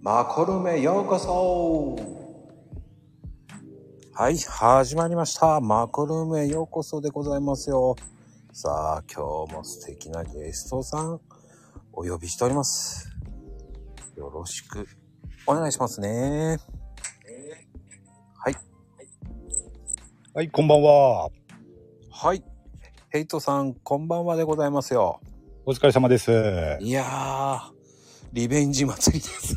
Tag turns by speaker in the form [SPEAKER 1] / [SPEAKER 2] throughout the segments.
[SPEAKER 1] マコルメようこそはい、始まりました。マコルームへようこそでございますよ。さあ、今日も素敵なゲストさん、お呼びしております。よろしく、お願いしますね。
[SPEAKER 2] はい、こんばんは。
[SPEAKER 1] はい。ヘイトさん、こんばんはでございますよ。
[SPEAKER 2] お疲れ様です。
[SPEAKER 1] いやー、リベンジ祭りです。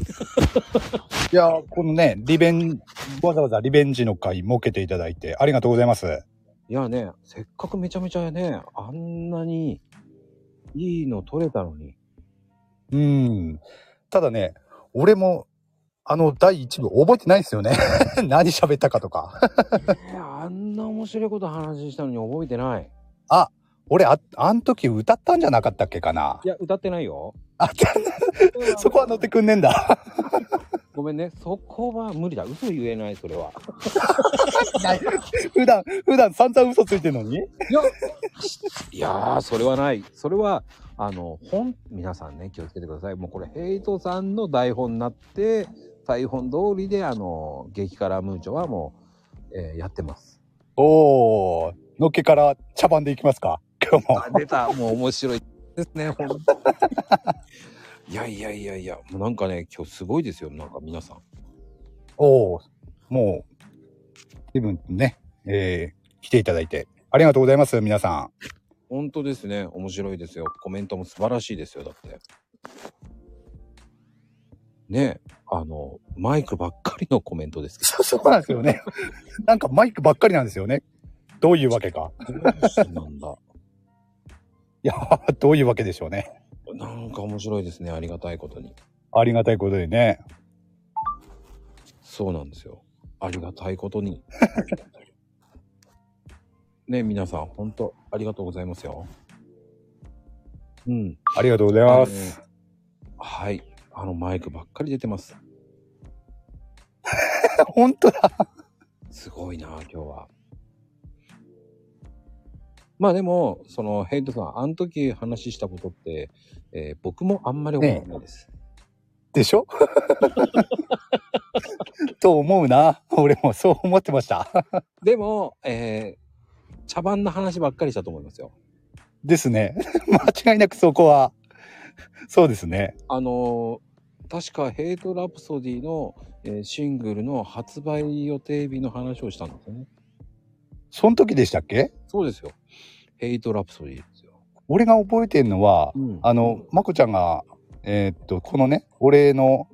[SPEAKER 2] いやー、このね、リベン、わざわざリベンジの会設けていただいてありがとうございます。
[SPEAKER 1] いやね、せっかくめちゃめちゃね、あんなにいいの取れたのに。
[SPEAKER 2] うーん。ただね、俺も、あの、第一部覚えてないですよね。 何喋ったかとか。
[SPEAKER 1] えーあんな面白いこと話したのに覚えてない。
[SPEAKER 2] 俺、あ、あの時歌ったんじゃなかったっけかな。
[SPEAKER 1] いや、歌ってないよ。
[SPEAKER 2] あ、そこは乗ってくんねえんだ。
[SPEAKER 1] ごめんね、そこは無理だ。嘘言えない、それは。
[SPEAKER 2] 普段、普段散々嘘ついてるのに。
[SPEAKER 1] いやー、それはない。それは、あの、本、皆さんね、気をつけてください。もうこれ、ヘイトさんの台本になって、台本通りで、あの、激辛ムーチョはもう、えーやってます。
[SPEAKER 2] おー、のっけから茶番でいきますか。今日も。
[SPEAKER 1] あ、出た。もう面白いですね、ほんとに。 いやいやいやいや、もうなんかね、今日すごいですよ、なんか皆さん。
[SPEAKER 2] おお、もう、随分ね、えー、来ていただいて、ありがとうございます、皆さ
[SPEAKER 1] 本当ですね、面白いですよ。コメントも素晴らしいですよ、だって。ねえ、あの、マイクばっかりのコメントです
[SPEAKER 2] ん。そうそうなんですよね。 なんかマイクばっかりなんですよね。どういうわけか。
[SPEAKER 1] けど、どうしてなんだ。
[SPEAKER 2] いや ー、どういうわけでしょうね。
[SPEAKER 1] なんか面白いですね、ありがたいことに。
[SPEAKER 2] ありがたいことでね。
[SPEAKER 1] そうなんですよ。ありがたいことに。ねえ、皆さん、本当ありがとうございますよ。うん。
[SPEAKER 2] ありがとうございます。
[SPEAKER 1] はい。あの、マイクばっかり出てます。
[SPEAKER 2] 本当だ。
[SPEAKER 1] すごいな、今日は。まあでも、その、ヘイトさん、あの時話したことって、えー僕もあんまり覚えてないです。
[SPEAKER 2] でしょ と思うな。俺もそう思ってました。
[SPEAKER 1] でも、えー茶番の話ばっかりしたと思いますよ。
[SPEAKER 2] ですね。 間違いなくそこは。そうですね。
[SPEAKER 1] あのー確かヘイトラプソディの、えーシングルの発売予定日の話をしたんですよね。
[SPEAKER 2] その時でしたっけ
[SPEAKER 1] そうですよ。ヘイトラプソディですよ。
[SPEAKER 2] 俺が覚えてるのは、
[SPEAKER 1] うん
[SPEAKER 2] あの、まこちゃんが、えーっと、このね、お礼の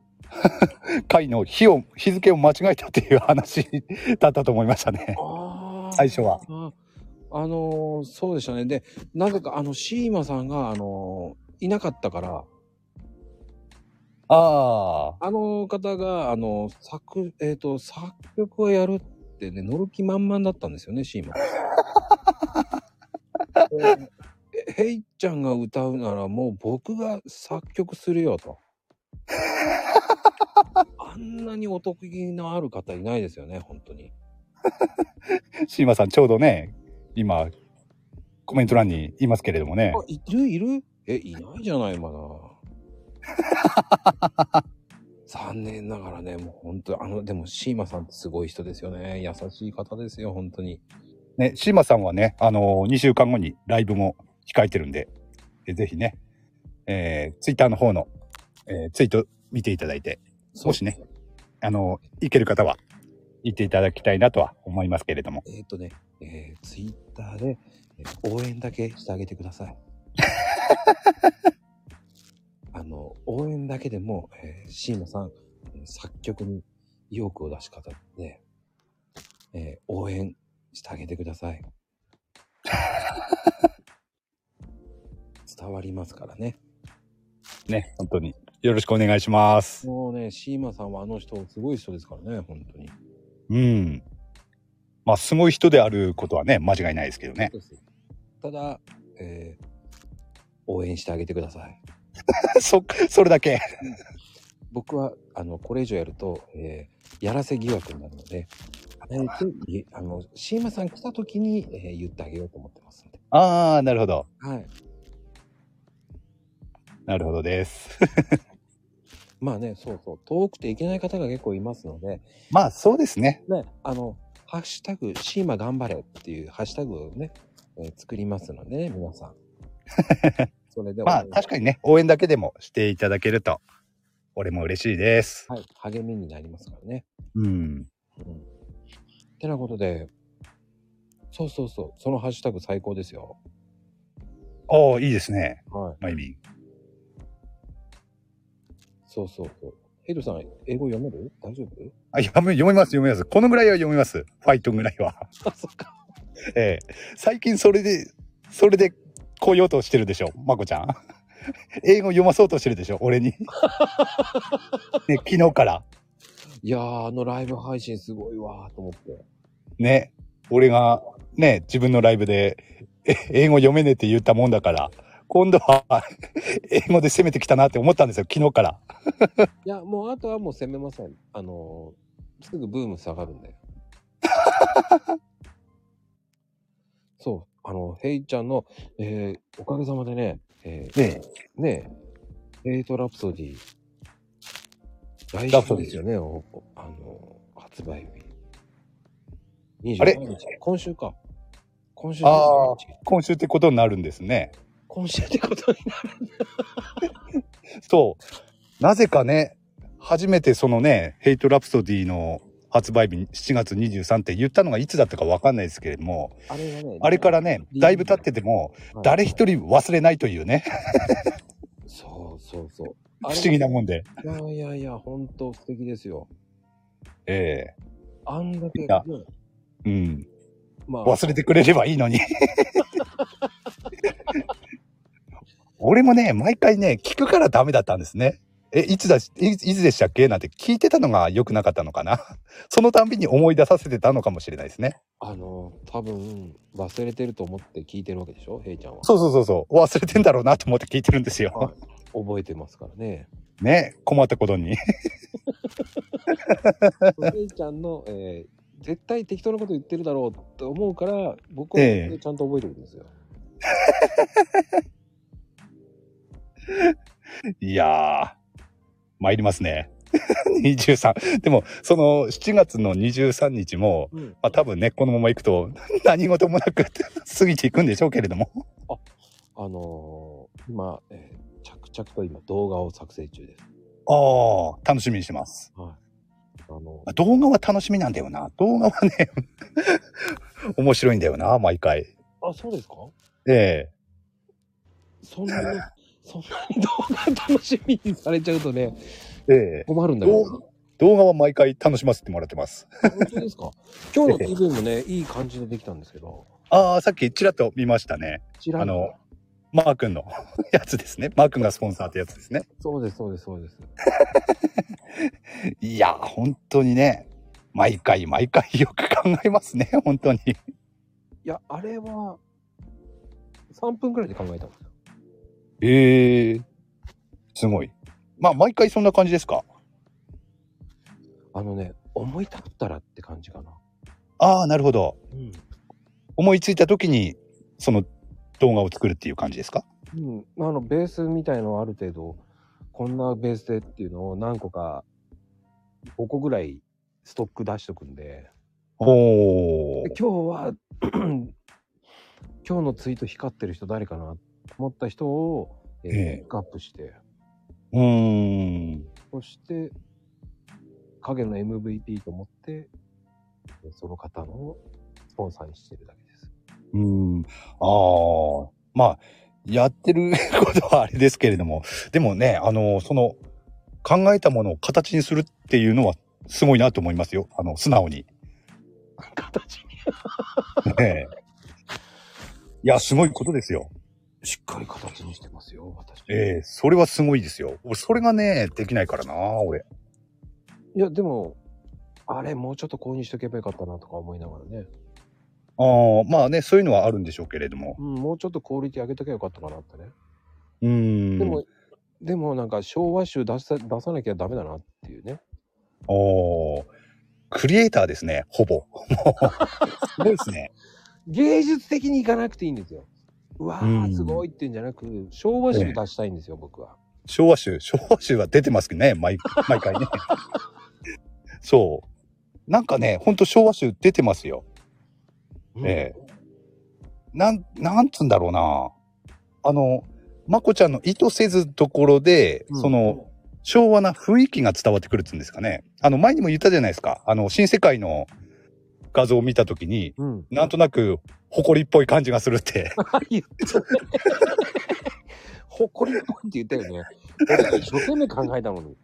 [SPEAKER 2] 会の日を、日付を間違えたっていう話 だったと思いましたね。
[SPEAKER 1] あー
[SPEAKER 2] 最初は。
[SPEAKER 1] ああのーそうでしたね。で、なぜかあの、シーマさんが、あのーいなかったから、
[SPEAKER 2] ああ。
[SPEAKER 1] あの方が、あの作、えっ、と、作曲をやるってね、乗る気満々だったんですよね、シーマ。でえヘイちゃんが歌うならもう僕が作曲するよと。あんなにお得意のある方いないですよね、本当に。
[SPEAKER 2] シーマさん、ちょうどね、今、コメント欄にいますけれどもね
[SPEAKER 1] あ。、いるいるえ、いないじゃない、まだ。 残念ながらね、もう本当あの、でも、シーマさんってすごい人ですよね。優しい方ですよ、本当に。
[SPEAKER 2] ね、シーマさんはね、あのー、2週間後にライブも控えてるんで、えぜひね、えー、ツイッターの方の、えーツイート見ていただいて、もしね
[SPEAKER 1] そう。
[SPEAKER 2] あのー、行ける方は、行っていただきたいなとは思いますけれども。
[SPEAKER 1] えーっ、とね、えー、ツイッターで、えー応援だけしてあげてください。あの、応援だけでも、えー、シーマさん、えー作曲に意欲を出し方で、えー応援してあげてください。伝わりますからね。
[SPEAKER 2] ね、本当によろしくお願いします。
[SPEAKER 1] もうね、シーマさんはあの人、すごい人ですからね、本当に。
[SPEAKER 2] うん。まあ、すごい人であることはね、間違いないですけどね。
[SPEAKER 1] そうですただ、えー応援してあげてください。
[SPEAKER 2] そ、それだけ。
[SPEAKER 1] 僕はあのこれ以上やると、えーやらせ疑惑になるので、えーといあのシーマさん来た時に、えー言ってあげようと思ってますので、
[SPEAKER 2] ああ、なるほど。
[SPEAKER 1] はい、
[SPEAKER 2] なるほどです。
[SPEAKER 1] まあね、そうそう。遠くて行けない方が結構いますので、
[SPEAKER 2] まあ、そうですね。
[SPEAKER 1] ね、あの、ハッシュタグ、シーマ頑張れっていうハッシュタグをね、えー作りますのでね、皆 さん。それで
[SPEAKER 2] まあ、確かにね、応援だけでもしていただけると、俺も嬉しいです。
[SPEAKER 1] はい、励みになりますからね。
[SPEAKER 2] うん。
[SPEAKER 1] うん。てなことで、そうそうそう、そのハッシュタグ最高ですよ。
[SPEAKER 2] おー、いいですね。
[SPEAKER 1] はい。
[SPEAKER 2] まゆみん。
[SPEAKER 1] そうそうそう。ヘイトさん、英語読める大丈夫
[SPEAKER 2] あ、読み、読みます、読みます。このぐらいは読みます。ファイトぐらいは。
[SPEAKER 1] あ、そっか。
[SPEAKER 2] ええ最近それで、それで、こう言おうとしてるでしょ、まこち ゃん。英語読まそうとしてるでしょ、 俺に。ね、昨日から。
[SPEAKER 1] いやー、あのライブ配信すごいわーと思って。
[SPEAKER 2] ね。俺が、ね、自分のライブで、え英語読めねえって言ったもんだから、今度は、 英語で攻めてきたなって思ったんですよ、昨日から。
[SPEAKER 1] いや、もうあとはもう攻めません。あのーすぐブーム下がるん で。そう、あの、ヘイちゃんの、えーおかげさまでね、えー
[SPEAKER 2] ね
[SPEAKER 1] ねえ、エイトラプソディ。来
[SPEAKER 2] ラプソ
[SPEAKER 1] 週
[SPEAKER 2] ディ
[SPEAKER 1] ですよね、おおあの、発売日。
[SPEAKER 2] あれ
[SPEAKER 1] 25日今週か。今週
[SPEAKER 2] あ
[SPEAKER 1] 25
[SPEAKER 2] ー
[SPEAKER 1] 日。
[SPEAKER 2] 今週ってことになるんですね。
[SPEAKER 1] 今週ってことになる。
[SPEAKER 2] そう。なぜかね、初めてそのね、ヘイトラプソディの発売日7月23って言ったのがいつだったかわかんないですけれども、
[SPEAKER 1] あれがね
[SPEAKER 2] あれからね、だいぶ経ってても、誰一人忘れないというね、
[SPEAKER 1] そうそうそう。
[SPEAKER 2] 不思議なもんで。
[SPEAKER 1] いやいやいや、本当素敵ですよ。
[SPEAKER 2] え
[SPEAKER 1] あんだけ、ね
[SPEAKER 2] いや、うん。
[SPEAKER 1] まあ、
[SPEAKER 2] 忘れてくれればいいのに。 俺もね、毎回ね、聞くからダメだったんですね。え、いつだし、いいつでしたっけなんて聞いてたのが良くなかったのかな。 そのたんびに思い出させてたのかもしれないですね。
[SPEAKER 1] あの、多分、忘れてると思って聞いてるわけでしょ、ヘイちゃんは。
[SPEAKER 2] そうそうそうそう。忘れてんだろうなと思って聞いてるんですよ
[SPEAKER 1] は。い覚えてますからね。
[SPEAKER 2] ね。困ったことに。
[SPEAKER 1] ヘ イちゃんの、えー絶対適当なこと言ってるだろうと思うから、僕は
[SPEAKER 2] ええ
[SPEAKER 1] ちゃんと覚えてるんですよ。
[SPEAKER 2] いやー。参りますね。23。でも、その7月の23日も、
[SPEAKER 1] うん
[SPEAKER 2] まあ多分ね、このまま行くと何事もなく 過ぎていくんでしょうけれども。
[SPEAKER 1] あのー今、えー着々と今動画を作成中です。
[SPEAKER 2] ああ、楽しみにしてます。
[SPEAKER 1] あの
[SPEAKER 2] まあ動画は楽しみなんだよな。動画はね、 面白いんだよな、毎回。
[SPEAKER 1] あ、そうですか
[SPEAKER 2] ええ
[SPEAKER 1] そんなに、そんなに動画楽しみにされちゃうとね、
[SPEAKER 2] え
[SPEAKER 1] 困るんだ
[SPEAKER 2] え
[SPEAKER 1] けど。
[SPEAKER 2] 動動画は毎回楽しませてもらってます。
[SPEAKER 1] 本当ですか今日の TV もね、 いい感じでできたんですけど。
[SPEAKER 2] ああ、さっきちらっと見ましたね。
[SPEAKER 1] 知ら
[SPEAKER 2] あ
[SPEAKER 1] ん
[SPEAKER 2] の、マー君の やつですね。マー君がスポンサーってやつですね。
[SPEAKER 1] そうです、そうです、そうです。
[SPEAKER 2] いや、本当にね、毎回毎回よく考えますね、 本当に。
[SPEAKER 1] いや、あれは、3分くらいで考えたんですよ。
[SPEAKER 2] ええすごい。まあ、毎回そんな感じですか。
[SPEAKER 1] あのね、思い立ったらって感じかな。
[SPEAKER 2] ああ、なるほど。
[SPEAKER 1] うん。
[SPEAKER 2] 思いついた時に、その動画を作るっていう感じですか
[SPEAKER 1] うん、あの、ベースみたいのをある程度、こんなベースでっていうのを何個か、5個ぐらいストック出しとくんで、
[SPEAKER 2] おお
[SPEAKER 1] で。今日は、今日のツイート光ってる人誰かなと思った人を、えー
[SPEAKER 2] ええ
[SPEAKER 1] ピックアップして、
[SPEAKER 2] うーん。
[SPEAKER 1] そして、影の MVP と思って、その方のスポンサーにしてるだけです。
[SPEAKER 2] うーん。ああ。まあ、やってることはあれですけれども、でもね、あの、その、考えたものを形にするっていうのはすごいなと思いますよ。あの、素直に。
[SPEAKER 1] 形に。
[SPEAKER 2] ねえいや、すごいことですよ。
[SPEAKER 1] しっかり形にしてますよ、私。
[SPEAKER 2] ええそれはすごいですよ。俺、それがね、できないからな、俺。
[SPEAKER 1] いや、でも、あれ、もうちょっと購入しとけばよかったなとか思いながらね。
[SPEAKER 2] ああ、まあね、そういうのはあるんでしょうけれども。
[SPEAKER 1] うん、もうちょっとクオリティ上げとけばよかったかなってね。
[SPEAKER 2] うーん。
[SPEAKER 1] でも、でもなんか昭和集出さ出さなきゃダメだなっていうね。
[SPEAKER 2] おークリエイターですね、ほぼ。もうすごいですね。
[SPEAKER 1] 芸術的にいかなくていいんですよ。うわ
[SPEAKER 2] うん
[SPEAKER 1] ー、すごいってんじゃなく、昭和集出したいんですよ、僕は。
[SPEAKER 2] 昭和集、昭和集は出てますけどね、毎毎回ね。そう。なんかね、ほんと昭和集出てますよ。ええなん、なんつうんだろうな。あの、まこちゃんの意図せずところで、
[SPEAKER 1] うん
[SPEAKER 2] その、昭和な雰囲気が伝わってくるっていうんですかね。あの、前にも言ったじゃないですか。あの、新世界の画像を見たときに、
[SPEAKER 1] うん。
[SPEAKER 2] なんとなく、誇りっぽい感じがするって。
[SPEAKER 1] 言ったね。 誇りっぽいって言ったよね。俺一生懸命考えたのに。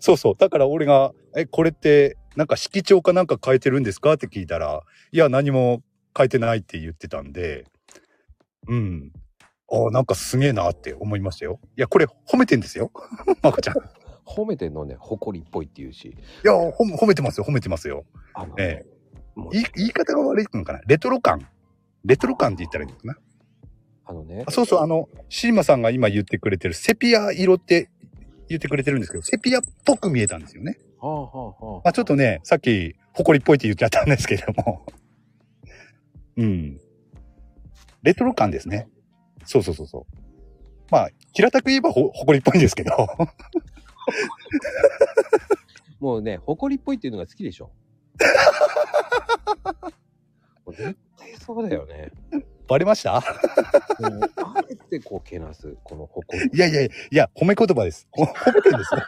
[SPEAKER 2] そうそう。だから俺が、え、これって、なんか色調かなんか変えてるんですかって聞いたら、いや、何も変えてないって言ってたんで、うん。ああ、なんかすげえなって思いましたよ。いや、これ褒めてんですよ。 まこちゃん。い
[SPEAKER 1] 褒めてんのね、誇りっぽいって言うし。
[SPEAKER 2] や、ほん褒めてますよ、褒めてますよ。
[SPEAKER 1] あの
[SPEAKER 2] え
[SPEAKER 1] もう
[SPEAKER 2] 言い言い方が悪いのかなレトロ感。レトロ感って言ったらいいのかな
[SPEAKER 1] あのね
[SPEAKER 2] あ、そうそう、あの、シーマさんが今言ってくれてるセピア色って言ってくれてるんですけど、セピアっぽく見えたんですよね。
[SPEAKER 1] はあはあは
[SPEAKER 2] まあちょっとね、さっき、誇りっぽいって言っちゃったんですけれども。うん。レトロ感ですね。そうそうそうそう。まあ、平たく言えばほ、誇りっぽいんですけど。
[SPEAKER 1] もうね、誇りっぽいっていうのが好きでし ょ。もう絶対そうだよね。
[SPEAKER 2] バレました
[SPEAKER 1] もうあえてこうけなす、この誇り。
[SPEAKER 2] いやいやいや、褒め言葉です。ほ褒めてるんですよ。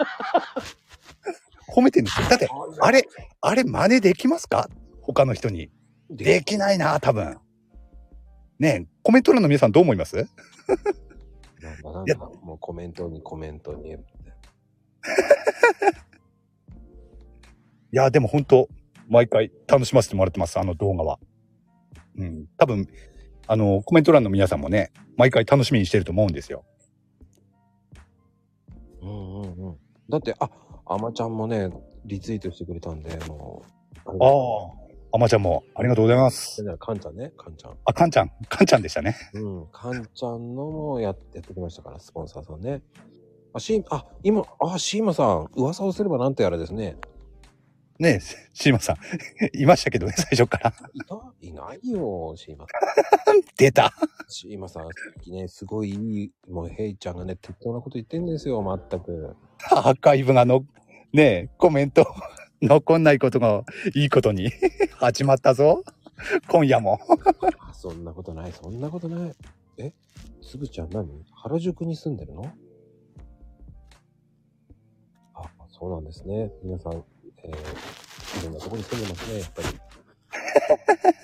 [SPEAKER 2] 褒めてるんですよ。だって、あれ、あれ真似できますか他の人に。できないな、多分。ねえ、コメント欄の皆さんどう思います
[SPEAKER 1] なんだなん
[SPEAKER 2] いや
[SPEAKER 1] だ、もうコメントにコメントに。
[SPEAKER 2] いや、でも本当毎回楽しませてもらってます、あの動画は。うん。多分、あの、コメント欄の皆さんもね、毎回楽しみにしてると思うんですよ。
[SPEAKER 1] うんうんうん。だって、あ、あまちゃんもね、リツイートしてくれたんで、もう。
[SPEAKER 2] ああ。あまちゃんも、ありがとうございます。
[SPEAKER 1] あ。かんちゃんね、かんちゃん。
[SPEAKER 2] あ、かんちゃん、かんちゃんでしたね。
[SPEAKER 1] うん、かんちゃんのもややってきましたから、スポンサーさんね。あ、シーあ、今、あ、シーマさん、噂をすればなんてやらですね。
[SPEAKER 2] ねえ、シーマさん。 いましたけどね、最初から。
[SPEAKER 1] いたいないよ、シーマさ
[SPEAKER 2] 出た。
[SPEAKER 1] ん。シーマさん、さっきね、すごいいい、もう、ヘイちゃんがね、適当なこと言ってんですよ、まったく。
[SPEAKER 2] アーカイブがの、ねえ、コメント、残んないことがいいことに始まったぞ。今夜も。
[SPEAKER 1] あ、そんなことない、そんなことない。え、つぶちゃん何原宿に住んでるのあ、そうなんですね。皆さん、えー、いろんなとこに住んでますね、やっぱ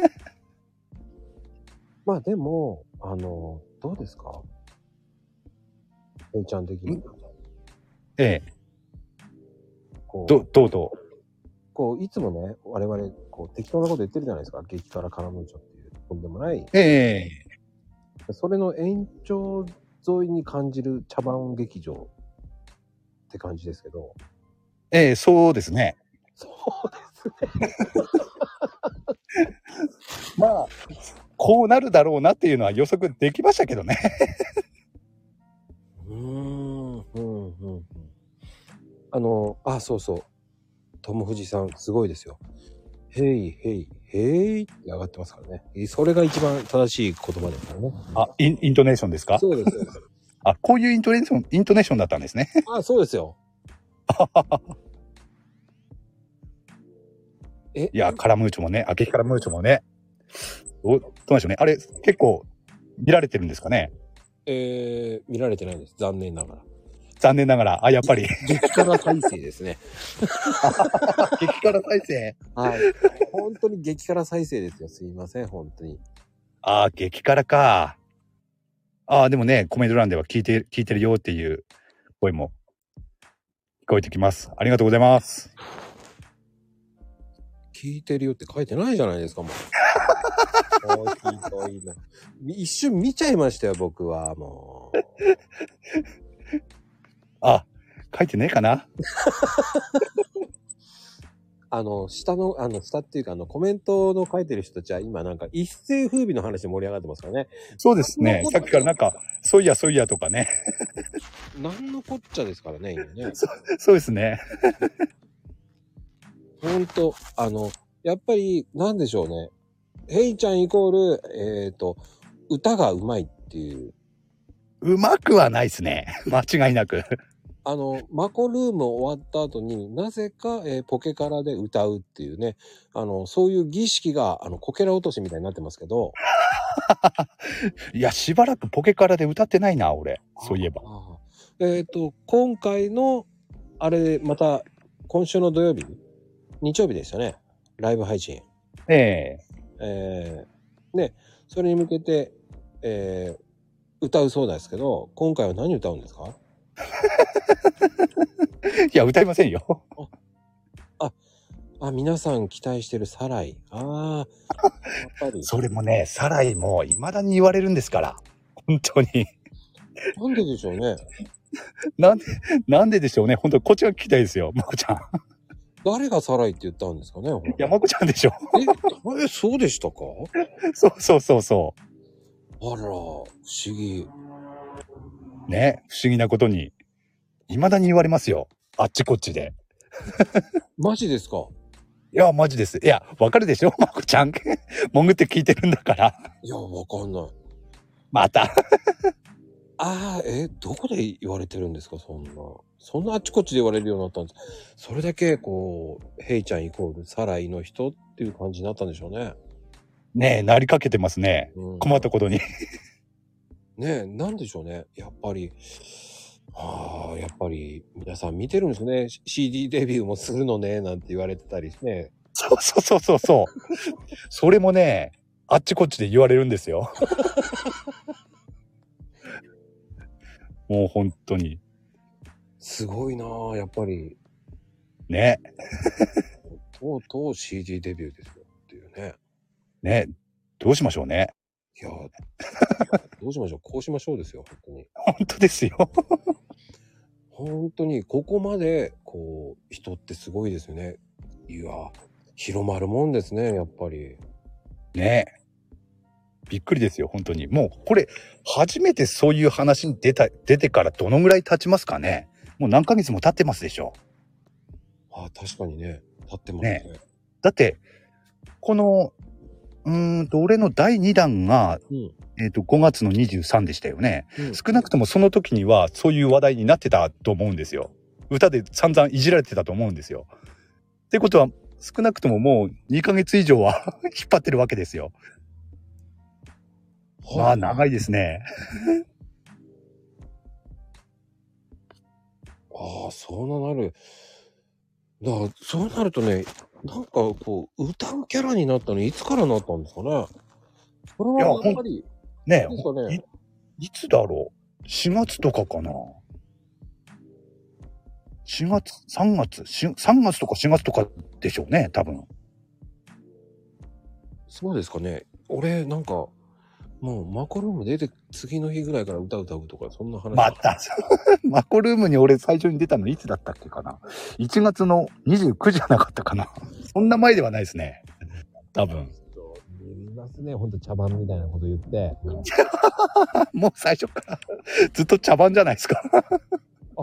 [SPEAKER 1] り。 まあでも、あの、どうですかえいちゃん的に。
[SPEAKER 2] ええ、
[SPEAKER 1] こ
[SPEAKER 2] ど、どうどう
[SPEAKER 1] こう、いつもね、我々、こう、適当なこと言ってるじゃないですか。激辛カラムーチョっていう、とんでもない
[SPEAKER 2] ええ、
[SPEAKER 1] それの延長沿いに感じる茶番劇場って感じですけど。
[SPEAKER 2] ええ、そうですね。
[SPEAKER 1] そうですね。
[SPEAKER 2] まあ、こうなるだろうなっていうのは予測できましたけどね。
[SPEAKER 1] うーん、うん、うんうん。あの、あ、そうそう。トム・フジさん、すごいですよ。ヘイ、ヘイ、ヘイって上がってますからね。それが一番正しい言葉ですからね。
[SPEAKER 2] あ、インイントネーションですか
[SPEAKER 1] そう です。そうです
[SPEAKER 2] あ、こういうイントネーション、イントネーションだったんですね。
[SPEAKER 1] あ、そうです よ。え
[SPEAKER 2] いや、カラムーチョもね、あ、激辛ムーチョもね。どう、どうなんでしょうね。あれ、結構、見られてるんですかね。
[SPEAKER 1] えー、見られてないです。残念ながら。
[SPEAKER 2] 残念ながら、あ、やっぱり、
[SPEAKER 1] 激辛再生ですね。
[SPEAKER 2] 激辛再生。
[SPEAKER 1] はい。本当に激辛再生ですよ。すいません、本当に。
[SPEAKER 2] あー、激辛か。あー、でもね、コメント欄では聞いて、聞いてるよっていう声も聞こえてきます。ありがとうございます。
[SPEAKER 1] 聞いてるよって書いてないじゃないですか、も う。もうひどいな。み一瞬見ちゃいましたよ、僕は、もう。
[SPEAKER 2] あ、書いてねえかな
[SPEAKER 1] あの、下の、あの、下っていうか、あの、コメントの書いてる人たちは今なんか一世風靡の話で盛り上がってますからね。
[SPEAKER 2] そうですね。さっきからなんか、そういやそういやとかね。
[SPEAKER 1] なんのこっちゃですからね、今ね。
[SPEAKER 2] そうですね。
[SPEAKER 1] ほんと、あの、やっぱり、なんでしょうね。ヘイちゃんイコール、えっ、と、歌がうまいっていう。
[SPEAKER 2] うまくはないですね。間違いなく。
[SPEAKER 1] あの、マコルーム終わった後になぜか、えーポケカラで歌うっていうね、あの、そういう儀式が、あの、こけら落としみたいになってますけど、
[SPEAKER 2] いや、しばらくポケカラで歌ってないな、俺。そういえば。
[SPEAKER 1] あーえっ、と、今回の、あれ、また、今週の土曜日日曜日ですよね。ライブ配信。
[SPEAKER 2] ええ
[SPEAKER 1] えー、ね、それに向けて、えー、歌うそうですけど、今回は何歌うんですか
[SPEAKER 2] いや、歌いませんよ。
[SPEAKER 1] あ、皆さん期待してるサライ。ああ、やっぱり。
[SPEAKER 2] それもね、サライも未だに言われるんですから。本当に。
[SPEAKER 1] なんででしょうね。
[SPEAKER 2] なんで、なんででしょうね。本当こっちが聞きたいですよ。まこちゃん。い
[SPEAKER 1] 誰がサライって言ったんですかね。ほら
[SPEAKER 2] や、まこちゃんでしょ。
[SPEAKER 1] え、え、そうでしたか
[SPEAKER 2] そうそうそうそ
[SPEAKER 1] あら、不思議。
[SPEAKER 2] う。ね。不思議なことに。未だに言われますよ。あっちこっちで。
[SPEAKER 1] マジですか
[SPEAKER 2] いや、マジです。いや、わかるでしょまこちゃん。 潜って聞いてるんだから。
[SPEAKER 1] いや、わかんない。
[SPEAKER 2] また。
[SPEAKER 1] ああ、え、どこで言われてるんですか、そんな。そんなあっちこっちで言われるようになったんです。それだけ、こう、ヘイちゃんイコールサライの人っていう感じになったんでしょうね。
[SPEAKER 2] ねえ、なりかけてますね。
[SPEAKER 1] うん、
[SPEAKER 2] 困ったことに。
[SPEAKER 1] ねえ、なんでしょうね。やっぱり、ああ、やっぱり、皆さん見てるんですね。C- CD デビューもするのね、なんて言われてたりね。
[SPEAKER 2] そう そうそうそうそう。それもね、あっちこっちで言われるんですよ。もう本当に。
[SPEAKER 1] すごいなあやっぱり、
[SPEAKER 2] ね。
[SPEAKER 1] とうとう CD デビューですよっていうね。
[SPEAKER 2] ね。どうしましょうね。
[SPEAKER 1] いやーいやどうしましょう。こうしましょうですよ、本当に。
[SPEAKER 2] 本当ですよ。
[SPEAKER 1] 本当にここまでこう人ってすごいですよねいや広まるもんですねやっぱり
[SPEAKER 2] ね。びっくりですよ、本当に。もう、これ、初めてそういう話に出た、出てからどのぐらい経ちますかね。もう何ヶ月も経ってますでしょ。
[SPEAKER 1] あ確かにね立ってますね
[SPEAKER 2] だって、この、うーんと、俺の第2弾が、
[SPEAKER 1] うん
[SPEAKER 2] えっ、と、5月の23でしたよね。
[SPEAKER 1] うん
[SPEAKER 2] 少なくともその時にはそういう話題になってたと思うんですよ。歌で散々いじられてたと思うんですよ。ってことは少なくとももう2ヶ月以上は 引っ張ってるわけですよ。まあ長いですね。
[SPEAKER 1] ああそうなるだからそうなるとねなんかこう歌うキャラになったのいつからなったんですかねこれ
[SPEAKER 2] いや
[SPEAKER 1] はやっぱり
[SPEAKER 2] ね
[SPEAKER 1] ですかね
[SPEAKER 2] いつだろう ?4 月とかかな ?4 月 ?3 月し ?3 月とか4月とかでしょうね、多分。
[SPEAKER 1] そうですかね俺なんかもうマコルーム出て次の日ぐらいから歌歌うとかそんな話
[SPEAKER 2] また、 マコルームに俺最初に出たのいつだったっけかな ?1 月の29じゃなかったかな そんな前ではないですね。多分。
[SPEAKER 1] みんなすね、ほんと茶番みたいなこと言って。
[SPEAKER 2] もう最初から ずっと茶番じゃないですか。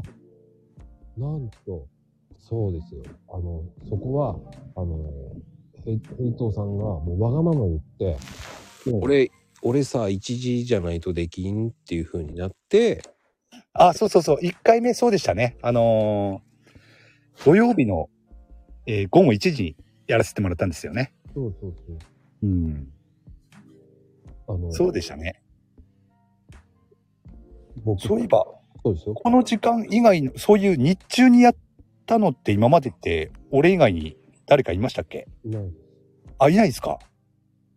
[SPEAKER 1] なんと、そうですよ。あの、そこは、あの、へい平等さんがもうわがまま言って、俺、俺さ、1時じゃないとできんっていう風になって、
[SPEAKER 2] あ、そうそうそう。1回目そうでしたね。あのー土曜日の、えー午後1時にやらせてもらったんですよね。
[SPEAKER 1] そうそうそう。
[SPEAKER 2] うん。
[SPEAKER 1] あの、
[SPEAKER 2] そうでしたね。
[SPEAKER 1] 僕
[SPEAKER 2] そういえば、
[SPEAKER 1] そうですよ。
[SPEAKER 2] この時間以外の、そういう日中にやったのって今までって、俺以外に誰かいましたっけ
[SPEAKER 1] ない
[SPEAKER 2] あ、いないですか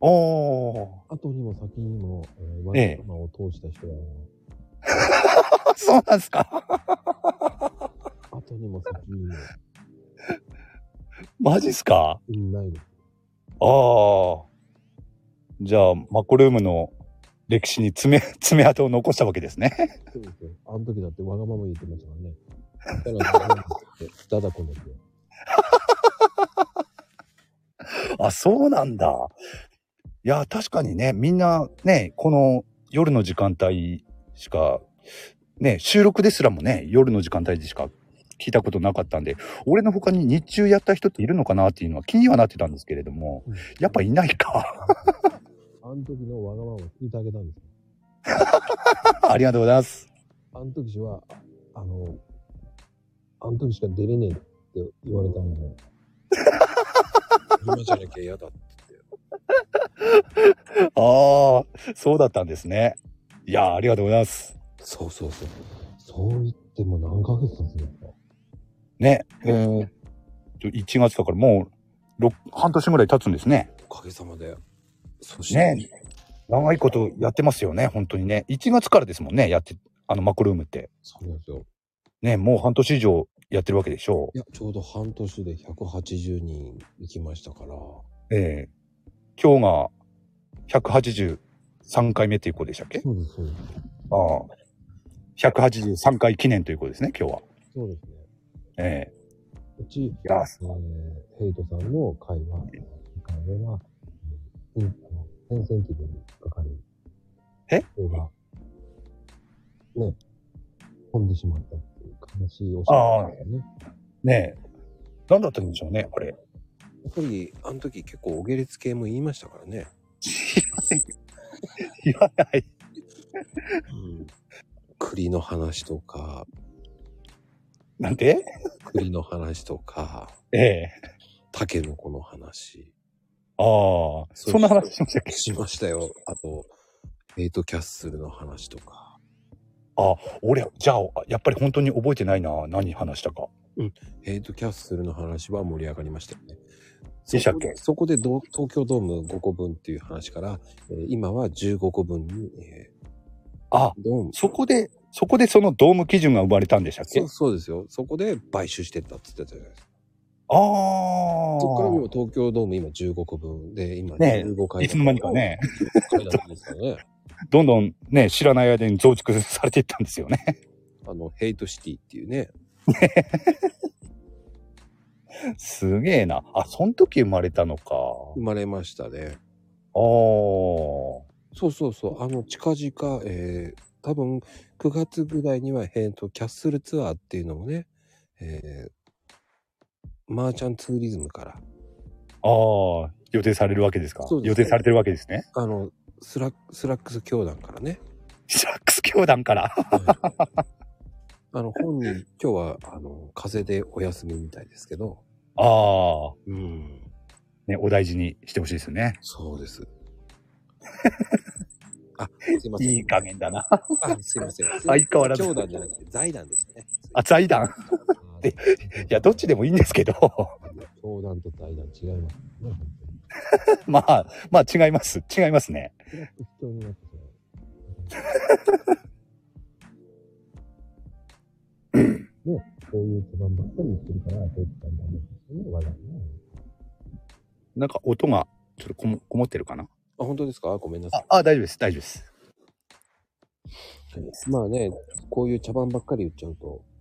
[SPEAKER 2] おー。
[SPEAKER 1] 後にも先にも、えー、わ
[SPEAKER 2] え
[SPEAKER 1] が
[SPEAKER 2] え
[SPEAKER 1] ままを通した人は、
[SPEAKER 2] あ、 そうなんですか。
[SPEAKER 1] 後にも先にも、
[SPEAKER 2] マジっすか
[SPEAKER 1] いないです。
[SPEAKER 2] ああ。じゃあ、マコルームの歴史に爪、 爪痕を残したわけですね。
[SPEAKER 1] そうですよ。あの時だってわがまま言ってましたからね。だから、だだこねて。
[SPEAKER 2] あ、そうなんだ。いや、確かにね、みんなね、この夜の時間帯しか、ね、収録ですらもね、夜の時間帯でしか聞いたことなかったんで、俺の他に日中やった人っているのかなっていうのは気にはなってたんですけれども、やっぱいないか。
[SPEAKER 1] あの時のわがままを聞いてあげたんですよ。
[SPEAKER 2] ありがとうございます。
[SPEAKER 1] あの時は、ああの、
[SPEAKER 3] あの時しか出れねえって言われたんで。
[SPEAKER 1] 今じゃなきゃ嫌だって。
[SPEAKER 2] ああ、そうだったんですね。いやー、ありがとうございます。
[SPEAKER 1] そうそうそう。
[SPEAKER 3] そう言っても何ヶ月経つんですか
[SPEAKER 2] ね。
[SPEAKER 1] えー、
[SPEAKER 2] 1月だからもう、ろ半年ぐらい経つんですね。
[SPEAKER 1] おかげさまで。そして、
[SPEAKER 2] ね。長いことやってますよね、本当にね。1月からですもんね、やって、あの、マクルームって。
[SPEAKER 3] そうなんですよ。
[SPEAKER 2] ね、もう半年以上やってるわけでしょ
[SPEAKER 3] いや、ちょうど半年で180人行きましたから、
[SPEAKER 2] う。ええ今日が183回目ということでしたっけ
[SPEAKER 3] そうです、そうです。
[SPEAKER 2] ああ。183回記念ということですね、今日は。
[SPEAKER 3] そうですね。
[SPEAKER 2] ええ
[SPEAKER 3] うち、
[SPEAKER 2] いや
[SPEAKER 3] えー、ヘイトさんの会話、会話は、うん、あの、先々期でかかる。
[SPEAKER 2] え
[SPEAKER 3] 人が、ね、飛んでしまったっていう悲しいお知
[SPEAKER 2] ああ
[SPEAKER 3] らせですね。
[SPEAKER 2] ねえ。何だったんでしょうね、あれ。
[SPEAKER 1] やっぱり、あの時結構お下劣系も言いましたからね。
[SPEAKER 2] 言わない。
[SPEAKER 1] うん。栗の話とか、
[SPEAKER 2] なんて
[SPEAKER 1] 栗の話とか、
[SPEAKER 2] ええ
[SPEAKER 1] タケノコの話。
[SPEAKER 2] ああ、
[SPEAKER 1] そう
[SPEAKER 2] そんな話しましたっけ
[SPEAKER 1] しましたよ。あと、エイトキャッスルの話とか。
[SPEAKER 2] 俺、じゃあ、やっぱり本当に覚えてないな、何話したか。
[SPEAKER 1] エイトキャッスルの話は盛り上がりましたよね。
[SPEAKER 2] でしたっけ
[SPEAKER 1] そこでど東京ドーム5個分っていう話から、えー今は15個分に、え
[SPEAKER 2] あ、
[SPEAKER 1] ードーム。
[SPEAKER 2] そこで、そこでそのドーム基準が生まれたんでしたっけ
[SPEAKER 1] そうそうですよ。そこで買収してったって言ってたじゃないですか。
[SPEAKER 2] あ
[SPEAKER 1] そこからも
[SPEAKER 2] あ
[SPEAKER 1] う東京ドーム今15個分で、今
[SPEAKER 2] ねえ
[SPEAKER 1] 15回、
[SPEAKER 2] いつの間にか。ね、
[SPEAKER 1] 回だったんですからね。
[SPEAKER 2] どんどんね、知らない間に増築されていったんですよね。
[SPEAKER 1] あの、ヘイトシティっていうね。
[SPEAKER 2] すげえな。あ、その時生まれたのか。
[SPEAKER 1] 生まれましたね。
[SPEAKER 2] ああ。
[SPEAKER 1] そうそうそう。あの、近々、えー、多分9月ぐらいには、えーと、キャッスルツアーっていうのもね、えー、マーチャンツーリズムから、
[SPEAKER 2] ああ、予定されるわけですか
[SPEAKER 1] そうです
[SPEAKER 2] 予定されてるわけですね。
[SPEAKER 1] あの、スラック、スラックス教団からね、
[SPEAKER 2] シャックス教団から。
[SPEAKER 1] あの、本人、今日は、あの、風邪でお休みみたいですけど、
[SPEAKER 2] ああ、
[SPEAKER 1] うん、
[SPEAKER 2] ね、お大事にしてほしいですよね。
[SPEAKER 1] そうです。あ、すいません。
[SPEAKER 2] いい加減だな。
[SPEAKER 1] あすいません。
[SPEAKER 2] 相変わらず
[SPEAKER 1] 教団じゃなくて財団でしたね。
[SPEAKER 2] あ、財団
[SPEAKER 3] で、い
[SPEAKER 2] いや、どっちでもいいんですけど、
[SPEAKER 3] 教団と対談違いますね、本
[SPEAKER 2] まあ、まあ違います。違いますね。
[SPEAKER 3] 当に。適当になってしまう。ね、こういう手番ばっかり言ってるから、ヘイトさんダメですよね、話題ね。
[SPEAKER 2] なんか音がちょっとこもこもってるかな。
[SPEAKER 1] あ、本当ですかごめんなさ
[SPEAKER 2] あ
[SPEAKER 1] い。、
[SPEAKER 2] あ大丈夫です。大丈夫です。
[SPEAKER 1] まあね、こういう茶番ばっかり言っちゃうと。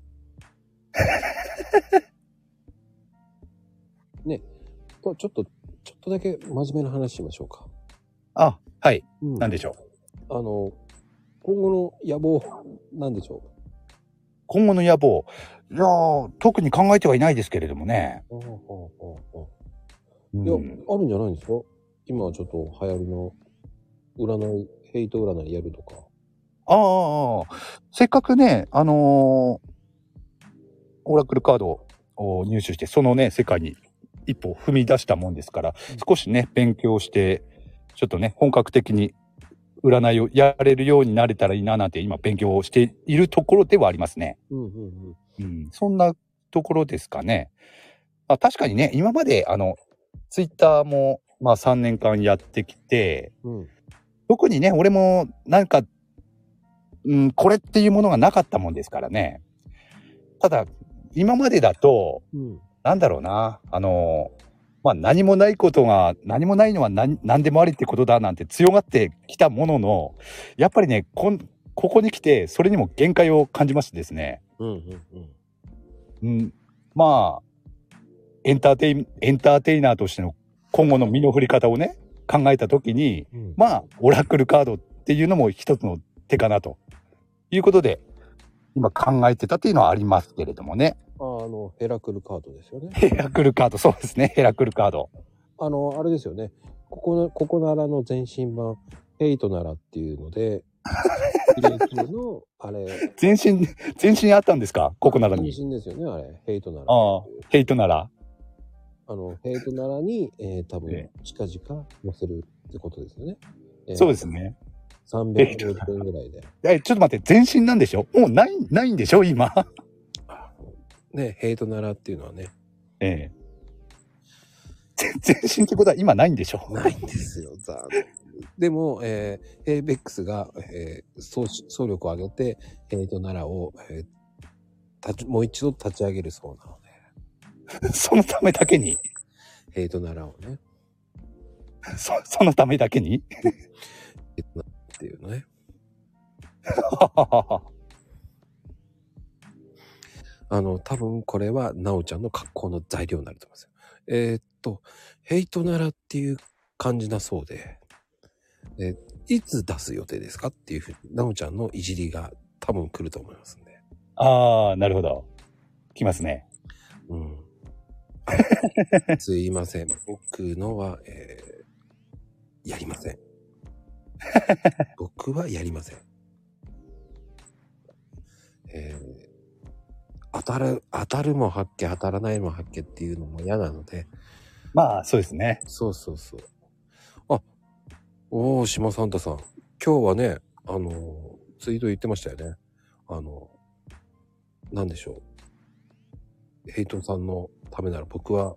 [SPEAKER 1] ね、とちょっと、ちょっとだけ真面目な話しましょうか。
[SPEAKER 2] あ、はい。
[SPEAKER 1] うん
[SPEAKER 2] なんでしょう。
[SPEAKER 1] あの、今後の野望、なんでしょ
[SPEAKER 2] 今後の野望。いやー、特に考えてはいないですけれどもね。
[SPEAKER 1] う。
[SPEAKER 2] う
[SPEAKER 1] いや、
[SPEAKER 2] ん、
[SPEAKER 1] あるんじゃないんですか今はちょっと流行りの占い、ヘイト占いやるとか。
[SPEAKER 2] あーあー、せっかくね、あのーオラクルカードを入手して、そのね、世界に一歩踏み出したもんですから、少しね、勉強して、ちょっとね、本格的に占いをやれるようになれたらいいななんて今勉強をしているところではありますね。
[SPEAKER 1] うんうんうん。
[SPEAKER 2] うん、そんなところですかね。あ確かにね、今まであの、ツイッターも、まあ3年間やってきて、
[SPEAKER 1] うん。
[SPEAKER 2] 特にね、俺もなんか、うん、これっていうものがなかったもんですからね。ただ、今までだと、
[SPEAKER 1] うん。
[SPEAKER 2] なんだろうな、あの、まあ何もないことが、何もないのは何何でもありってことだなんて強がってきたものの、やっぱりね、こんここに来て、それにも限界を感じましてですね。
[SPEAKER 1] うんうんうん。
[SPEAKER 2] うん、まあエンターテイエンターテイナーとしての今後の身の振り方をね考えた時に
[SPEAKER 3] うん
[SPEAKER 2] まあオラクルカードっていうのも一つの手かなということで今考えてたっていうのはありますけれどもね
[SPEAKER 1] ああの、ヘラクルカードですよね。
[SPEAKER 2] ヘラクルカードそうですねヘラクルカード
[SPEAKER 1] あ の、あれですよね。ここの、ここならの前身版、ヘイトならっていうので、比例級の、あ れ、
[SPEAKER 2] 全身、全身あったんですかここならに。
[SPEAKER 1] 妊娠ですよね、あれ。ヘイトなら。
[SPEAKER 2] ああ、ヘイトなら。
[SPEAKER 1] あの、ヘイトならに、えー、多分
[SPEAKER 2] え、
[SPEAKER 1] 近々載せるってことですよね。えー
[SPEAKER 2] そうです。ね。
[SPEAKER 1] 350分ぐらいで。
[SPEAKER 2] え、ちょっと待って、全身なんでしょもうない、ないんでしょ今。
[SPEAKER 1] ね、ヘイトならっていうのはね、
[SPEAKER 2] ええ。全全身ってことは今ないんでしょ
[SPEAKER 1] ないんですよ、残念。でも、えー、ヘイベックスが、えー、総し総力を上げて、ヘイトならを、えー立ちもう一度立ち上げるそうなので、
[SPEAKER 2] そのためだけに。
[SPEAKER 1] ヘイトならをね、
[SPEAKER 2] そそのためだけに
[SPEAKER 1] ヘイトナラっていうね。あの、多分これは、なおちゃんの格好の材料になると思いますよ。えーっと、ヘイトならっていう感じだそうで、えーいつ出す予定ですかっていうふうに、なおちゃんのいじりが多分来ると思いますんで。
[SPEAKER 2] ああ、なるほど。来ますね。
[SPEAKER 1] うん。すいません。僕のは、えーやりません。僕はやりません。えー当たる、当たるも発見、当たらないも発見っていうのも嫌なので、
[SPEAKER 2] まあ、そうですね。
[SPEAKER 1] そうそうそう。あ、おお、島サンタさん。今日はね、あのー、ツイート言ってましたよね。あのー、なんでしょう。ヘイトさんのためなら僕は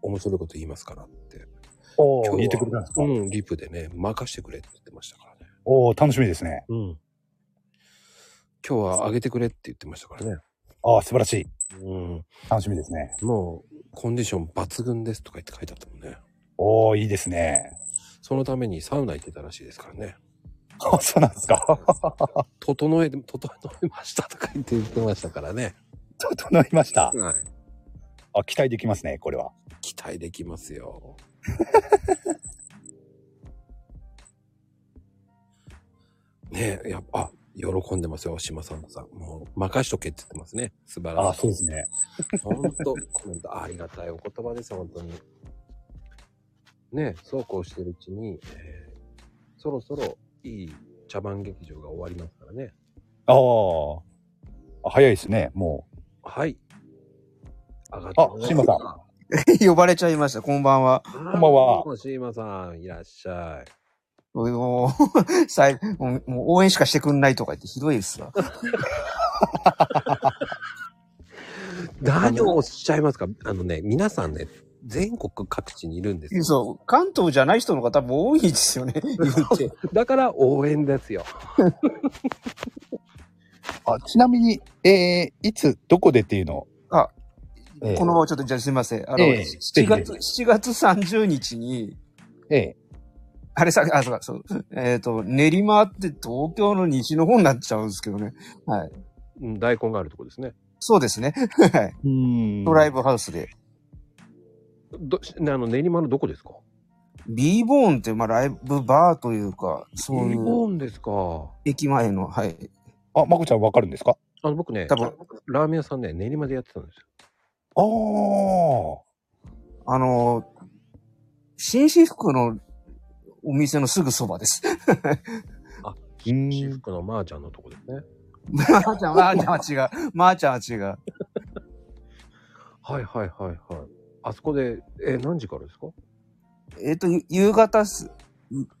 [SPEAKER 1] 面白いこと言いますからって。
[SPEAKER 2] お
[SPEAKER 1] 今日は
[SPEAKER 2] 言ってくれたんですか、
[SPEAKER 1] うん、リプでね、任してくれって言ってましたからね。
[SPEAKER 2] おお楽しみですね。
[SPEAKER 1] うん。今日はあげてくれって言ってましたからね。
[SPEAKER 2] ああ、素晴らしい。
[SPEAKER 1] うん。
[SPEAKER 2] 楽しみですね。
[SPEAKER 1] もう、コンディション抜群ですとか言って書いてあったもんね。
[SPEAKER 2] おおいいですね。
[SPEAKER 1] そのためにサウナ行ってたらしいですからね。
[SPEAKER 2] あそうなんですか。
[SPEAKER 1] 整え、整えましたとか言って言ってましたからね。
[SPEAKER 2] 整いました。
[SPEAKER 1] はい。
[SPEAKER 2] あ、期待できますね、これは。
[SPEAKER 1] 期待できますよ。 ねえ、やっぱ、あ、喜んでますよ、島さんさん。もう、任しとけって言ってますね。素晴
[SPEAKER 2] あ
[SPEAKER 1] らし
[SPEAKER 2] そうですね。
[SPEAKER 1] い。本当コメントありがたいお言葉です、本当に。ねえ、そうこうしてるうちに、えーそろそろいい茶番劇場が終わりますからね。
[SPEAKER 2] あーあ。早いですね、も
[SPEAKER 1] はい。上がって
[SPEAKER 2] あ島さん
[SPEAKER 4] 呼ばれちゃいました。こんばんは。
[SPEAKER 1] こん
[SPEAKER 2] ばんは。
[SPEAKER 1] シーマさん、いらっしゃい。
[SPEAKER 4] もう、さいもうもう応援しかしてくんないとか言ってひどいですわ。
[SPEAKER 1] 何をおっしゃいますかあのね、皆さんね、全国各地にいるんですよ。
[SPEAKER 4] そう、関東じゃない人の方が多分多いですよ ね。言うて。
[SPEAKER 1] だから応援ですよ。
[SPEAKER 2] う。あ、ちなみに、えー、いつ、どこでっていうのをええ
[SPEAKER 4] このままちょっとじゃあすいません。あの、
[SPEAKER 2] ええ
[SPEAKER 4] 7月、7月30日に、
[SPEAKER 2] え
[SPEAKER 4] あれさ、あ、そうか、そう。えっ、と、練馬って東京の西の方になっちゃうんですけどね。はい。
[SPEAKER 1] うん大根があるとこですね。
[SPEAKER 4] そうですね。はい。
[SPEAKER 2] えうん
[SPEAKER 4] ドライブハウスで。
[SPEAKER 1] ど、しねあの、練馬のどこですか
[SPEAKER 4] b ボーンって、まあ、ライブバーというか、そう
[SPEAKER 1] 日
[SPEAKER 4] いう、
[SPEAKER 1] 本ですか。
[SPEAKER 4] 駅前の、はい。
[SPEAKER 2] あ、まこちゃんわかるんですか
[SPEAKER 1] あの、僕ね
[SPEAKER 4] 多、分、
[SPEAKER 1] ラーメン屋さんね、練馬でやってたんですよ。
[SPEAKER 2] ああ。
[SPEAKER 4] あの、紳士服のお店のすぐそば です。
[SPEAKER 2] うん
[SPEAKER 1] 私服のまーちゃんのとこですね。
[SPEAKER 4] まーちゃん、まーちゃんは違う。まーちゃんは違う。
[SPEAKER 1] はいはいはいはい。あそこで、え、何時からですか
[SPEAKER 4] えっ、と、ゆ夕方っす。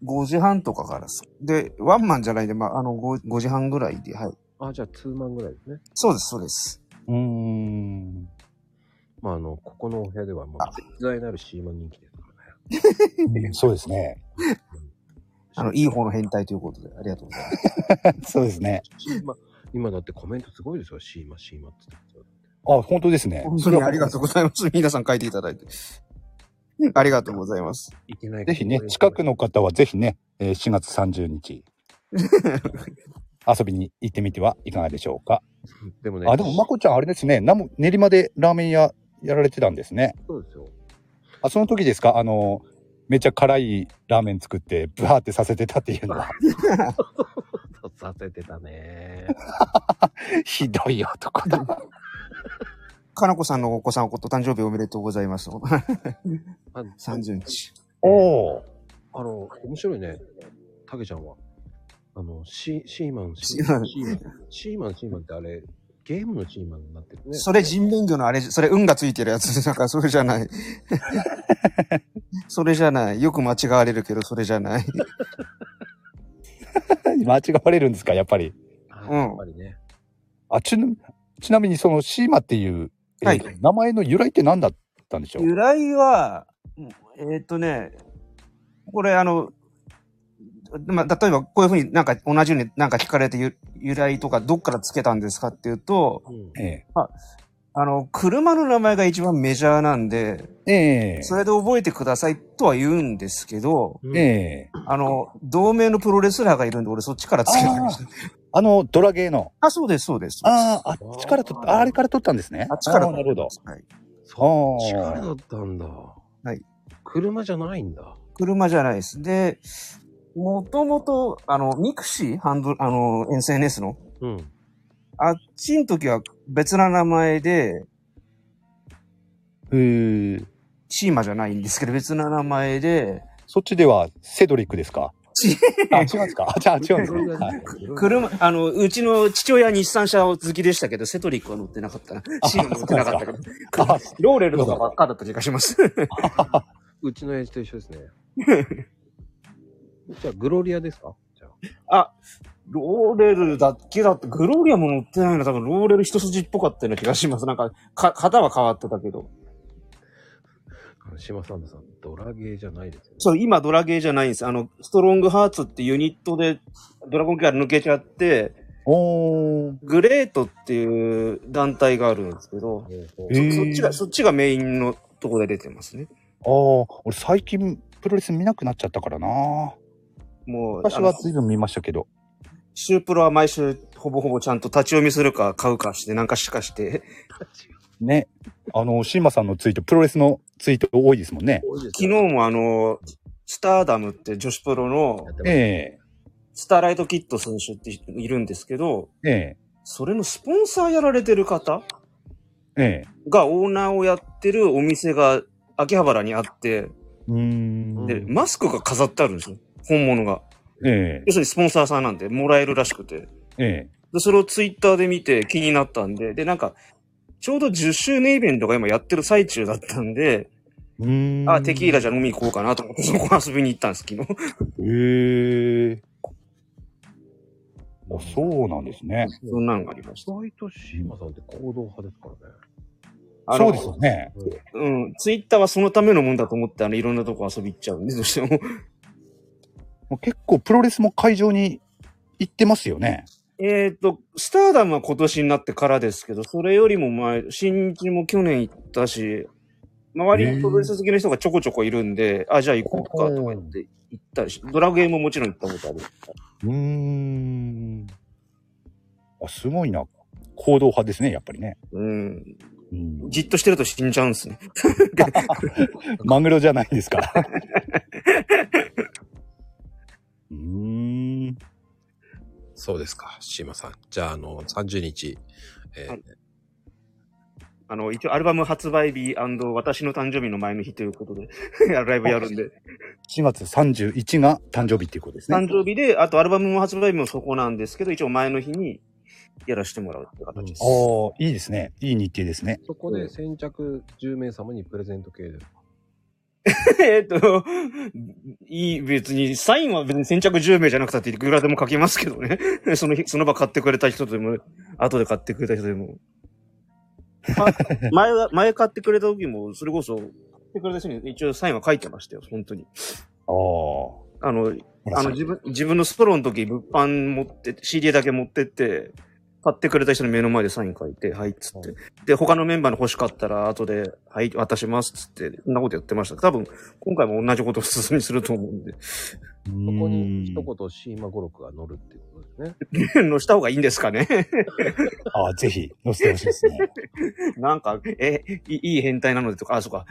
[SPEAKER 4] 5時半とかからっす。で、ワンマンじゃないんで、まあ、あの5、5時半ぐらいで、はい。
[SPEAKER 1] あ、じゃあ2万ぐらいですね。
[SPEAKER 4] そうです、そうです。
[SPEAKER 2] うーん。
[SPEAKER 1] まあ、あの、ここのお部屋ではもう
[SPEAKER 4] あ
[SPEAKER 1] 絶大なるシーマン人気ですからね。
[SPEAKER 2] そうですね。
[SPEAKER 4] あの、いい方の変態ということで、ありがとうございます。
[SPEAKER 2] そうですね。
[SPEAKER 1] 今、今だってコメントすごいですよ。シーマ、シーマって言ってますよ
[SPEAKER 2] あ、本当ですね。
[SPEAKER 4] 本当にありがとうございます。 皆さん書いていただいて。ありがとうございます。
[SPEAKER 1] いけない
[SPEAKER 2] ぜひね、近く
[SPEAKER 1] の。
[SPEAKER 2] の方はぜひね、えー4月30日、 遊びに行ってみてはいかがでしょうか。
[SPEAKER 1] でもね、
[SPEAKER 2] あ、でも、まこちゃん、あれですね、なも練馬でラーメン屋やられてたんですね。
[SPEAKER 1] そうですよ。
[SPEAKER 2] あ、その時ですかあの、めっちゃ辛いラーメン作って、ブワーってさせてたっていうのは、
[SPEAKER 1] させてたね。
[SPEAKER 2] ひどい男だ。
[SPEAKER 4] かなこさんのお子さん、お誕生日おめでとうございます。
[SPEAKER 1] あ
[SPEAKER 4] 30日。
[SPEAKER 2] おお。
[SPEAKER 1] あの、面白いね。たけちゃんは。あの、シー、シーマン、シ
[SPEAKER 4] シーマン
[SPEAKER 1] シーマン、シーマン、シーマンってあれ、ゲームのシーマンになってるね。
[SPEAKER 4] それ人面魚のあれ、それ運がついてるやつ。なんかそれじゃ ない。それじゃない。よく間違われるけど、それじゃない。
[SPEAKER 2] 間違われるんですか、やっぱり。
[SPEAKER 1] あ
[SPEAKER 4] うん
[SPEAKER 1] やっぱりね。
[SPEAKER 2] あ、ちなちなみにそのシーマっていう、えー
[SPEAKER 4] はい
[SPEAKER 2] 名前の由来って何だったんでしょう
[SPEAKER 4] 由来は、うんえーっとね、これあの、まあ、例えばこういうふうになんか同じようになんか聞かれてゆ由来とかどっからつけたんですかっていうと、
[SPEAKER 1] うん
[SPEAKER 2] え
[SPEAKER 4] あの、車の名前が一番メジャーなんで、
[SPEAKER 2] ええ
[SPEAKER 4] それで覚えてくださいとは言うんですけど、
[SPEAKER 2] えええ
[SPEAKER 4] あの、同盟のプロレスラーがいるんで、俺そっちからつけたんです。
[SPEAKER 2] あの、ドラゲーの。
[SPEAKER 4] あ、そうです、そうです。
[SPEAKER 2] ああ、あっちから取った、ああれから取ったんですね。
[SPEAKER 4] あっちから
[SPEAKER 2] ーなるほど。
[SPEAKER 4] はい。。
[SPEAKER 2] そ
[SPEAKER 1] 力だったんだ。はい車じゃないんだ。
[SPEAKER 4] 車じゃないです。で、もともと、あの、ミクシーハンドル、あの、SNS の、
[SPEAKER 1] うん。
[SPEAKER 4] あっちの時は別な名前で、
[SPEAKER 2] へえ
[SPEAKER 4] シーマじゃないんですけど、別な名前で、
[SPEAKER 2] そっちではセドリックです か
[SPEAKER 4] ち
[SPEAKER 2] あ、違うんですかあ、 じゃあ違うんですね。 はい
[SPEAKER 4] 車、あの、うちの父親日産車好きでしたけど、セトリックは乗ってなかったな。シーマ乗ってなかったけど、
[SPEAKER 2] あ、
[SPEAKER 4] ローレルとかばっかだった気がします。
[SPEAKER 1] うちの親父と一緒です ね。じゃあ、グロリアですかじゃあ。
[SPEAKER 4] あ、ローレルだっけだって、グローリアも乗ってないな、多分ローレル一筋っぽかったような気がします。なんか、か、型は変わってたけど。
[SPEAKER 1] あの島サンドさん、ドラゲーじゃないですよね。
[SPEAKER 4] そう、今ドラゲーじゃないんです。あの、ストロングハーツってユニットでドラゴンキャラ抜けちゃって、
[SPEAKER 2] おー。
[SPEAKER 4] グレートっていう団体があるんですけど、
[SPEAKER 1] ほうほう
[SPEAKER 2] えー
[SPEAKER 4] そっちが、そっちがメインのとこで出てますね。
[SPEAKER 2] あー、俺最近プロレス見なくなっちゃったからな。
[SPEAKER 4] もう、
[SPEAKER 2] 昔
[SPEAKER 4] あ
[SPEAKER 2] は
[SPEAKER 4] の
[SPEAKER 2] 随分見ましたけど。
[SPEAKER 4] シュープロは毎週ほぼほぼちゃんと立ち読みするか買うかして、なんかしかして、
[SPEAKER 2] ね。あの、シーマさんのツイート、プロレスのツイート多いですもんね。
[SPEAKER 1] 多いです
[SPEAKER 4] 昨日
[SPEAKER 1] よ
[SPEAKER 4] もあの、スターダムって女子プロの
[SPEAKER 1] やってます
[SPEAKER 2] え
[SPEAKER 4] スターライトキッド選手っているんですけど、
[SPEAKER 2] ええ
[SPEAKER 4] それのスポンサーやられてる方
[SPEAKER 2] えええ
[SPEAKER 4] がオーナーをやってるお店が秋葉原にあって、
[SPEAKER 2] うーん。
[SPEAKER 4] で、
[SPEAKER 1] うん
[SPEAKER 4] マスクが飾ってあるんですよ。本物が。
[SPEAKER 2] ええ
[SPEAKER 4] 要するにスポンサーさんなんで、もらえるらしくて。
[SPEAKER 2] え
[SPEAKER 4] で、それをツイッターで見て気になったんで、で、なんか、ちょうど10周年イベントが今やってる最中だったんで、
[SPEAKER 2] えうーん。
[SPEAKER 4] あ、テキーラじゃ飲み行こうかなと思って、 そこ遊びに行ったんです、昨日。
[SPEAKER 2] ええ
[SPEAKER 1] うん
[SPEAKER 2] あ、そうなんですね。
[SPEAKER 4] そんなのがありまし
[SPEAKER 1] 意外と島さんって行動派ですからね。
[SPEAKER 4] た。
[SPEAKER 2] そうですよね。
[SPEAKER 4] あのうん。ツイッターはそのためのもんだと思って、あの、いろんなとこ遊び行っちゃうんで、どうしても。
[SPEAKER 2] もう結構プロレスも会場に行ってますよね。
[SPEAKER 4] えっ、と、スターダムは今年になってからですけど、それよりも前、新日も去年行ったし、周りにプロレス好きの人がちょこちょこいるんで、あ、じゃあ行こうかとか言って行ったりし、ドラゲーももちろん行ったことある。
[SPEAKER 2] うーん。あ、すごいな。行動派ですね、やっぱりね。
[SPEAKER 4] うん。
[SPEAKER 2] うん、
[SPEAKER 4] じっとしてると死んじゃうんですね。
[SPEAKER 2] マグロじゃないですか。うーん。
[SPEAKER 1] そうですか、島さん。じゃあ、あの、30日、えー
[SPEAKER 4] はいあの、一応アルバム発売日私の誕生日の前の日ということで、 ライブやるんで。
[SPEAKER 2] 4月31が誕生日っていうことですね
[SPEAKER 4] 誕。生日で、あとアルバムも発売日もそこなんですけど、一応前の日にやらせてもらうって形です。
[SPEAKER 2] おー、いいですね。いい日程ですね。
[SPEAKER 1] そこで先着10名様にプレゼント系で。
[SPEAKER 4] えっと、いい、別に、サインは別に先着10名じゃなくたっていくらでも書けますけどね。 その日、その場買ってくれた人でも、後で買ってくれた人でも。 ま前は、前買ってくれた時も、それこそ、買ってくれた人に一応サインは書いてましたよ、本当に。
[SPEAKER 2] あー。ほ
[SPEAKER 4] あの、
[SPEAKER 2] ら
[SPEAKER 4] あの、自分、自分のストローの時、物販持って、CD だけ持ってって、買ってくれた人の目の前でサイン書いて、はい、っつって。で、他のメンバーの欲しかったら、後で、はい、渡します、っつって、そんなことやってました。多分、今回も同じことを進みすると思うんで、
[SPEAKER 1] そ
[SPEAKER 2] そ
[SPEAKER 1] こに一言、島語録が乗るっていうことですね。
[SPEAKER 4] のした方がいいんですかね
[SPEAKER 2] あーぜひ、載せてほしいですね。
[SPEAKER 4] なんか、え、いいい変態なのでとか、あ、そうか、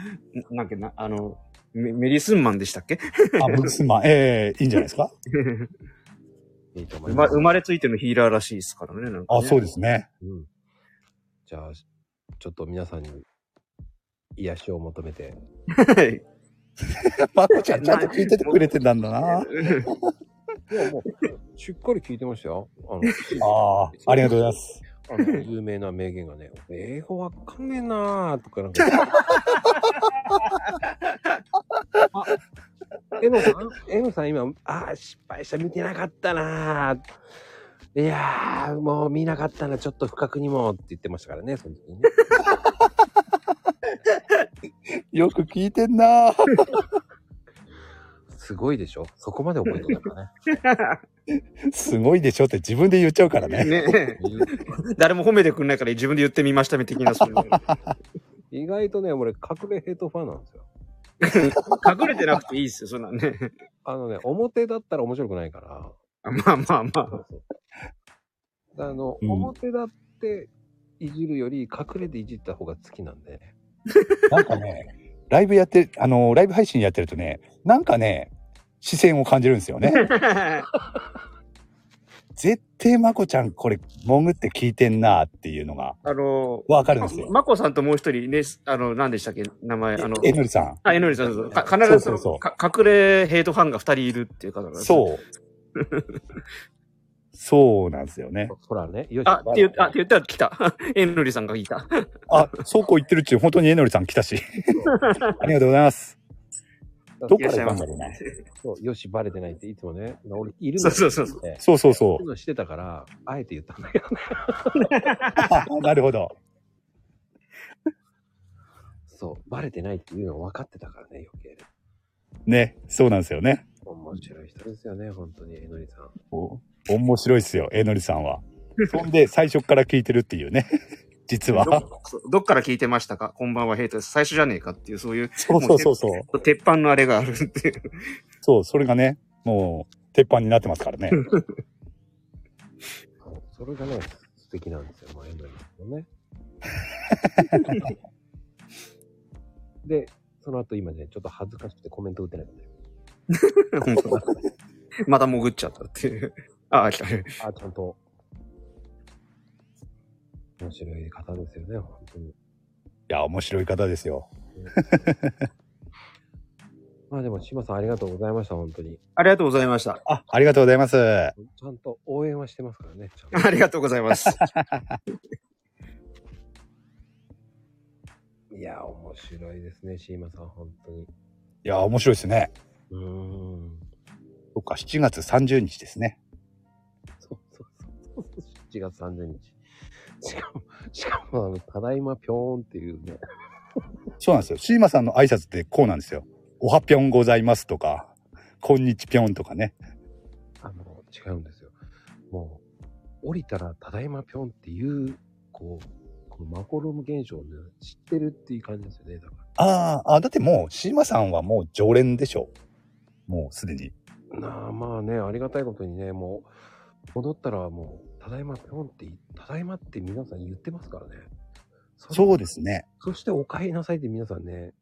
[SPEAKER 4] ななんかな、あの、メメリスンマンでしたっけ
[SPEAKER 2] あ、ムスマン、ええいいんじゃないですか。
[SPEAKER 1] いいと思い
[SPEAKER 4] 生
[SPEAKER 1] ま。
[SPEAKER 4] ます生まれついてのヒーラーらしいですからね。なんかね
[SPEAKER 2] あ、そう ですね。
[SPEAKER 1] うん。じゃあ、ちょっと皆さんに癒しを求めて。
[SPEAKER 4] はい
[SPEAKER 2] まこちゃん、ちゃんと聞いててくれてたんだな。
[SPEAKER 1] いや、もう、しっかり聞いてましたよ。 あの、
[SPEAKER 2] ああ、ありがとうございます。
[SPEAKER 1] あの、有名な名言がね、英語わかんねえなーとか なんか。あエノさんエノさん今、ああ、失敗した見てなかったなーいやー、もう見なかったな、ちょっと不覚にもって言ってましたからね、その時にね。
[SPEAKER 2] よく聞いてんなー。
[SPEAKER 1] すごいでしょそこまで覚えてた からね。
[SPEAKER 2] すごいでしょって自分で言っちゃうからね。
[SPEAKER 4] ね 誰も褒めてくんないから自分で言ってみましたみ的な、そういう
[SPEAKER 1] 意外とね、俺、隠れヘイトファンなんですよ。
[SPEAKER 4] 隠れてなくていいっすよ、そんなんね。
[SPEAKER 1] あ のね、表だったら面白くないから。
[SPEAKER 4] まあまあまあ。
[SPEAKER 1] あの、
[SPEAKER 2] うん
[SPEAKER 1] 表だっていじるより隠れていじった方が好きなんで。
[SPEAKER 2] なんかね、ライブやって、あのライブ配信やってるとね、なんかね、視線を感じるんですよね。絶対まこちゃんこれ、もぐって聞いてんなーっていうのが
[SPEAKER 4] あの、
[SPEAKER 2] わかるんですよ。
[SPEAKER 4] まこさんともう一人ね、あの、何でしたっけ名前、あの、
[SPEAKER 2] えのりさん。
[SPEAKER 4] あ、えのりさんそうそう、か必ずそ
[SPEAKER 2] そうそう
[SPEAKER 4] の
[SPEAKER 2] そう
[SPEAKER 4] か隠れヘイトファンが二人いるっていう方なんですね
[SPEAKER 2] そう。そうなんですよね。
[SPEAKER 1] ほらね、よし。
[SPEAKER 4] あ、って言あって言ったら来た。 えのりさんが来た。
[SPEAKER 2] あ、そうこう言ってるうちに本当にえのりさん来たし。ありがとうございます。どっから来たんだろうな。
[SPEAKER 1] そうよし、バレてないっていつもね、俺、いる
[SPEAKER 4] そ
[SPEAKER 1] の
[SPEAKER 4] うそうそうそ
[SPEAKER 1] ね
[SPEAKER 2] そうそうそ
[SPEAKER 1] そういうのしてたから、あえて言ったんだけどね。
[SPEAKER 2] う。 なるほど。
[SPEAKER 1] そう、バレてないっていうの分かってたからね、余計ね。
[SPEAKER 2] ね、そうなんですよね。
[SPEAKER 1] 面白い人ですよね、本当に、えのりさん。
[SPEAKER 2] お面白いっすよ、えのりさんは。そんで、最初から聞いてるっていうね。 実は。
[SPEAKER 4] どそうどっから聞いてましたかこんばんはヘイトです。最初じゃねえかっていう、そういう、
[SPEAKER 2] そうそうそうそう。
[SPEAKER 4] 鉄板のあれがあるっていう。
[SPEAKER 2] そう、それがね、もう、鉄板になってますからね。
[SPEAKER 1] そうそれがね、素敵なんですよ、もうえのりさんの ね。で、その後今ね、ちょっと恥ずかしくてコメント打てないんだよ。
[SPEAKER 4] 本当だまた潜っちゃったっていう。ああ、来た。
[SPEAKER 1] あ、ちゃんと。面白い方ですよね、本当に。
[SPEAKER 2] いや、面白い方ですよ。
[SPEAKER 1] まあでも、島さんありがとうございました、本当に。
[SPEAKER 4] ありがとうござい ました。
[SPEAKER 2] あ、ありがとうございます。
[SPEAKER 1] ちゃんと応援はしてますからね。ちゃんと
[SPEAKER 4] ありがとうございます。
[SPEAKER 1] いや、面白いですね、シーマさん、本当に。
[SPEAKER 2] いや、面白いですね。
[SPEAKER 1] うーん。
[SPEAKER 2] そっか、7月30日ですね。
[SPEAKER 1] そうそうそうそう。7月30日。しかも、しかも、あの、ただいまぴょーんっていうね。
[SPEAKER 2] そうなんですよ。シーマさんの挨拶ってこうなんですよ。おはぴょんございますとか、こんにちぴょんとかね。
[SPEAKER 1] あの、違うんですよ。もう、降りたらただいまぴょんっていう、こう、このマコルーム現象をね、知ってるっていう感じですよね、だから。
[SPEAKER 2] あーあ、だってもう、シーマさんはもう常連でしょ。もうすでに。
[SPEAKER 1] なあまあねありがたいことにねもう戻ったらもう「ただいまぴょん」って「ただいま」って皆さん言ってますからねそ
[SPEAKER 2] そう
[SPEAKER 1] で
[SPEAKER 2] ですね。
[SPEAKER 1] そして「お帰りなさい」って皆さんね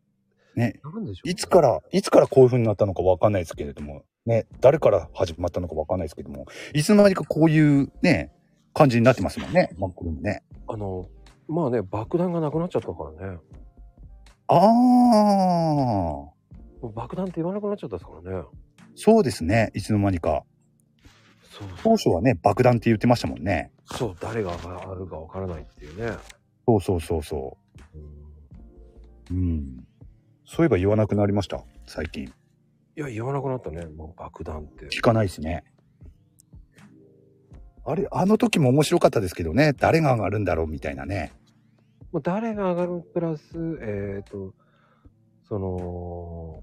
[SPEAKER 2] ね。
[SPEAKER 1] なんでしょうね、
[SPEAKER 2] いつから、いつからこういう風になったのかわかんないですけれども、ね、誰から始まったのかわかんないですけども、いつの間にかこういうね、感じになってますもんね、マックルームね。
[SPEAKER 1] あのまあね爆弾がなくなっちゃったからね
[SPEAKER 2] ああ、
[SPEAKER 1] もう爆弾って言わなくなっちゃったですからね
[SPEAKER 2] そうですね、いつの間にか。
[SPEAKER 1] そう
[SPEAKER 2] 当初はね、爆弾って言ってましたもんね。
[SPEAKER 1] そう誰が上がるかわからないっていうね
[SPEAKER 2] そうそうそうそ
[SPEAKER 1] うん
[SPEAKER 2] う。うん。そういえば言わなくなりました、最近。
[SPEAKER 1] いや言わなくなったねもう爆弾って
[SPEAKER 2] 聞かないですね。あれ、あの時も面白かったですけどね、誰が上がるんだろうみたいなね。
[SPEAKER 1] まあ、誰が上がるプラス、えっ、と、その、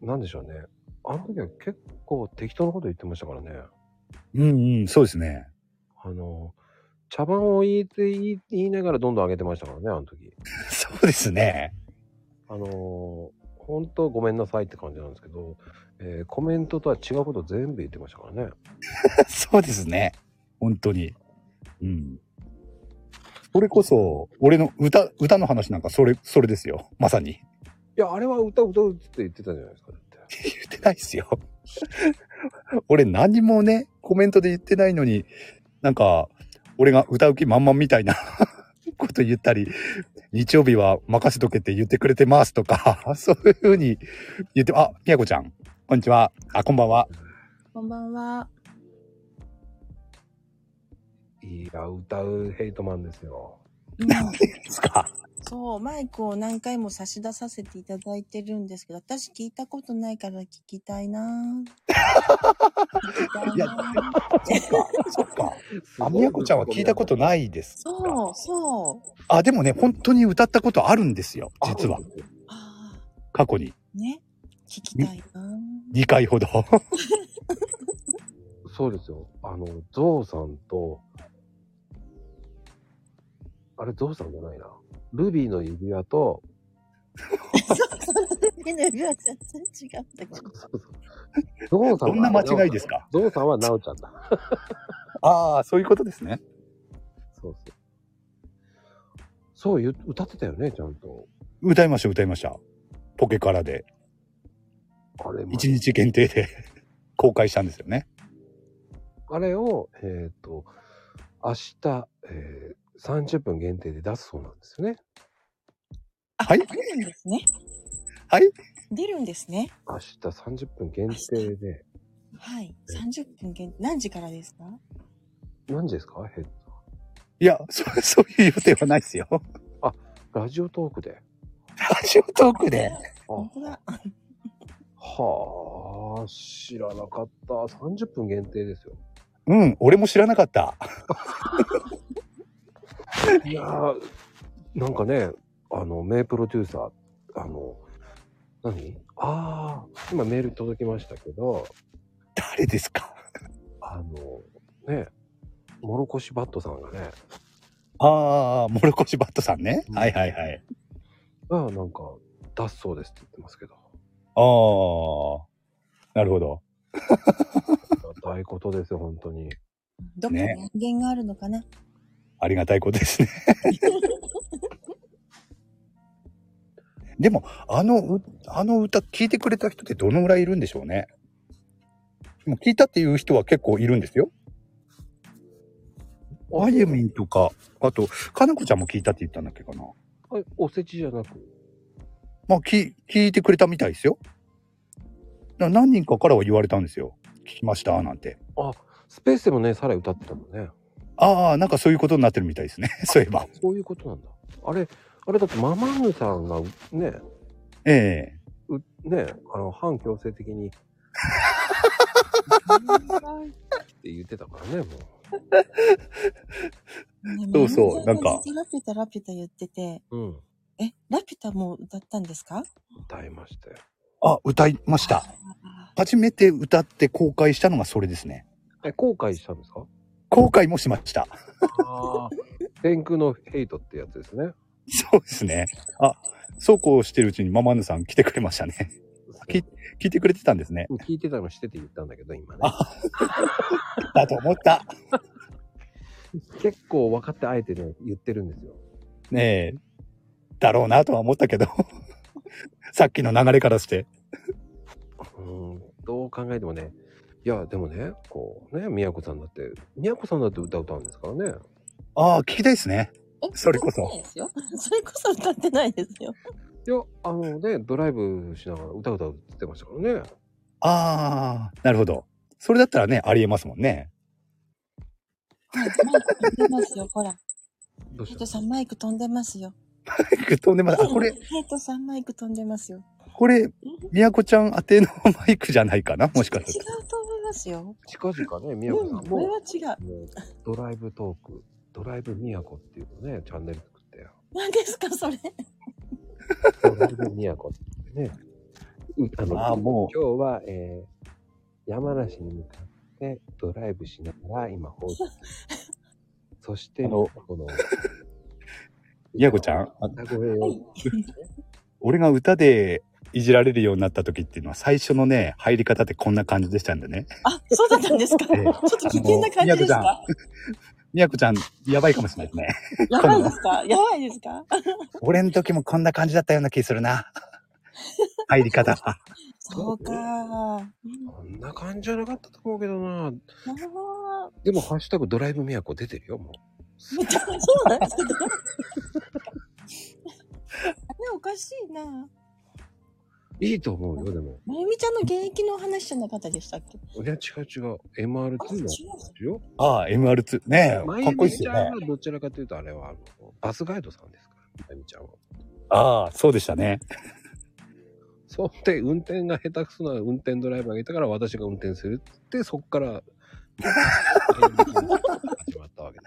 [SPEAKER 1] なんでしょうね。あの時は結構適当なこと言ってましたからね。
[SPEAKER 2] うんうん、そうですね。
[SPEAKER 1] あの、茶番を言いて言い言いながらどんどん上げてましたからね、あの時。
[SPEAKER 2] そうですね。
[SPEAKER 1] あの、本当ごめんなさいって感じなんですけど、えーコメントとは違うこと全部言ってましたからね。
[SPEAKER 2] そうですね。本当に。うん。それこそ、俺の歌、歌の話なんかそれ、それですよ。まさに。
[SPEAKER 1] いや、あれは歌歌うって言ってたじゃないですか、だって。
[SPEAKER 2] 言ってないですよ。 俺何にもね、コメントで言ってないのに、なんか、俺が歌う気満々みたいな こと言ったり、日曜日は任せとけって言ってくれてます とか、そういうふうに言って、あ、みやこちゃん、こんにちは。あ、こんばんは。
[SPEAKER 5] こんばん は。
[SPEAKER 6] いや、歌うヘイトマンですよ。
[SPEAKER 5] うん
[SPEAKER 2] ですか。
[SPEAKER 5] そう、マイクを何回も差し出させていただいてるんですけど、私聞いたことないから聞きたいなぁ聞きたい
[SPEAKER 2] いや
[SPEAKER 5] なぁ
[SPEAKER 2] そっか。あみやこちゃんは聞いたこと
[SPEAKER 6] い。
[SPEAKER 2] ないですか。
[SPEAKER 5] そう、そう。
[SPEAKER 2] あ、でもね、本当に歌ったことあるんですよ。実は。
[SPEAKER 5] あ
[SPEAKER 2] 過去に
[SPEAKER 5] ーね。聞きたいなぁ
[SPEAKER 2] 2回ほど。
[SPEAKER 1] そうですよ。あの、ゾウさんと、あれ、ゾウさんじゃないな。ルビーの指輪と、
[SPEAKER 5] 手の指は全然違ったけど。
[SPEAKER 1] ゾウさん
[SPEAKER 2] どんな間違いです
[SPEAKER 1] か
[SPEAKER 2] か
[SPEAKER 1] ゾウさんはナオちゃんだ。
[SPEAKER 2] ああ、そういうことですね。
[SPEAKER 1] そうそう。そう言う、歌ってたよね、ちゃんと。
[SPEAKER 2] 歌いました、歌いました。ポケカラで、
[SPEAKER 1] あれも、
[SPEAKER 2] 1日限定で公開したんですよね。
[SPEAKER 1] あれを、えっ、と、明日、えー、30分限定で出すそうなんですよね。
[SPEAKER 5] あ
[SPEAKER 2] はい
[SPEAKER 5] 出るんですね。
[SPEAKER 2] はい
[SPEAKER 5] 出るんですね。
[SPEAKER 1] 明日30分限定で、
[SPEAKER 5] はい。30分限定。何時からですか
[SPEAKER 1] 何時ですかヘッ
[SPEAKER 2] いや、そ そういう予定はないですよ。
[SPEAKER 1] ラジオトークで。
[SPEAKER 2] ラジオトークで。
[SPEAKER 1] あ
[SPEAKER 5] 本当だ。
[SPEAKER 1] はあ、知らなかった。30分限定ですよ。
[SPEAKER 2] うん、俺も知らなかった。
[SPEAKER 1] いやーなんかね、あの、名プロデューサー、あの、何ああ、今メール届きましたけど、
[SPEAKER 2] 誰ですか
[SPEAKER 1] あの、ね、モロコシバットさんがね、
[SPEAKER 2] ああ、モロコシバットさんね。
[SPEAKER 1] うん
[SPEAKER 2] はいはいはい。
[SPEAKER 1] がなんか、出すそうですって言ってますけど、
[SPEAKER 2] ああ、なるほど。
[SPEAKER 1] 大ことですよ、本当に。
[SPEAKER 5] どっかに人間があるのか な、
[SPEAKER 2] ありがたいことですね。でも、あのう、あの歌聞いてくれた人ってどのぐらいいるんでしょうね。もう聞いたっていう人は結構いるんですよ。あゆみんとか、あと、かなこちゃんも聞いたって言ったんだっけかな。
[SPEAKER 1] はいおせちじゃなく、
[SPEAKER 2] まあ、き、聞いてくれたみたいですよ。な何人かからは言われたんですよ。聞きました、なんて。
[SPEAKER 1] スペースでもね、サライ歌ってたもんね。
[SPEAKER 2] ああ、なんかそういうことになってるみたいですね。 そういえば。
[SPEAKER 1] そういうことなんだ。あれ、あれだってママンヌさんが、ね、
[SPEAKER 2] え
[SPEAKER 1] うねあの反強制的にって言ってたからねも
[SPEAKER 2] そうそうなんか
[SPEAKER 5] ラピュタ、ラピュタ言ってて、
[SPEAKER 1] う、うん、
[SPEAKER 5] え、ラピュタも歌ったんですか
[SPEAKER 1] 歌いましたよ
[SPEAKER 2] えあ、歌いました。
[SPEAKER 5] あ
[SPEAKER 2] 初めて歌って公開したのがそれですね。
[SPEAKER 1] え後悔したんですか
[SPEAKER 2] 公開もしました。
[SPEAKER 1] ああ天空のヘイトってやつですね
[SPEAKER 2] そうですね。あ、そうこうしてるうちにママヌさん来てくれましたね。 き聞いてくれてたんですね。
[SPEAKER 1] 聞いてたのしてて言ったんだけど今ね
[SPEAKER 2] あだと思った。
[SPEAKER 1] 結構分かってあえてね言ってるんですよ
[SPEAKER 2] ねえ。だろうなとは思ったけど。 さっきの流れからして。
[SPEAKER 1] うーんどう考えてもねいやでもねこうね宮子さんだって宮子さんだって歌歌うんですからね
[SPEAKER 2] ああ、聞きたいですね。
[SPEAKER 5] ーえ
[SPEAKER 2] それこそ
[SPEAKER 5] 歌ってないですよ それこそ歌ってないです よ。
[SPEAKER 1] いやあのねドライブしながら歌歌うって言ってましたからね
[SPEAKER 2] ああ、なるほど。それだったらね、ありえますもんね。
[SPEAKER 5] はい、マイク飛んでますよ、ほら。
[SPEAKER 1] どうし
[SPEAKER 5] ヘイト
[SPEAKER 1] た
[SPEAKER 5] さん、マイク飛んでますよ。
[SPEAKER 2] グッとんでます。あ、これ、
[SPEAKER 5] ヘイトさん、マイク飛んでますよ。
[SPEAKER 2] これ、みやこちゃん宛てのマイクじゃないかなもしか
[SPEAKER 5] 違
[SPEAKER 2] すると。
[SPEAKER 5] うと思いますよ。
[SPEAKER 1] 近々ね宮子
[SPEAKER 5] う
[SPEAKER 1] さ
[SPEAKER 5] ん、
[SPEAKER 1] ん
[SPEAKER 5] こ
[SPEAKER 1] も
[SPEAKER 5] れは違う。
[SPEAKER 1] もうドライブトーク、ドライブ宮古っていうね、チャンネル作って、
[SPEAKER 5] 何ですか、それ。
[SPEAKER 1] ドライブ宮古ってね、うあの
[SPEAKER 2] ああ、も
[SPEAKER 1] 今日は、えー山梨に向かってドライブしながら今放送。そして、
[SPEAKER 2] あの
[SPEAKER 1] この、
[SPEAKER 2] う、みやこちゃん、あ
[SPEAKER 1] 歌声
[SPEAKER 5] は
[SPEAKER 1] を
[SPEAKER 5] い、
[SPEAKER 2] 俺が歌でいじられるようになった時っていうのは最初のね入り方ってこんな感じでしたんでね
[SPEAKER 5] あ、そうだったんですか。ち
[SPEAKER 2] ええ
[SPEAKER 5] ょっと危険な感じでし
[SPEAKER 2] あの
[SPEAKER 5] た。
[SPEAKER 2] みやこちゃんやばいかもしれないですね
[SPEAKER 5] やばいですかやばいですか
[SPEAKER 2] 俺の時もこんな感じだったような気する な入り方は
[SPEAKER 5] そうか。うん
[SPEAKER 1] こんな感じじゃなかったと思うけどな。
[SPEAKER 5] なるほど。
[SPEAKER 1] でも、ハッシュタグドライブ宮古出てるよ、もう。
[SPEAKER 5] めっちゃそうなんですけど。あれおかしいな。
[SPEAKER 1] いいと思うよ、でも。
[SPEAKER 5] まゆみちゃんの現役の話じゃなかったでしたっけ
[SPEAKER 1] いや、違う違う。MR2 の話よ。
[SPEAKER 2] ああ、MR2。ねえ、
[SPEAKER 1] ま
[SPEAKER 2] か
[SPEAKER 1] ゆ
[SPEAKER 2] っこ
[SPEAKER 1] み
[SPEAKER 2] いいっす
[SPEAKER 1] ち
[SPEAKER 2] よ
[SPEAKER 1] ゃんは
[SPEAKER 2] ね。
[SPEAKER 1] どちらかというと、あれはあの、バスガイドさんですから、まゆみちゃんは。
[SPEAKER 2] ああ、そうでしたね。
[SPEAKER 1] そうで、運転が下手くそな運転ドライバーがいたから、私が運転するって、そっ から、始まったわけで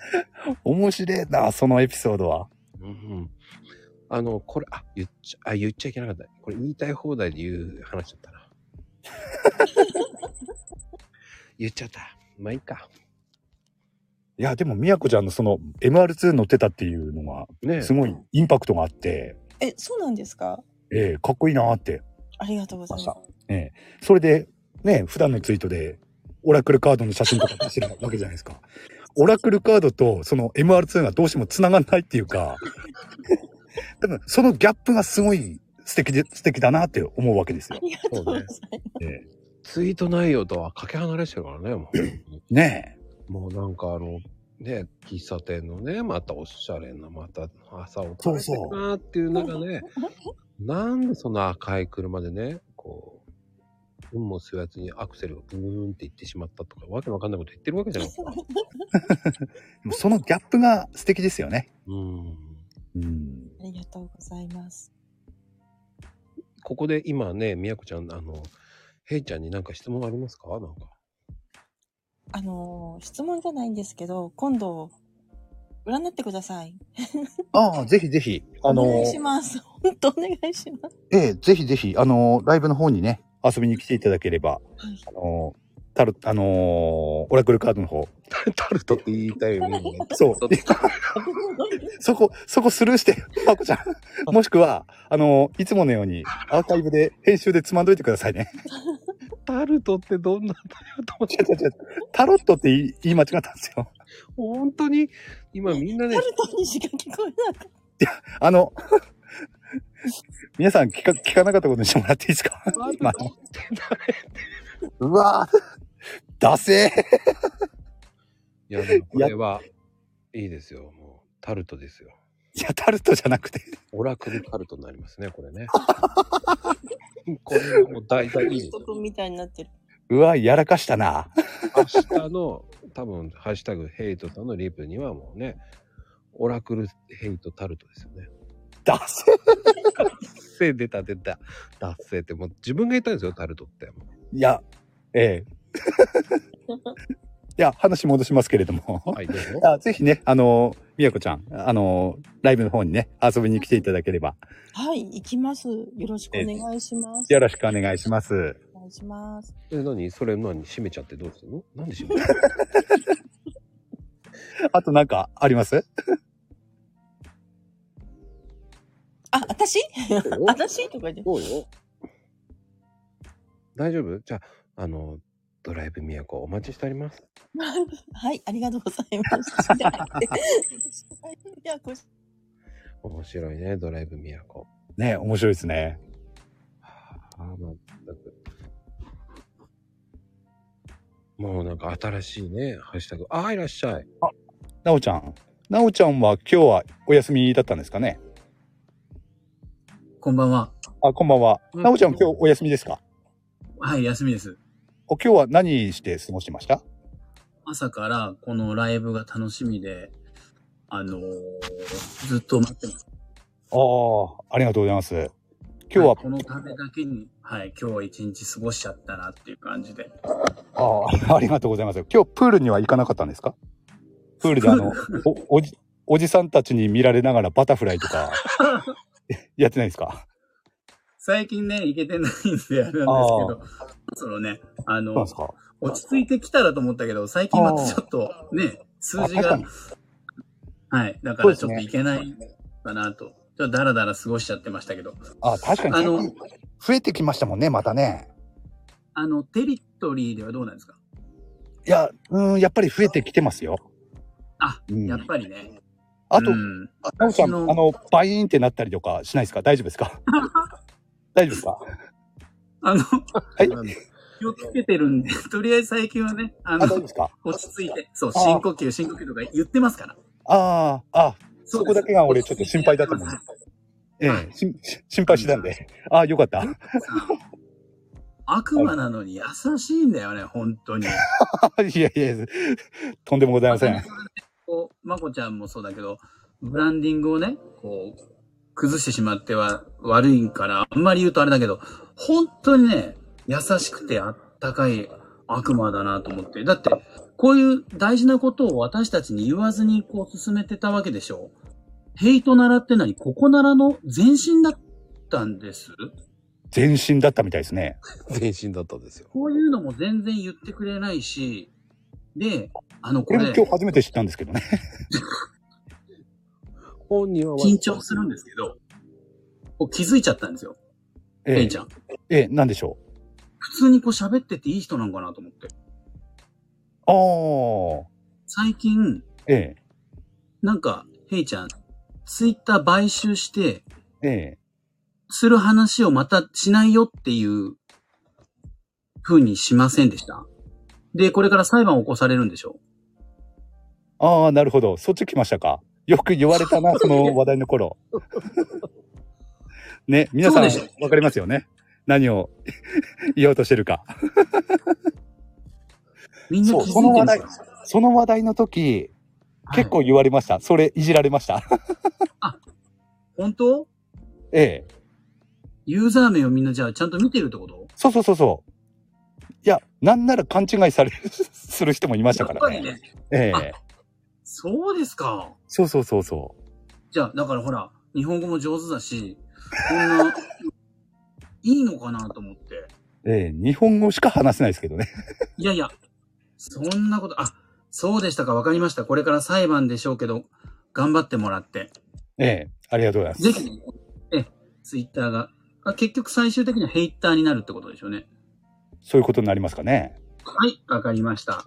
[SPEAKER 1] す。
[SPEAKER 2] 面白いな、そのエピソードは。
[SPEAKER 1] うん。あの、これ、あ、言っちゃ、あ、言っちゃいけなかった。これ言いたい放題で言う話だった な。言っちゃった。まあいいか。
[SPEAKER 2] いや、でも、みやこちゃんのその MR2 乗ってたっていうのが、
[SPEAKER 1] ねえ
[SPEAKER 2] すごいインパクトがあって、
[SPEAKER 5] え、そうなんですか
[SPEAKER 2] ええかっこいいなーって。
[SPEAKER 5] ありがとうございます。
[SPEAKER 2] ええそれで、ね、普段のツイートで、オラクルカードの写真とか出してる わけじゃないですか。オラクルカードとその MR2 がどうしても繋がんないっていうか、 多分そのギャップがすごい素敵で、素敵だなって思うわけです
[SPEAKER 5] あ
[SPEAKER 2] よ。
[SPEAKER 5] りがとうございます。
[SPEAKER 1] ツイート内容とはかけ離れしてるからね、も
[SPEAKER 2] ねえ。
[SPEAKER 1] う。もうなんかあの、ね、喫茶店のね、またおしゃれな、また朝を
[SPEAKER 2] そ
[SPEAKER 1] 食べ
[SPEAKER 2] う
[SPEAKER 1] て
[SPEAKER 2] そう
[SPEAKER 1] るなーっていう中で、なんでその赤い車でね、こう、運も吸わずにアクセルがブーンっていってしまったとか、わけわかんないこと言ってるわけじゃない ですか。
[SPEAKER 2] でもそのギャップが素敵ですよね。
[SPEAKER 1] うん。
[SPEAKER 2] うん。
[SPEAKER 5] ありがとうございます。
[SPEAKER 1] ここで今ね、みやこちゃん、あの、ヘイちゃんになんか質問ありますかなんか。
[SPEAKER 5] あのー質問じゃないんですけど、今度、占ってください。
[SPEAKER 2] ああ、ぜひぜひ。あの
[SPEAKER 5] お願いします。本当お願いします。
[SPEAKER 2] ええぜひぜひ、あのライブの方にね、遊びに来ていただければ、
[SPEAKER 5] はい
[SPEAKER 2] あのタル、あのオラクルカードの方。
[SPEAKER 1] タルトって言いたいよね。
[SPEAKER 2] そう。 そこ、そこスルーして、まこちゃん。もしくは、あの、いつものように、アーカイブで、編集でつまんどいてくださいね。
[SPEAKER 1] タルトってどんなんだよと思っ
[SPEAKER 2] 違う違う違う。タロットって言い言い間違ったんですよ。
[SPEAKER 1] 本当に、今みんな
[SPEAKER 5] タ
[SPEAKER 1] ね、
[SPEAKER 5] ルトにしか聞こえなかっ
[SPEAKER 2] あの、皆さん聞か、聞かなかったことにしてもらっていいですか今の。うわぁ、ダセー
[SPEAKER 1] いや、でもこれは、いいですよ。もう、タルトですよ。
[SPEAKER 2] いや、タルトじゃなくて。
[SPEAKER 1] オラクルタルトになりますね、こ れね。これはもう大
[SPEAKER 5] た。
[SPEAKER 1] 体いい
[SPEAKER 5] ミ
[SPEAKER 1] です
[SPEAKER 5] スト
[SPEAKER 1] よ。
[SPEAKER 5] 君みたいになってる。
[SPEAKER 2] うわぁ、やらかしたな。
[SPEAKER 1] 明日の、多分、ハッシュタグヘイトさんのリプにはもうね、オラクルヘイトタルトですよね。
[SPEAKER 2] ダセー
[SPEAKER 1] せ出た出た。脱せって、もう自分が言ったんですよ、タルトって。
[SPEAKER 2] いや、ええ いや、話戻しますけれども。
[SPEAKER 1] はい、どうぞ。
[SPEAKER 2] あぜひね、あの、みやこちゃん、あの、ライブの方にね、遊びに来ていただければ、
[SPEAKER 5] はい、行きます。よろしくお願いします。
[SPEAKER 2] よろしくお願いします。
[SPEAKER 5] お願いします。
[SPEAKER 1] え、何それ何閉めちゃってどうするのなんで閉めちゃう
[SPEAKER 2] あとなんかあります
[SPEAKER 5] あ、私
[SPEAKER 1] の
[SPEAKER 5] 私とか言って。
[SPEAKER 1] そうよ。大丈夫じゃあ、あの、ドライブ都お待ちしております。
[SPEAKER 5] はい、ありがとうございます。じゃなくていや、こ
[SPEAKER 1] 面白いね、ドライブ都。
[SPEAKER 2] ね、面白いですね。
[SPEAKER 1] ああ、まったく。もうなんか新しいね、ハッシュタグ。ああ、いらっしゃい。
[SPEAKER 2] なおちゃん。なおちゃんは今日はお休みだったんですかね
[SPEAKER 7] こんばんは。
[SPEAKER 2] あ、こんばんは。
[SPEAKER 1] うん
[SPEAKER 2] なおちゃん今日お休みですか
[SPEAKER 7] はい、休みです。
[SPEAKER 2] お今日は何して過ごしてました
[SPEAKER 7] 朝からこのライブが楽しみで、あのー、ずっと待ってます。
[SPEAKER 2] ああ、ありがとうございます。今日は、
[SPEAKER 7] いこのためだけに、はい、今日は一日過ごしちゃったなっていう感じで。
[SPEAKER 2] ああ、ありがとうございます。今日プールには行かなかったんですかプールであの、お、おじ、おじさんたちに見られながらバタフライとか、やってないですか
[SPEAKER 7] 最近ね、行けてないんであれなんですけど、そろね、あ
[SPEAKER 2] そうなん
[SPEAKER 7] の
[SPEAKER 2] です、か
[SPEAKER 7] 落ち着いてきたらと思ったけど、最近またちょっとね、数字
[SPEAKER 2] あ確か
[SPEAKER 7] が
[SPEAKER 2] に、
[SPEAKER 7] はい、だからちょっと行けないかなと。ちょっとダラダラ過ごしちゃってましたけど。
[SPEAKER 2] あ、確かに。
[SPEAKER 7] あの
[SPEAKER 2] 増えてきましたもんね、またね。
[SPEAKER 7] あの、テリトリーではどうなんですか
[SPEAKER 2] いや、うん、やっぱり増えてきてますよ。
[SPEAKER 7] あ、
[SPEAKER 2] うん
[SPEAKER 7] やっぱりね。
[SPEAKER 2] あと
[SPEAKER 7] う、ん
[SPEAKER 2] なおちゃん、あ
[SPEAKER 7] 私の
[SPEAKER 2] の、バイーンってなったりとかしないですか大丈夫です か大丈夫ですか
[SPEAKER 7] あの、
[SPEAKER 2] はい。
[SPEAKER 7] 気をつけてるんで、 とりあえず最近はね、あ
[SPEAKER 2] あ、大丈夫
[SPEAKER 7] の
[SPEAKER 2] で、すか
[SPEAKER 7] 落ち着いて、そう、
[SPEAKER 2] あー
[SPEAKER 7] 深呼吸、深呼吸とか言ってますから。
[SPEAKER 2] ああ、あ、
[SPEAKER 7] そ
[SPEAKER 2] そうこだけが俺ちょっと心配だったもん
[SPEAKER 7] で
[SPEAKER 2] ね
[SPEAKER 7] す。
[SPEAKER 2] ええ、し心配してたんで。ああ、よかった。
[SPEAKER 7] 悪魔なのに優しいんだよね、本当に。
[SPEAKER 2] いやいや、とんでもございません。
[SPEAKER 7] こう、まこちゃんもそうだけど、ブランディングをね、こう、崩してしまっては悪いから、あんまり言うとあれだけど、本当にね、優しくてあったかい悪魔だなと思って。だって、こういう大事なことを私たちに言わずにこう進めてたわけでしょヘイト習ってのに、ここならの前身だったんです。
[SPEAKER 2] 全身だったみたいですね。
[SPEAKER 1] 全身だったんですよ。
[SPEAKER 7] こういうのも全然言ってくれないし、で、あの、
[SPEAKER 2] こ
[SPEAKER 7] こ
[SPEAKER 2] れ
[SPEAKER 7] れ
[SPEAKER 2] も、今日初めて知ったんですけどね。
[SPEAKER 1] 本人は
[SPEAKER 7] 緊張するんですけど、こう気づいちゃったんですよ、ヘ
[SPEAKER 2] え
[SPEAKER 7] イ
[SPEAKER 2] え
[SPEAKER 7] ちゃん。
[SPEAKER 2] ええ、なんでしょう。
[SPEAKER 7] 普通にこう喋ってていい人なんかなと思って。
[SPEAKER 2] ああ、
[SPEAKER 7] 最近、
[SPEAKER 2] え
[SPEAKER 7] なんか、ヘイちゃん、ツイッター買収して、
[SPEAKER 2] え、え
[SPEAKER 7] する話をまたしないよっていう、風にしませんでした。で、これから裁判を起こされるんでしょ
[SPEAKER 2] え。ああ、なるほど。そっち来ましたか。よく言われたな、その話題の頃。ね、皆さん
[SPEAKER 7] そうでし、
[SPEAKER 2] わかりますよね。何を 言おうとしてるか。
[SPEAKER 7] みんな気
[SPEAKER 2] そ
[SPEAKER 7] づいてるんです
[SPEAKER 2] うその
[SPEAKER 7] か
[SPEAKER 2] その話題の時、結構
[SPEAKER 7] はい
[SPEAKER 2] 言われました。それ、いじられました。
[SPEAKER 7] 本当
[SPEAKER 2] ええ。
[SPEAKER 7] ユーザー名をみんなじゃあちゃんと見てるってこと
[SPEAKER 2] そうそうそうそう。いや、なんなら勘違いされる、 する人もいましたか
[SPEAKER 7] やっ
[SPEAKER 2] ら
[SPEAKER 7] ぱり
[SPEAKER 2] ね。
[SPEAKER 7] ね。
[SPEAKER 2] ええ。
[SPEAKER 7] そうですか。
[SPEAKER 2] そうそうそうそ
[SPEAKER 7] じゃあ、だからほら、日本語も上手だし、こんな、いいのかなと思って。
[SPEAKER 2] う。ええ、日本語しか話せないですけどね。
[SPEAKER 7] いやいや、そんなこと、あ、そうでしたか、わかりました。これから裁判でしょうけど、頑張ってもらって。
[SPEAKER 2] ええ、ありがとうございます。
[SPEAKER 7] ぜひ、え、ツイッターが、あ結局最終的にはヘイターになるってことでしょうね。
[SPEAKER 2] そういうことになりますかね。
[SPEAKER 7] はい、わかりました。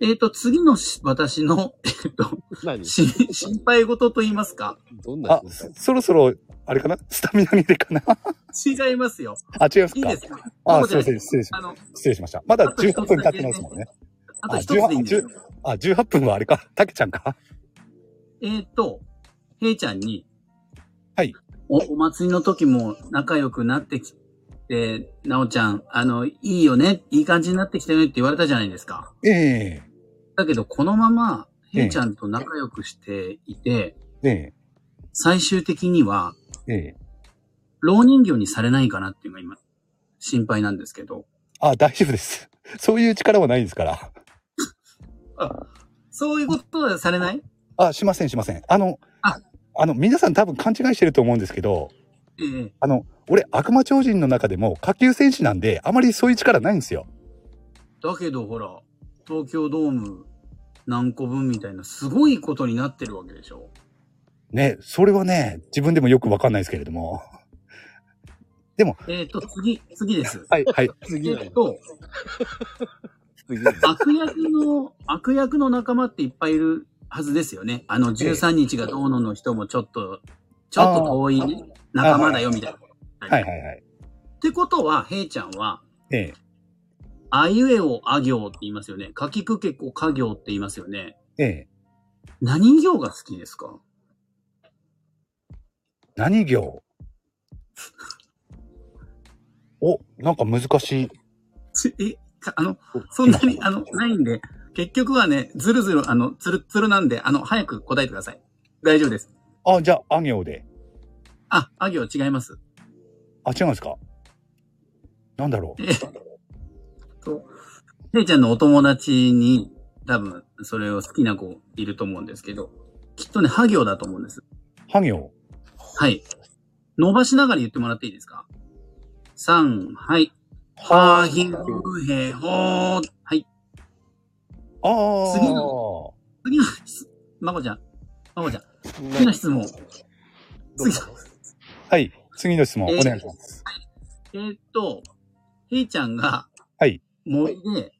[SPEAKER 7] えっ、と、次のし私の、えっ、と、
[SPEAKER 1] 何
[SPEAKER 7] し心配事と言いますか
[SPEAKER 1] どんな
[SPEAKER 2] あ
[SPEAKER 1] 人、
[SPEAKER 2] そそろそろ、あれかなスタミナ切れかな
[SPEAKER 7] 違いますよ。
[SPEAKER 2] あ、違いますか
[SPEAKER 7] いいですか
[SPEAKER 2] あ、
[SPEAKER 7] そう
[SPEAKER 2] すいませ
[SPEAKER 7] で
[SPEAKER 2] ん。失礼しま
[SPEAKER 7] あの、
[SPEAKER 2] した。失礼しました。まだ
[SPEAKER 7] あと一つ
[SPEAKER 2] 18分経ってないですもんね。
[SPEAKER 7] あと一つでいいんですよ。
[SPEAKER 2] あ、18分はあれか。たけちゃんか。
[SPEAKER 7] えっ、と、ヘイちゃんに、
[SPEAKER 2] はい
[SPEAKER 7] お。お祭りの時も仲良くなってきて、なおちゃん、あの、いいよね、いい感じになってきたよねって言われたじゃないですか。
[SPEAKER 2] ええ
[SPEAKER 7] だけど、このまま、
[SPEAKER 2] ええ
[SPEAKER 7] ヘイちゃんと仲良くしていて、
[SPEAKER 2] ええ
[SPEAKER 7] 最終的には、
[SPEAKER 2] ええ
[SPEAKER 7] 老人形にされないかなっていうのが今、心配なんですけど。
[SPEAKER 2] あ、大丈夫です。そういう力はないですから。
[SPEAKER 7] そういうことはされない
[SPEAKER 2] あ、しません、しません。あの、
[SPEAKER 7] あ
[SPEAKER 2] あの、皆さん多分勘違いしてると思うんですけど、
[SPEAKER 7] ええ
[SPEAKER 2] あの、俺、悪魔超人の中でも、下級戦士なんで、あまりそういう力ないんですよ。
[SPEAKER 7] だけど、ほら、東京ドーム何個分みたいな、すごいことになってるわけでしょ。
[SPEAKER 2] ね、それはね、自分でもよくわかんないですけれども。
[SPEAKER 7] えっ、と、次、次です。
[SPEAKER 2] はい、はい。
[SPEAKER 7] え
[SPEAKER 6] 次
[SPEAKER 7] っと、
[SPEAKER 6] 次。
[SPEAKER 7] 悪役の、悪役の仲間っていっぱいいるはずですよね。あの、13日がどうのの人もちょっと、ちょっと遠いね、仲間だよみたいな。
[SPEAKER 2] はい、はい、はい。
[SPEAKER 7] ってことは、ヘイちゃんは、
[SPEAKER 2] ええ、
[SPEAKER 7] あいうえおあ行って言いますよね。かきくけこか行って言いますよね。
[SPEAKER 2] ええ。
[SPEAKER 7] 何行が好きですか
[SPEAKER 2] 何行お、なんか難しい。
[SPEAKER 7] ちえ、かあの、 そんなに、あの、ないんで、結局はね、ずるずる、あの、つるっつるなんで、あの、早く答えてください。大丈夫です。
[SPEAKER 2] あ、じゃあ、あ行で。
[SPEAKER 7] あ、あ行違います。
[SPEAKER 2] あ、違うんですかなんだろう。
[SPEAKER 7] えと、ヘイちゃんのお友達に、多分、それを好きな子いると思うんですけど、きっとね、ハ行だと思うんです。
[SPEAKER 2] は行。
[SPEAKER 7] はい。伸ばしながら言ってもらっていいですか三、はい。はーひんふへほー。はい。
[SPEAKER 2] ああ。
[SPEAKER 7] 次の次の質、まこちゃん。まこちゃん。次の質問。次の
[SPEAKER 2] はい。次の質問、
[SPEAKER 7] えー
[SPEAKER 2] お願いします。
[SPEAKER 7] えーっと、ひいちゃんが、
[SPEAKER 2] はい。
[SPEAKER 7] 森で、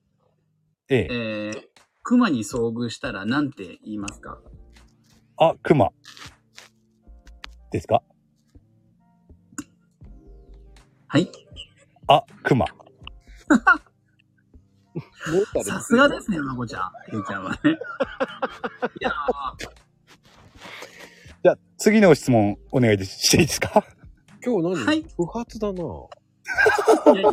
[SPEAKER 2] ええ。
[SPEAKER 7] えー、熊に遭遇したらなんて言いますか
[SPEAKER 2] あ、熊。ですか
[SPEAKER 7] はい。
[SPEAKER 2] あ、熊。
[SPEAKER 7] さすがですね、まこちゃん。ひいちゃんはね。いやー
[SPEAKER 2] じゃあ、次の質問、お願いでしていいですか
[SPEAKER 1] 今日何、
[SPEAKER 7] はい
[SPEAKER 1] 不発だな。
[SPEAKER 7] いやいや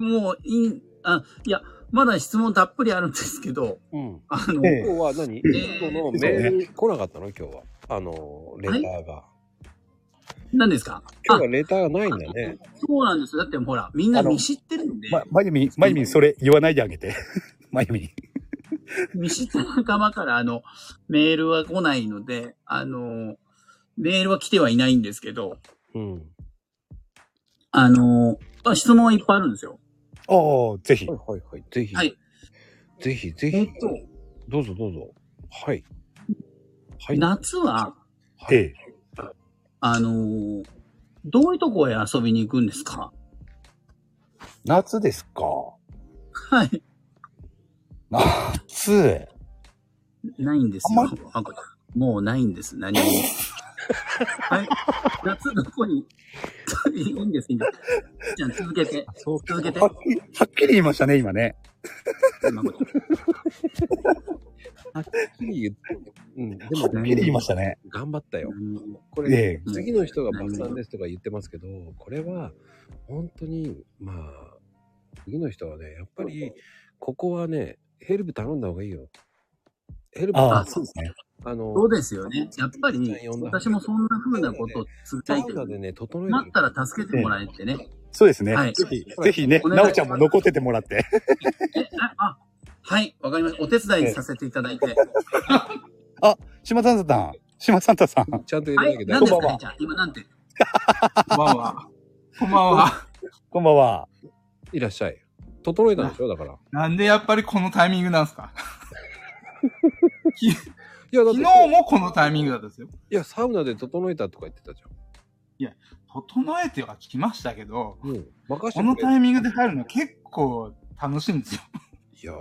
[SPEAKER 7] もう、いん、あ、いや、まだ質問たっぷりあるんですけど、
[SPEAKER 1] うん。
[SPEAKER 7] あの、
[SPEAKER 2] ええ
[SPEAKER 1] 今日は何、今日のメール来なかったの今日は。あの、レターが。
[SPEAKER 7] 何ですか
[SPEAKER 1] 今日はレターがないんだね。
[SPEAKER 7] そうなんですよ。だってほら、みんな見知ってるんで、
[SPEAKER 2] ま、まゆ み、まゆみ、それ言わないであげて。 まゆみ。
[SPEAKER 7] 見知った仲間からあの、メールは来ないので、あの、メールは来てはいないんですけど、
[SPEAKER 1] うん。
[SPEAKER 7] あの、まあ、質問いっぱいあるんですよ。
[SPEAKER 2] ああ、ぜひ
[SPEAKER 1] は。いはいはい。ぜひ。
[SPEAKER 7] はい
[SPEAKER 1] ぜひぜ
[SPEAKER 7] え
[SPEAKER 1] ひ
[SPEAKER 7] っ。と、
[SPEAKER 1] どうぞどうぞ。はい。はい。
[SPEAKER 7] 夏は、
[SPEAKER 2] ええ。
[SPEAKER 7] あの、どういうとこへ遊びに行くんですか
[SPEAKER 2] 夏です か。
[SPEAKER 7] はい。
[SPEAKER 2] 夏。
[SPEAKER 7] ないんです
[SPEAKER 2] あ
[SPEAKER 7] よ
[SPEAKER 2] んま。
[SPEAKER 7] なんかもうないんです。何も。 はい。夏どこに、いいんです、いいんです。じゃあ続けて、
[SPEAKER 1] そう
[SPEAKER 7] 続けて
[SPEAKER 2] はっ。きり、はっきり言いましたね、今ね。
[SPEAKER 7] 誠
[SPEAKER 1] うん。で
[SPEAKER 2] はっ
[SPEAKER 1] も、
[SPEAKER 2] きり言いましたね。
[SPEAKER 1] 頑張ったよ。
[SPEAKER 7] うん
[SPEAKER 1] これ、
[SPEAKER 2] ええ。
[SPEAKER 7] うん
[SPEAKER 1] 次の人がバツさんですとか言ってますけど、これは本当に、まあ、次の人はね、やっぱり、ここはね、ヘルプ頼んだ方がいいよ。ヘルプ、
[SPEAKER 2] ああ、
[SPEAKER 1] あ
[SPEAKER 2] そうですね。
[SPEAKER 1] の、
[SPEAKER 7] そうですよね。やっぱり、私もそんな風なことを
[SPEAKER 1] サ
[SPEAKER 7] 伝え
[SPEAKER 1] ウ
[SPEAKER 7] て
[SPEAKER 1] ナでね、整え
[SPEAKER 7] 待ったら助けてもらえてね。
[SPEAKER 2] そうですね。
[SPEAKER 7] はい
[SPEAKER 2] ぜひ、ぜひね、
[SPEAKER 7] お願い
[SPEAKER 2] なおちゃんも残っててもらって。
[SPEAKER 7] え、あ、あはい、わかりました。お手伝いさせていただいて。
[SPEAKER 2] 島サンタさん、島サンタさん。
[SPEAKER 1] ちゃんと入
[SPEAKER 7] は
[SPEAKER 1] れないきゃ、ダ
[SPEAKER 7] 何
[SPEAKER 1] メ
[SPEAKER 7] です
[SPEAKER 2] こんば
[SPEAKER 7] か
[SPEAKER 2] んは
[SPEAKER 7] ねじゃあ、今なんて。こんばんは。こんばんは。
[SPEAKER 2] こんばんは。
[SPEAKER 1] いらっしゃい。整えたんでしょだから。
[SPEAKER 8] なんでやっぱりこのタイミングなんですか
[SPEAKER 1] いや、だっ
[SPEAKER 8] 昨
[SPEAKER 1] て、
[SPEAKER 8] 日
[SPEAKER 1] い
[SPEAKER 8] もこのタイミングだったんですよ。
[SPEAKER 1] や、サウナで整えたとか言ってたじ
[SPEAKER 8] 整えては聞きましたけど、
[SPEAKER 1] ゃん。うん。任せ
[SPEAKER 8] こ
[SPEAKER 1] て
[SPEAKER 8] の
[SPEAKER 1] くれ。
[SPEAKER 8] タイミングで入るの結構楽しいんですよ。
[SPEAKER 1] いや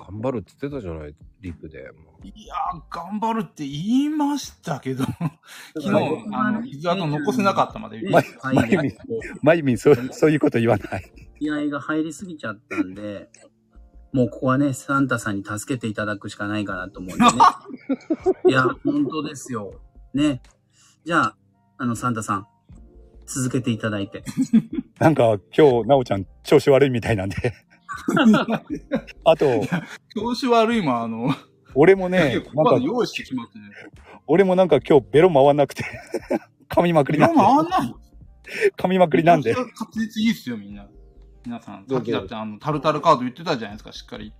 [SPEAKER 1] ー頑張るって言ってたじゃない、リップで。もう
[SPEAKER 8] いやー、頑張るって言いましたけど、昨日、
[SPEAKER 7] はい
[SPEAKER 8] あの、傷跡残せなかったまで言って
[SPEAKER 7] はい
[SPEAKER 2] まゆみまゆみん、そう、そういうこと言わない。
[SPEAKER 7] 気合が入りすぎちゃったんで、もうここはね、サンタさんに助けていただくしかないかなと思うんでね。いや、本当ですよ。ね。じゃあ、あの、サンタさん、続けていただいて。
[SPEAKER 2] なんか、今日、なおちゃん、調子悪いみたいなんで。あと、
[SPEAKER 8] 調子悪いもんあの、
[SPEAKER 2] 俺もね、
[SPEAKER 8] ま
[SPEAKER 2] な
[SPEAKER 8] だ
[SPEAKER 2] んか、
[SPEAKER 8] 用意してしまってね。
[SPEAKER 2] 俺もなんか今日、ベロ回んなくて、噛みまくり
[SPEAKER 8] 今
[SPEAKER 2] なんで、
[SPEAKER 8] 回あんない
[SPEAKER 2] 噛みまくりなんで
[SPEAKER 8] めち、ゃくちゃ滑舌いいっすよ、みんな。皆さん、
[SPEAKER 1] ど
[SPEAKER 8] さ
[SPEAKER 1] う
[SPEAKER 8] っきだってあの、タルタルカード言ってたじゃないですか、しっかり。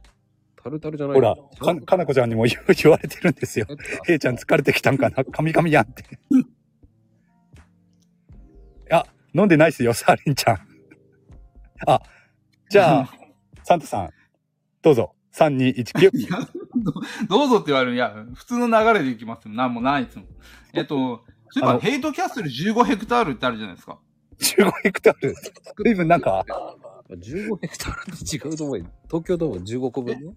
[SPEAKER 1] タルタルじゃない
[SPEAKER 2] ほら、か、かなこちゃんにも言う言われてるんですよ。ヘイちゃん疲れてきたんかな噛み噛みやんって。あ、飲んでないっすよ、サーリンちゃん。あ、じゃあ、サンタさん、どうぞ。3、2、1、9。
[SPEAKER 8] どうぞって言われる。いや、普通の流れでいきますよ。なんもないっすもん。えっと、そういえ
[SPEAKER 2] あ
[SPEAKER 8] ば、
[SPEAKER 2] の
[SPEAKER 8] ヘイトキャッスル15ヘクタールってあるじゃないですか。
[SPEAKER 2] 15ヘクタール。随分なんか、
[SPEAKER 1] 15ヘクタールと違うと思うよ。東京ドーム15個分ね。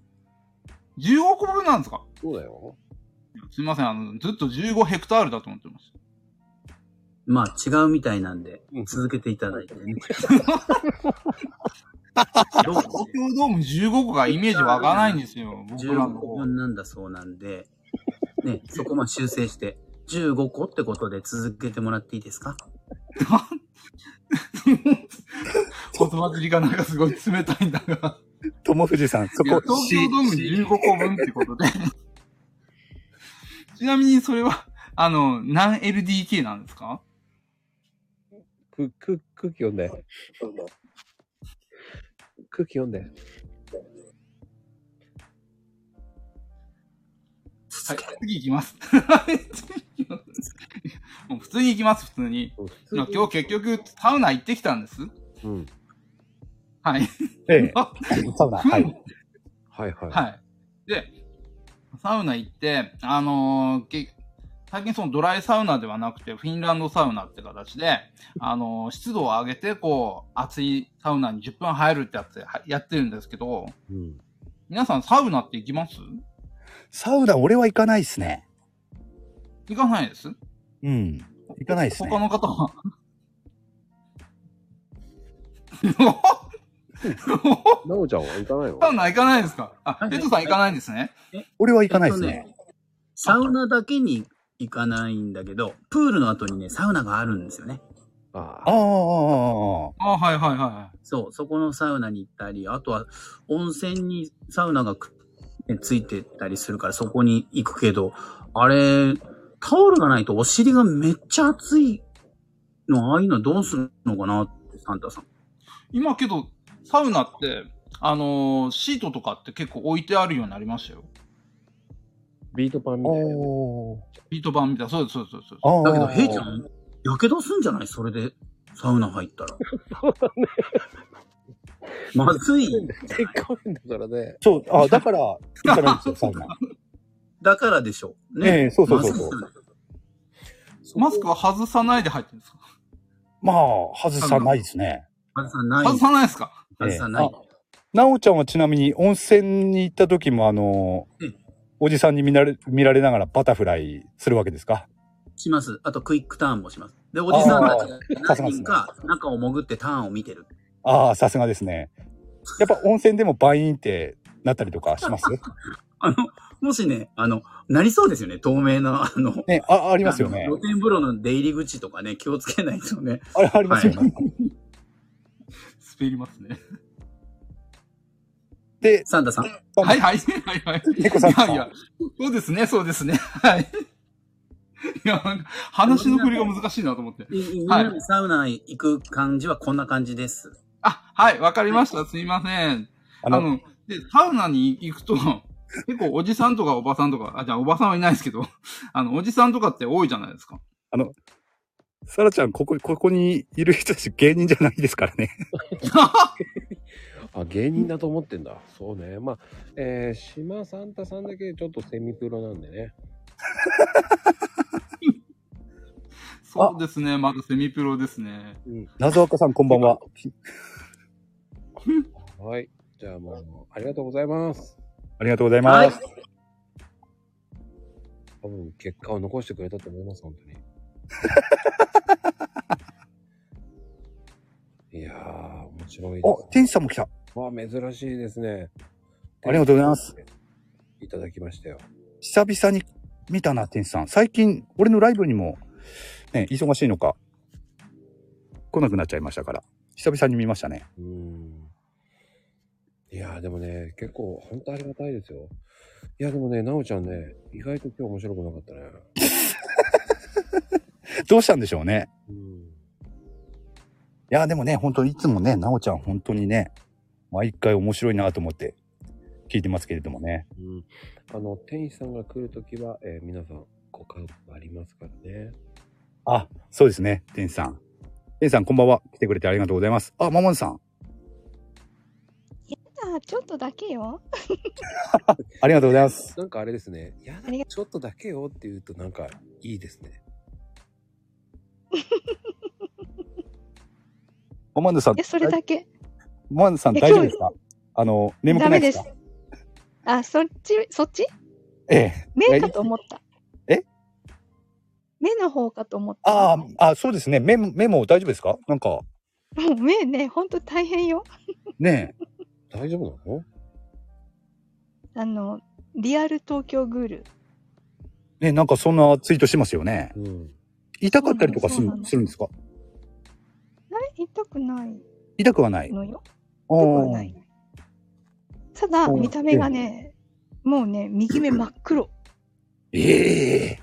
[SPEAKER 8] 15個分なんですか
[SPEAKER 1] そうだよ。
[SPEAKER 8] すいません、あの、ずっと15ヘクタールだと思ってまし
[SPEAKER 7] まあ、違うみたいなんで、続けていただいて ね。どう
[SPEAKER 8] た。東京ドーム15個がイメージ湧かないんですよ、僕らの
[SPEAKER 7] 15
[SPEAKER 8] 方。
[SPEAKER 7] 分なんだそうなんで、ね、そこまあ修正して、15個ってことで続けてもらっていいですか
[SPEAKER 8] 言葉尻がなんかすごい冷たいんだが。
[SPEAKER 2] 友藤さん、そ
[SPEAKER 8] いや
[SPEAKER 2] こ、
[SPEAKER 8] 東
[SPEAKER 2] C
[SPEAKER 8] 京ドーム15個分ってこと で。ちなみにそれは、あの、何 LDK なんですか
[SPEAKER 1] く、く、空気読んで。空気読んで。
[SPEAKER 8] はい、次行きます。 次行きますもう普通に行きます、普通に。まあ今日結局、サウナ行ってきたんです。
[SPEAKER 1] うん。
[SPEAKER 8] はい。
[SPEAKER 2] ええ、
[SPEAKER 8] あ
[SPEAKER 2] サウナ、はい。
[SPEAKER 1] はいはい。
[SPEAKER 8] はい。で、サウナ行って、あのーけ最近そのドライサウナではなくて、フィンランドサウナって形で、あのー湿度を上げて、こう、熱いサウナに10分入るってやつはやってるんですけど、
[SPEAKER 1] うん。
[SPEAKER 8] 皆さんサウナって行きます
[SPEAKER 2] サウナ、俺は行かないっすね。
[SPEAKER 8] 行かないです
[SPEAKER 2] うん。行かないっす
[SPEAKER 8] 他
[SPEAKER 2] ね。
[SPEAKER 8] の方は。
[SPEAKER 1] なおちゃんは行かないの
[SPEAKER 8] サウナ行かないですかあ、ペットさん行かないんですね。
[SPEAKER 2] 俺は行かないっす
[SPEAKER 7] えっ
[SPEAKER 2] ね。
[SPEAKER 7] サウナだけに行かないんだけど、プールの後にね、サウナがあるんですよね。
[SPEAKER 6] あ
[SPEAKER 2] ああ、ああ、ああ。
[SPEAKER 8] あ、はいはいは
[SPEAKER 7] そう、そこのサウナに行ったり、あとは温泉にサウナがくねついてたりするからそこに行くけど、あれ、タオルがないとお尻がめっちゃ熱いの、ああいうのどうするのかなって、サンタさん。
[SPEAKER 8] い。今けど、サウナって、あのーシートとかって結構置いてあるようになりましたよ。
[SPEAKER 1] ビートパンみたい な。
[SPEAKER 2] おー
[SPEAKER 8] ビート板みたいな。そうです、そうです、そうです。
[SPEAKER 2] あー
[SPEAKER 7] だけど、ヘイちゃん、やけどすんじゃないそれで、サウナ入ったら。まずい。
[SPEAKER 1] でっかいんだからね。
[SPEAKER 2] そう、あ、だから、行かないんですよ、サウナ。
[SPEAKER 7] だからでしょう。ね。
[SPEAKER 2] ええそうそうそうそう
[SPEAKER 7] まずいですよね
[SPEAKER 8] マスクは外さないで入ってるんですか
[SPEAKER 2] まあ、外さないですね。
[SPEAKER 7] 外さない。
[SPEAKER 8] 外さないですか
[SPEAKER 7] 外さない。
[SPEAKER 2] なおちゃんはちなみに温泉に行った時も、あの
[SPEAKER 7] うん、
[SPEAKER 2] おじさんに見られ、見られながらバタフライするわけですか
[SPEAKER 7] します。あと、クイックターンもします。で、おじさんたち
[SPEAKER 2] あ
[SPEAKER 7] が
[SPEAKER 2] ー
[SPEAKER 7] 何人か中を潜ってターンを見てる。
[SPEAKER 2] ああ、さすがですね。やっぱ温泉でもバインってなったりとかし ます
[SPEAKER 7] あの、もしね、あの、なりそうですよね。透明な、あの、
[SPEAKER 2] ね、あ、あ
[SPEAKER 7] い
[SPEAKER 2] りますよね。
[SPEAKER 7] 露天風呂の出入り口とかね、気をつけないとね。
[SPEAKER 2] あれ、ありますよね。
[SPEAKER 8] 滑りますね。
[SPEAKER 2] で、
[SPEAKER 7] サンタさん。
[SPEAKER 8] はいはい、はいはい。
[SPEAKER 2] 猫さん
[SPEAKER 8] いやいや、そうですね、そうですね。はい。いや、なんか話の振りが難しいなと思って。
[SPEAKER 7] いみんなでサウナ行く感じはこんな感じです。
[SPEAKER 8] あ、はい、わかりました。すいません。
[SPEAKER 2] あ
[SPEAKER 8] あ
[SPEAKER 2] の
[SPEAKER 8] の、で、サウナに行くと、 結構おじさんとかおばさんとか、あ、じゃあおばさんはいないですけど、 あの、おじさんとかって多いじゃないですか。
[SPEAKER 2] サラちゃん、ここ、ここにいる人たち芸人じゃないですからね。
[SPEAKER 1] あ、芸人だと思ってんだ。そうね。まあ、えー、島サンタさんだけちょっとセミプロなんでね。
[SPEAKER 8] そうですね、まだセミプロです ね。
[SPEAKER 2] 謎若さん、こんばんは。
[SPEAKER 1] はい。じゃあもう、ありがとうございます。
[SPEAKER 2] ありがとうございます。
[SPEAKER 1] 多分、結果を残してくれたと思います、本当に。 いやー、面白いで
[SPEAKER 2] お、天使さんも来た。
[SPEAKER 1] す。わあ、珍しいですね。
[SPEAKER 2] ありがとうございます。
[SPEAKER 1] いただきましたよ。
[SPEAKER 2] 久々に見たな、天使さん。最近、俺のライブにも、ね、忙しいのか、来なくなっちゃいましたから。久々に見ましたね。
[SPEAKER 1] うーん。いやー、でもね、結構、本当ありがたいですよ。いや、でもね、なおちゃんね、意外と今日面白くなかったね。
[SPEAKER 2] どうしたんでしょうね。
[SPEAKER 1] うん。
[SPEAKER 2] いや、でもね、本当にいつもね、なおちゃん本当にね、毎回面白いなと思って聞いてますけれどもね。
[SPEAKER 1] うん、あの天使さんが来るときは、えー皆さんご家族ありますからね。
[SPEAKER 2] あ、そうですね、天使さん。天使さん、こんばんは。来てくれてありがとうございます。あ、マモンさん。
[SPEAKER 9] あ、ちょっとだけよ。
[SPEAKER 2] ありがとうございます。
[SPEAKER 1] なんかあれですね。いや
[SPEAKER 9] ありが
[SPEAKER 1] ちょっとだけよって言うとなんかいいですね。
[SPEAKER 2] マモンさん
[SPEAKER 9] いや、、それだけ。
[SPEAKER 2] マモンさん
[SPEAKER 9] いや
[SPEAKER 2] 大丈夫ですかあの、眠
[SPEAKER 9] ダ
[SPEAKER 2] くな
[SPEAKER 9] メ
[SPEAKER 2] いで
[SPEAKER 9] ですす
[SPEAKER 2] か。
[SPEAKER 9] あ、そっち、そっち
[SPEAKER 2] ええ。
[SPEAKER 9] 目かと思った。
[SPEAKER 2] え
[SPEAKER 9] 目の方かと思った。
[SPEAKER 2] ああ、あ、そうですね。目、目も大丈夫ですかなんか、
[SPEAKER 9] もう目ね、ほんと大変よ。
[SPEAKER 2] ねえ。
[SPEAKER 1] 大丈夫なの
[SPEAKER 9] あの、リアル東京グール。
[SPEAKER 2] ねえ、なんかそんなツイートしてますよね。
[SPEAKER 1] うん。
[SPEAKER 2] 痛かったりとかす
[SPEAKER 9] そう
[SPEAKER 2] る
[SPEAKER 9] なの
[SPEAKER 2] するんですか
[SPEAKER 9] あれ痛くない
[SPEAKER 2] 痛くはない。
[SPEAKER 9] のよ。
[SPEAKER 2] あ
[SPEAKER 9] 痛くはな
[SPEAKER 2] ー
[SPEAKER 9] い。ただ、
[SPEAKER 2] おー
[SPEAKER 9] 見た目がね、もうね、右目真っ黒。
[SPEAKER 2] ええ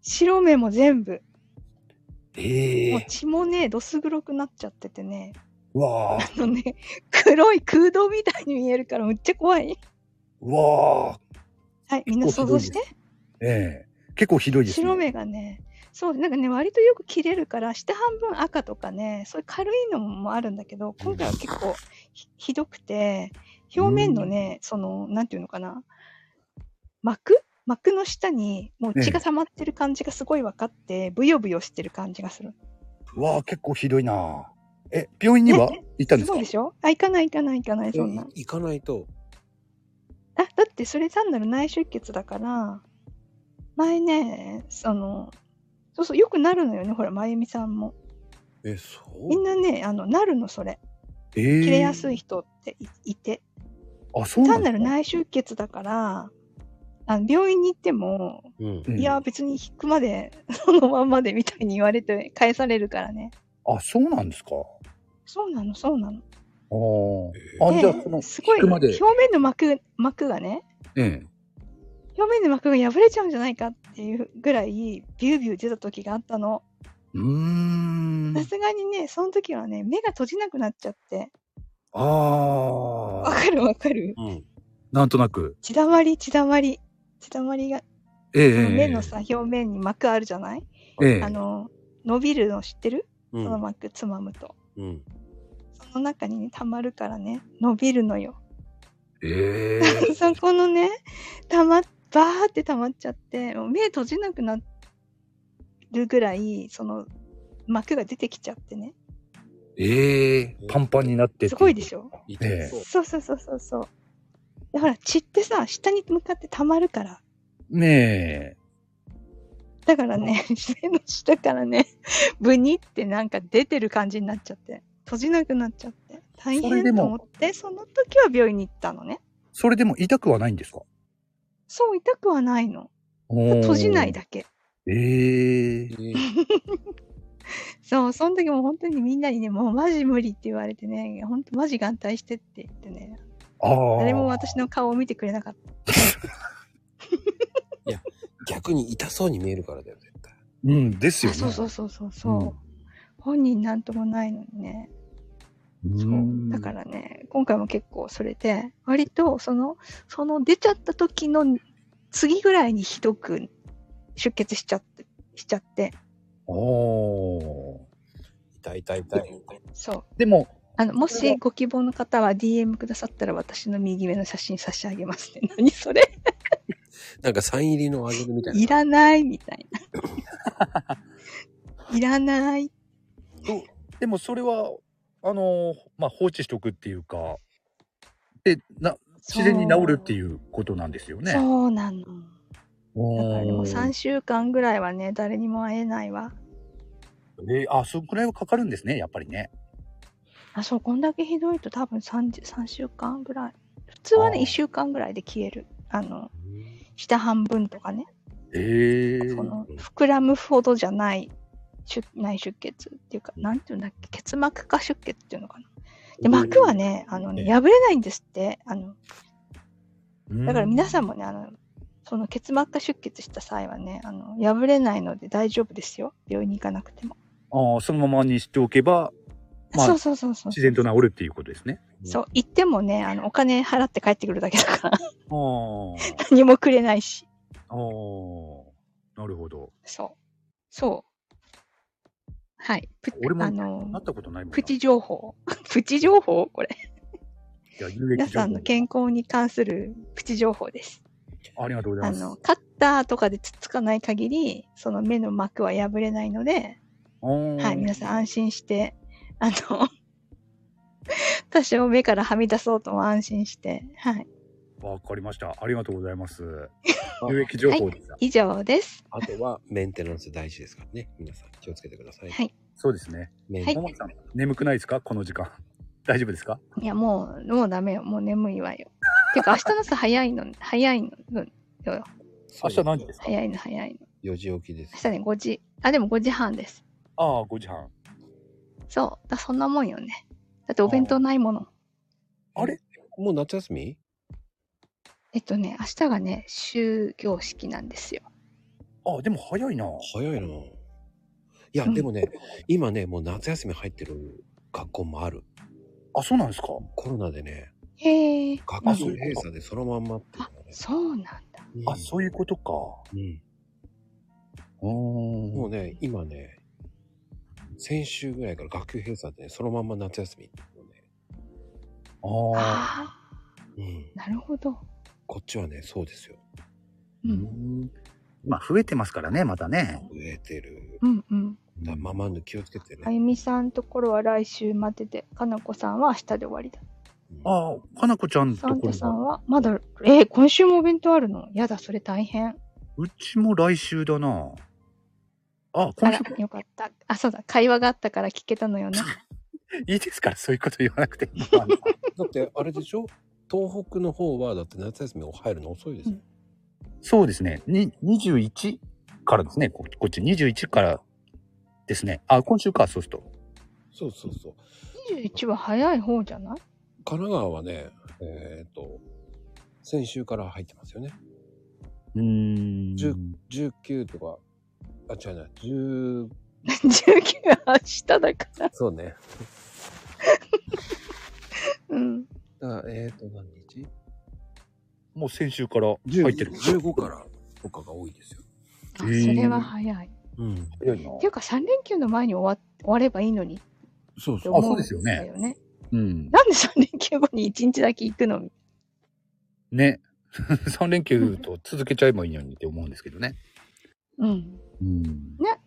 [SPEAKER 9] 白目も全部。
[SPEAKER 2] え
[SPEAKER 9] もう
[SPEAKER 2] え
[SPEAKER 9] 血もね、どす黒くなっちゃっててね。
[SPEAKER 2] うわあ、
[SPEAKER 9] あのね、黒い空洞みたいに見えるからむっちゃ怖い。
[SPEAKER 2] うわあ、
[SPEAKER 9] はい、みんな想像して。
[SPEAKER 2] ええ結構ひどいです、ね。
[SPEAKER 9] 白目がね、そう、なんかね、割とよく切れるから、下半分赤とかね、そういう軽いのもあるんだけど、今回は結構ひひどくて、表面のね、その、なんていうのかな、膜膜の下にもう血が溜まってる感じがすごい分かって、ブヨブヨしてる感じがする。
[SPEAKER 2] うわあ、結構ひどいな。え、病院には行ったんですすか
[SPEAKER 9] ごいでしょあ、行かない行かない行かない、そんな。
[SPEAKER 1] 行かないと。
[SPEAKER 9] あ、だってそれ単なる内出血だから、前ね、その、そうそう、よくなるのよね、ほら、まゆみさんも。
[SPEAKER 1] え、そ
[SPEAKER 9] みん
[SPEAKER 1] う
[SPEAKER 9] なね、あの、なるの、それ。
[SPEAKER 2] ええ
[SPEAKER 9] 切れやすい人っていいて、
[SPEAKER 2] あ、そうな
[SPEAKER 9] 単
[SPEAKER 2] ん
[SPEAKER 9] な
[SPEAKER 2] だ
[SPEAKER 9] る内出血だから、ああの病院に行っても、
[SPEAKER 1] うん。
[SPEAKER 9] いや、別に引くまで、 そのまんまでみたいに言われて返されるからね。
[SPEAKER 2] あ、そうなんですか。
[SPEAKER 9] そうなの、そうなの。
[SPEAKER 2] ああ。あ、
[SPEAKER 9] で
[SPEAKER 2] じゃあ、この、
[SPEAKER 9] すごい、
[SPEAKER 2] 引くま
[SPEAKER 9] 表
[SPEAKER 2] で。
[SPEAKER 9] 面の膜、膜がね、
[SPEAKER 2] え
[SPEAKER 9] 表面の膜が破れちゃうんじゃないかっていうぐらい、ビュービュー出た時があったの。
[SPEAKER 2] え。うーん。
[SPEAKER 9] さすがにね、その時はね、目が閉じなくなっちゃって。
[SPEAKER 2] あ
[SPEAKER 9] わ
[SPEAKER 2] あ。
[SPEAKER 9] かるわかる。
[SPEAKER 1] うん。
[SPEAKER 2] なんとなく。
[SPEAKER 9] 血だまり、血だまり。血だまりが、
[SPEAKER 2] ええ
[SPEAKER 9] その目の
[SPEAKER 2] え
[SPEAKER 9] さ、表面に膜あるじゃない
[SPEAKER 2] えええ
[SPEAKER 9] あの、伸びるの知ってる
[SPEAKER 1] う
[SPEAKER 9] その
[SPEAKER 1] ん。
[SPEAKER 9] 膜つまむと。
[SPEAKER 1] うん。
[SPEAKER 9] その中にね、溜まるからね、伸びるのよ。
[SPEAKER 2] ええ
[SPEAKER 9] そこのね、たま、バーって溜まっちゃって、もう目閉じなくなるぐらい、その、膜が出てきちゃってね。
[SPEAKER 2] ええ パンパンになってってう
[SPEAKER 9] すごいでしょ
[SPEAKER 1] 痛そう。
[SPEAKER 9] そうそうそうそうそう。でほら、血ってさ、下に向かって溜まるから。
[SPEAKER 2] ねえ。
[SPEAKER 9] だからね、目の下からね、 ブニってなんか出てる感じになっちゃって、閉じなくなっちゃって、大
[SPEAKER 2] それで
[SPEAKER 9] 変と
[SPEAKER 2] も
[SPEAKER 9] 思って、その時は病院に行ったのね。
[SPEAKER 2] それでも痛くはないんですか
[SPEAKER 9] そう、痛くはないの。
[SPEAKER 2] 閉
[SPEAKER 9] 閉じない。だけ。
[SPEAKER 2] ええ
[SPEAKER 9] そう、その時も本当にみんなにね、もうマジ無理って言われてね、本当マジ眼帯してって言ってね、
[SPEAKER 2] ああ。
[SPEAKER 9] 誰も私の顔を見てくれなかった。
[SPEAKER 1] 逆に痛そうに見えるからだよ、絶対。
[SPEAKER 2] うん、ですよ
[SPEAKER 9] あ
[SPEAKER 2] ね。
[SPEAKER 9] そうそうそうそうそう。本人なんともないのにね。
[SPEAKER 2] うん。
[SPEAKER 9] そう
[SPEAKER 2] うん
[SPEAKER 9] だからね、今回も結構それで、割とその、その出ちゃった時の次ぐらいにひどく出血しちゃって、しちゃって、
[SPEAKER 2] おー
[SPEAKER 1] 痛い痛い痛い。
[SPEAKER 9] そう。
[SPEAKER 2] でも、
[SPEAKER 9] あの、もしご希望の方は DM くださったら私の右目の写真差し上げますね。 何それ
[SPEAKER 1] なんかサイン入りのあげるみたいな。
[SPEAKER 9] いらないみたい な。いらない。
[SPEAKER 2] でもそれは、あのーまあ、放置しとくっていうか、で、な、自然に治るって
[SPEAKER 9] う
[SPEAKER 2] いうことなんですよ
[SPEAKER 9] ね。
[SPEAKER 2] ね。
[SPEAKER 9] そうなの。
[SPEAKER 2] お
[SPEAKER 9] だ
[SPEAKER 2] ー
[SPEAKER 9] からねもう3週間ぐらいはね、誰にも会えないわ。
[SPEAKER 2] えーあ、そんくらいはかかるんですね、やっぱりね。
[SPEAKER 9] あ、そう、こんだけひどいと多分 3, 3週間ぐらい。普通はね、
[SPEAKER 2] あー
[SPEAKER 9] 1週間ぐらいで消える。あの、下半分とかね、
[SPEAKER 2] ええ
[SPEAKER 9] その、膨らむほどじゃない、出内出血っていうか、なんていうんだっけ、結膜下出血っていうのかな。で、膜はね、あのね、破れないんですって。あの、だから皆さんもね、あの、その結膜下出血した際はね、あの、破れないので大丈夫ですよ。病院に行かなくても。
[SPEAKER 2] ああ、そのままにしておけば、まあ
[SPEAKER 9] そうそうそうそう。
[SPEAKER 2] 自然と治るっていうことですね。
[SPEAKER 9] そう、行ってもね、あの、お金払って帰ってくるだけだから、
[SPEAKER 2] あー
[SPEAKER 9] 何もくれないし。
[SPEAKER 2] あー、なるほど。
[SPEAKER 9] そう。そう。はい。プ
[SPEAKER 2] 俺も
[SPEAKER 9] あの
[SPEAKER 2] なったことないもんな。
[SPEAKER 9] プチ情報。 プチ情報これ。
[SPEAKER 2] いや有
[SPEAKER 9] 皆
[SPEAKER 2] 益情
[SPEAKER 9] さんの健康に関するプチ情報です。
[SPEAKER 2] 報。ありがとうござ
[SPEAKER 9] あ
[SPEAKER 2] います。
[SPEAKER 9] の、カッターとかでつっつかない限り、その目の膜は破れないので、はい、皆さん安心して、あの、 多少目からはみ出そうとも安心して、はい。
[SPEAKER 2] ん。わかりました。ありがとうございます。 有益情報でした。
[SPEAKER 9] 以上です。
[SPEAKER 1] あとはメンテナンス大事ですからね。皆さん気をつけてください。
[SPEAKER 9] はい。
[SPEAKER 2] そうですね。
[SPEAKER 1] メン
[SPEAKER 9] はい
[SPEAKER 2] ももさん、眠くないですかこの時間。 大丈夫ですか
[SPEAKER 9] いや、もう、もうダメよ。もう眠いわよ。てか、明日の朝早いの、早いの、よ
[SPEAKER 2] 明日何時ですか
[SPEAKER 9] 早いの、早いの。
[SPEAKER 1] 4時起きです
[SPEAKER 9] 明。日ね、5時。あ、でも5時半です。
[SPEAKER 2] ああ、5時半。
[SPEAKER 9] そう。だそんなもんよね。だってお弁当ないもの。
[SPEAKER 2] あれ
[SPEAKER 1] もう夏休み
[SPEAKER 9] えっとね、明日がね、終業式なんですよ。
[SPEAKER 2] ああ、でも早いな。
[SPEAKER 1] 早いな。いや、
[SPEAKER 9] うん
[SPEAKER 1] でもね、今ね、もう夏休み入ってる学校もある。
[SPEAKER 2] あ、そうなんですか
[SPEAKER 1] コロナでね、
[SPEAKER 9] へえ。
[SPEAKER 1] 学校閉鎖でそのまんまっていう
[SPEAKER 9] あ
[SPEAKER 1] のがね、
[SPEAKER 9] そうなんだ。
[SPEAKER 2] あ、そういうことか。
[SPEAKER 1] うん。
[SPEAKER 2] うーん
[SPEAKER 1] もうね、今ね、先週ぐらいから学級閉鎖でね、そのまんま夏休みっていうのね。
[SPEAKER 2] ああ。
[SPEAKER 9] あ
[SPEAKER 1] うん。
[SPEAKER 9] あ、なるほど。
[SPEAKER 1] こっちはね、そうですよ。
[SPEAKER 9] う、
[SPEAKER 2] うんんまあ、増えてますからね、またね。
[SPEAKER 1] 増えてる。
[SPEAKER 9] うん、うん。
[SPEAKER 1] だままぬ気をつけて
[SPEAKER 9] あ
[SPEAKER 1] ね。
[SPEAKER 9] ゆみさんところは来週までで、かなこさんは明日で終わりだ。
[SPEAKER 2] ああ、かなこちゃん
[SPEAKER 9] サ
[SPEAKER 2] と
[SPEAKER 9] ン
[SPEAKER 2] こ
[SPEAKER 9] タ
[SPEAKER 2] ろ
[SPEAKER 9] さん
[SPEAKER 2] も。
[SPEAKER 9] はまだ、えー、今週もお弁当あるのやだ、それ大変。
[SPEAKER 2] うちも来週だな。あ、
[SPEAKER 9] あ
[SPEAKER 2] 今
[SPEAKER 9] ら
[SPEAKER 2] 週、、
[SPEAKER 9] よかった。あ、そうだ、会話があったから聞けたのよね。
[SPEAKER 2] いいですから、そういうこと言わなく て。
[SPEAKER 1] だって、あれでしょ東北の方は、だって夏休み入るの遅いですよ。
[SPEAKER 2] そうですね。に、21からですね。ここっち21からですね。あ、今週か、そうすると。
[SPEAKER 1] そうそうそう。
[SPEAKER 9] 21は早い方じゃない
[SPEAKER 1] 神奈川はね、えっ、と、先週から入ってますよね。
[SPEAKER 2] うーん。
[SPEAKER 1] 10 19とか、あ、違うな、10、
[SPEAKER 9] ?19 は明日だから。
[SPEAKER 1] そうね。
[SPEAKER 9] うん。
[SPEAKER 1] だからえっ、と、何日
[SPEAKER 2] もう先週から入
[SPEAKER 1] ?10
[SPEAKER 2] ってる。
[SPEAKER 1] 15からとかが多いですよ。
[SPEAKER 9] あそれは早い。
[SPEAKER 1] うん。
[SPEAKER 2] 早いな
[SPEAKER 9] っていうか3連休の前に終わ終わればいいのに
[SPEAKER 1] そう
[SPEAKER 9] って
[SPEAKER 1] そ
[SPEAKER 9] 思
[SPEAKER 1] う。
[SPEAKER 2] あそ
[SPEAKER 9] うん
[SPEAKER 2] うですよね
[SPEAKER 9] だよね。
[SPEAKER 2] うん。
[SPEAKER 9] なんで3連休後に1日だけ行くのみ
[SPEAKER 2] ね。3連休と続けちゃえばいいのにって思うんですけどね。
[SPEAKER 9] うん。
[SPEAKER 2] うん。
[SPEAKER 9] ね。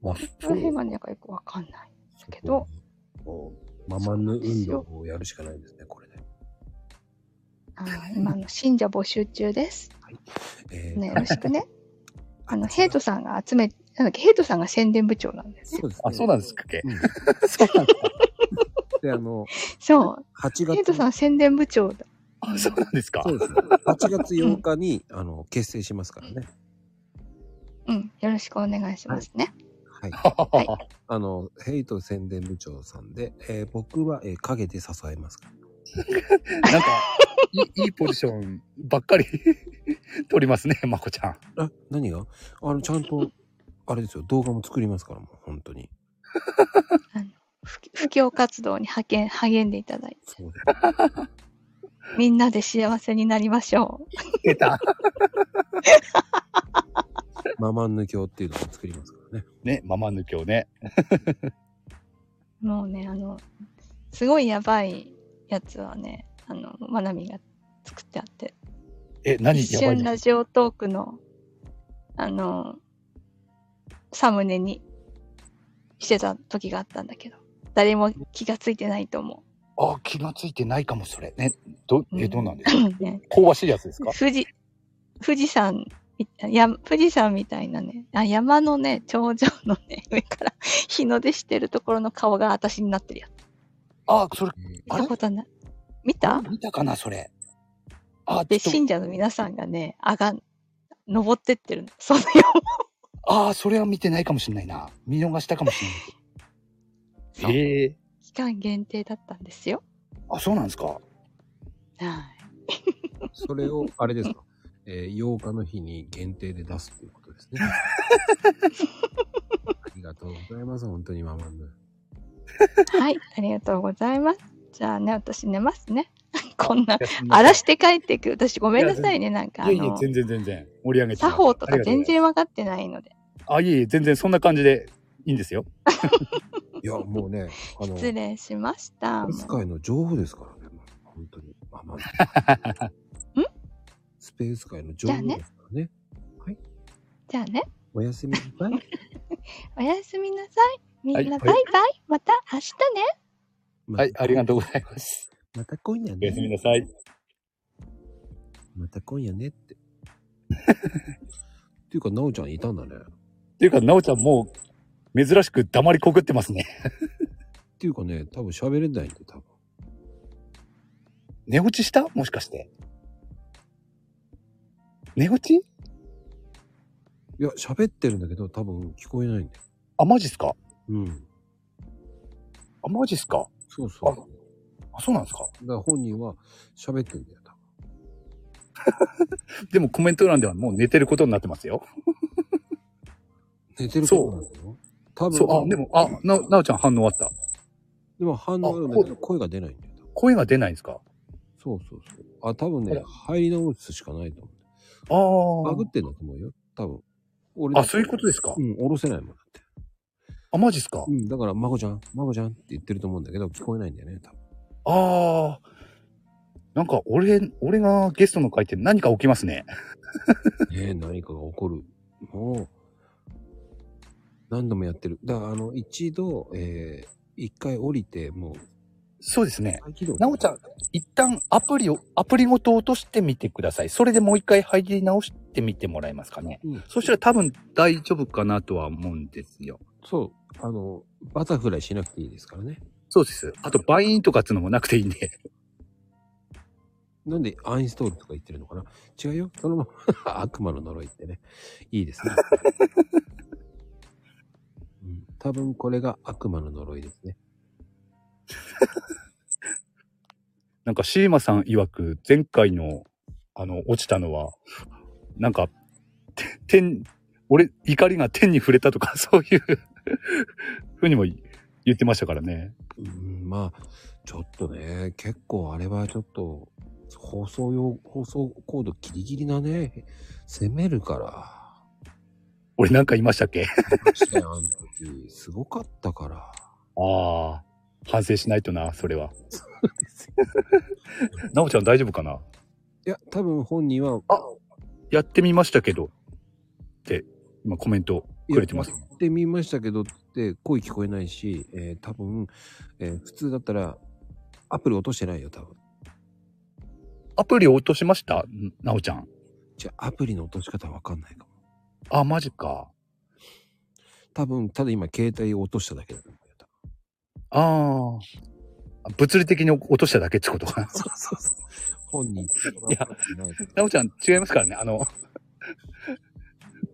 [SPEAKER 2] まあ、
[SPEAKER 9] その辺がね、なんかよくわかんない。けど
[SPEAKER 1] もう、ママヌ運動をやるしかないんですね、これね。
[SPEAKER 9] あの今の信者募集中です。
[SPEAKER 1] えー
[SPEAKER 9] ね、よろしく ね。あの、ヘイトさんが集め、なんだっけ、ヘイトさんが宣伝部長なんですよ。
[SPEAKER 1] そうですね。
[SPEAKER 2] あ、そうなんですかっけ。
[SPEAKER 1] うん
[SPEAKER 2] そうなんだ。
[SPEAKER 1] で、あの、
[SPEAKER 9] そ
[SPEAKER 1] 8
[SPEAKER 9] う。ヘイ
[SPEAKER 1] 月
[SPEAKER 9] トさん宣伝部長だ。
[SPEAKER 2] あ、そうなんですか
[SPEAKER 1] そ。うですね。8月8日に、あの、結成しますからね。
[SPEAKER 9] うん。よろしくお願いしますね。
[SPEAKER 1] はい。あの、ヘイト宣伝部長さんで、えー僕は、えー陰で支えますから。
[SPEAKER 2] なんか、いいいポジションばっかり取りますね、まこちゃん。
[SPEAKER 1] あ、何があの、ちゃんと、あれですよ、動画も作りますから、もう、本当に。
[SPEAKER 9] 布布教活動に派遣、励んでいただいて、
[SPEAKER 1] そうです。
[SPEAKER 9] みんなで幸せになりましょう。
[SPEAKER 2] 出た。
[SPEAKER 1] ママヌ教っていうのを作りますからね。
[SPEAKER 2] ね、ママ抜きをね。
[SPEAKER 9] もうね、あの、すごいやばいやつはね、あの、まなみが作ってあって、
[SPEAKER 2] え、何
[SPEAKER 9] 一
[SPEAKER 2] やばい
[SPEAKER 9] 瞬
[SPEAKER 2] の
[SPEAKER 9] ラジオトークの、あの、サムネにしてた時があったんだけど、誰も気がついてないと思
[SPEAKER 2] あ、気がついてないかも、それ。ね、ど、
[SPEAKER 9] う
[SPEAKER 2] え、
[SPEAKER 9] ん
[SPEAKER 2] どうなんですか
[SPEAKER 9] う。ね、
[SPEAKER 2] 香ばしいやつですか
[SPEAKER 9] 富士、富士山み、や富士山みたいなね、あ山のね、頂上のね、 上から日の出してるところの顔が私になってるやつ。
[SPEAKER 2] あ、それ、
[SPEAKER 9] 見
[SPEAKER 2] あ
[SPEAKER 9] た
[SPEAKER 2] れ
[SPEAKER 9] ことない。見た
[SPEAKER 2] 見たかな、それ。あ、
[SPEAKER 9] で、
[SPEAKER 2] ちょっ
[SPEAKER 9] 信者の皆さんがね、上がん、登ってってるの。 そのよ
[SPEAKER 2] と、あー、それは見てないかもしれないな。見逃したかもしれない。へえ。
[SPEAKER 9] 期間限定だったんですよ。
[SPEAKER 2] あ、そうなんですか。
[SPEAKER 9] はい。
[SPEAKER 1] それを、あれですか、えー8日の日に限定で出すっていうことです ね。ありがとうございます、本当にママヌ。
[SPEAKER 9] はい、ありがとうございます。じゃあね、私寝ますね。 こんな、荒
[SPEAKER 2] 嵐
[SPEAKER 9] らして帰っていく。私ごめんなさいね、なんかあ
[SPEAKER 2] いやいや、
[SPEAKER 9] の、
[SPEAKER 2] 全然全然。盛り上げてます。
[SPEAKER 9] 作法と
[SPEAKER 2] あ
[SPEAKER 9] か
[SPEAKER 2] りがうございま
[SPEAKER 9] 全
[SPEAKER 2] す
[SPEAKER 9] 然わかってないので、
[SPEAKER 2] あ、いえいえ、全然そんな感じでいいんですよ。
[SPEAKER 1] いや、もうね、あの、
[SPEAKER 9] 失礼しました。
[SPEAKER 1] ス界の情報ですからね、もう本当に。ママヌ。
[SPEAKER 9] ん
[SPEAKER 1] スペース界の情報ですからね。
[SPEAKER 9] じゃあね、
[SPEAKER 1] おやすみな さい。
[SPEAKER 9] おやすみなさい。みん
[SPEAKER 2] はい
[SPEAKER 9] なバイ
[SPEAKER 2] は
[SPEAKER 9] バ
[SPEAKER 2] い
[SPEAKER 9] イ。また明日ね。
[SPEAKER 2] はい、ありがとう ご
[SPEAKER 1] い
[SPEAKER 2] ざいます。
[SPEAKER 1] ます。また今夜
[SPEAKER 2] おやすみ
[SPEAKER 1] ね。
[SPEAKER 2] なさい。
[SPEAKER 1] また今夜ね って。っていうか、なおちゃんいたんだね。
[SPEAKER 2] っていうか、なおちゃんもう、珍しく黙りこくってますね。
[SPEAKER 1] っていうかね、多分喋れないんで、多分。
[SPEAKER 2] 寝落ちしたもしかして。寝落ち
[SPEAKER 1] いや、喋ってるんだけど、多分聞こえないんだよ。
[SPEAKER 2] あ、マジっすか
[SPEAKER 1] うん。
[SPEAKER 2] あ、マジっすか
[SPEAKER 1] そうそう。だか
[SPEAKER 2] あ、そうなんですから
[SPEAKER 1] 本人は喋ってるんだよ、多分。
[SPEAKER 2] でもコメント欄ではもう寝てることになってますよ。
[SPEAKER 1] 寝てることなんだよ。多分、
[SPEAKER 2] そう、あ、でも、あ、な、なおちゃん反応あった。
[SPEAKER 1] でも反応あるんだけど、声が出ないんだよ。多分
[SPEAKER 2] 声が出ないんですか
[SPEAKER 1] そうそうそう。あ、多分
[SPEAKER 2] ほ
[SPEAKER 1] ね
[SPEAKER 2] ら、
[SPEAKER 1] 入り直すしかないと思う。
[SPEAKER 2] あ
[SPEAKER 1] バグっ
[SPEAKER 2] ー。
[SPEAKER 1] てんだと思うよ、多分。俺だ
[SPEAKER 2] あ、
[SPEAKER 1] って
[SPEAKER 2] そういうことですか
[SPEAKER 1] うん、下ろせないもんだって。
[SPEAKER 2] あ、マジっすか
[SPEAKER 1] うん、だから、まこちゃん、まこちゃんって言ってると思うんだけど、聞こえないんだよね、多分。
[SPEAKER 2] あー。なんか、俺、俺がゲストの回って何か起きますね。
[SPEAKER 1] ねえ、何かが起こる。もう、何度もやってる。だから、あの、一度、えー、一回降りて、もう、
[SPEAKER 2] そうですね。
[SPEAKER 1] 再起動
[SPEAKER 2] なおちゃん、一旦アプリを、アプリごと落としてみてください。それでもう一回入り直してみてもらえますかね。
[SPEAKER 1] うん
[SPEAKER 2] そしたら多分大丈夫かなとは思うんですよ。
[SPEAKER 1] そう、あの、バタフライしなくていいですからね。
[SPEAKER 2] そうです。あと、バインとかっていうのもなくていいんで。
[SPEAKER 1] なんでアインストールとか言ってるのかな違うよ。そのまま 悪魔の呪いってね。いいですね。うん、多分これが悪魔の呪いですね。
[SPEAKER 2] なんかシーマさん曰く前回のあの落ちたのはなんかて天俺怒りが天に触れたとか そういうふうにも言ってましたからね。
[SPEAKER 1] うん、まあ、ちょっとね、結構あれはちょっと、放送用、放送コードギリギリなね、攻めるから。
[SPEAKER 2] 俺なんか言いましたっけ
[SPEAKER 1] 確かにあの時、すごかったから。
[SPEAKER 2] ああ反省しないとなそれは。なおちゃん大丈夫かない
[SPEAKER 1] や、多分本人は、
[SPEAKER 2] やってみましたけどって今コメントくれてます。
[SPEAKER 1] やってみましたけどって声聞こえないし、えー多分、えー普通だったら、アプリ落としてないよ、多分。
[SPEAKER 2] アプリ落としましたんなおちゃん。
[SPEAKER 1] じゃあアプリの落とし方わかんないかも。
[SPEAKER 2] あ、マジか。
[SPEAKER 1] 多分、ただ今、携帯を落としただけだと思うよ。多分
[SPEAKER 2] ああ。物理的に落としただけってことか な。
[SPEAKER 1] そうそうそう。本人、
[SPEAKER 2] いや
[SPEAKER 1] ないと
[SPEAKER 2] なおちゃん違いますからね。あの、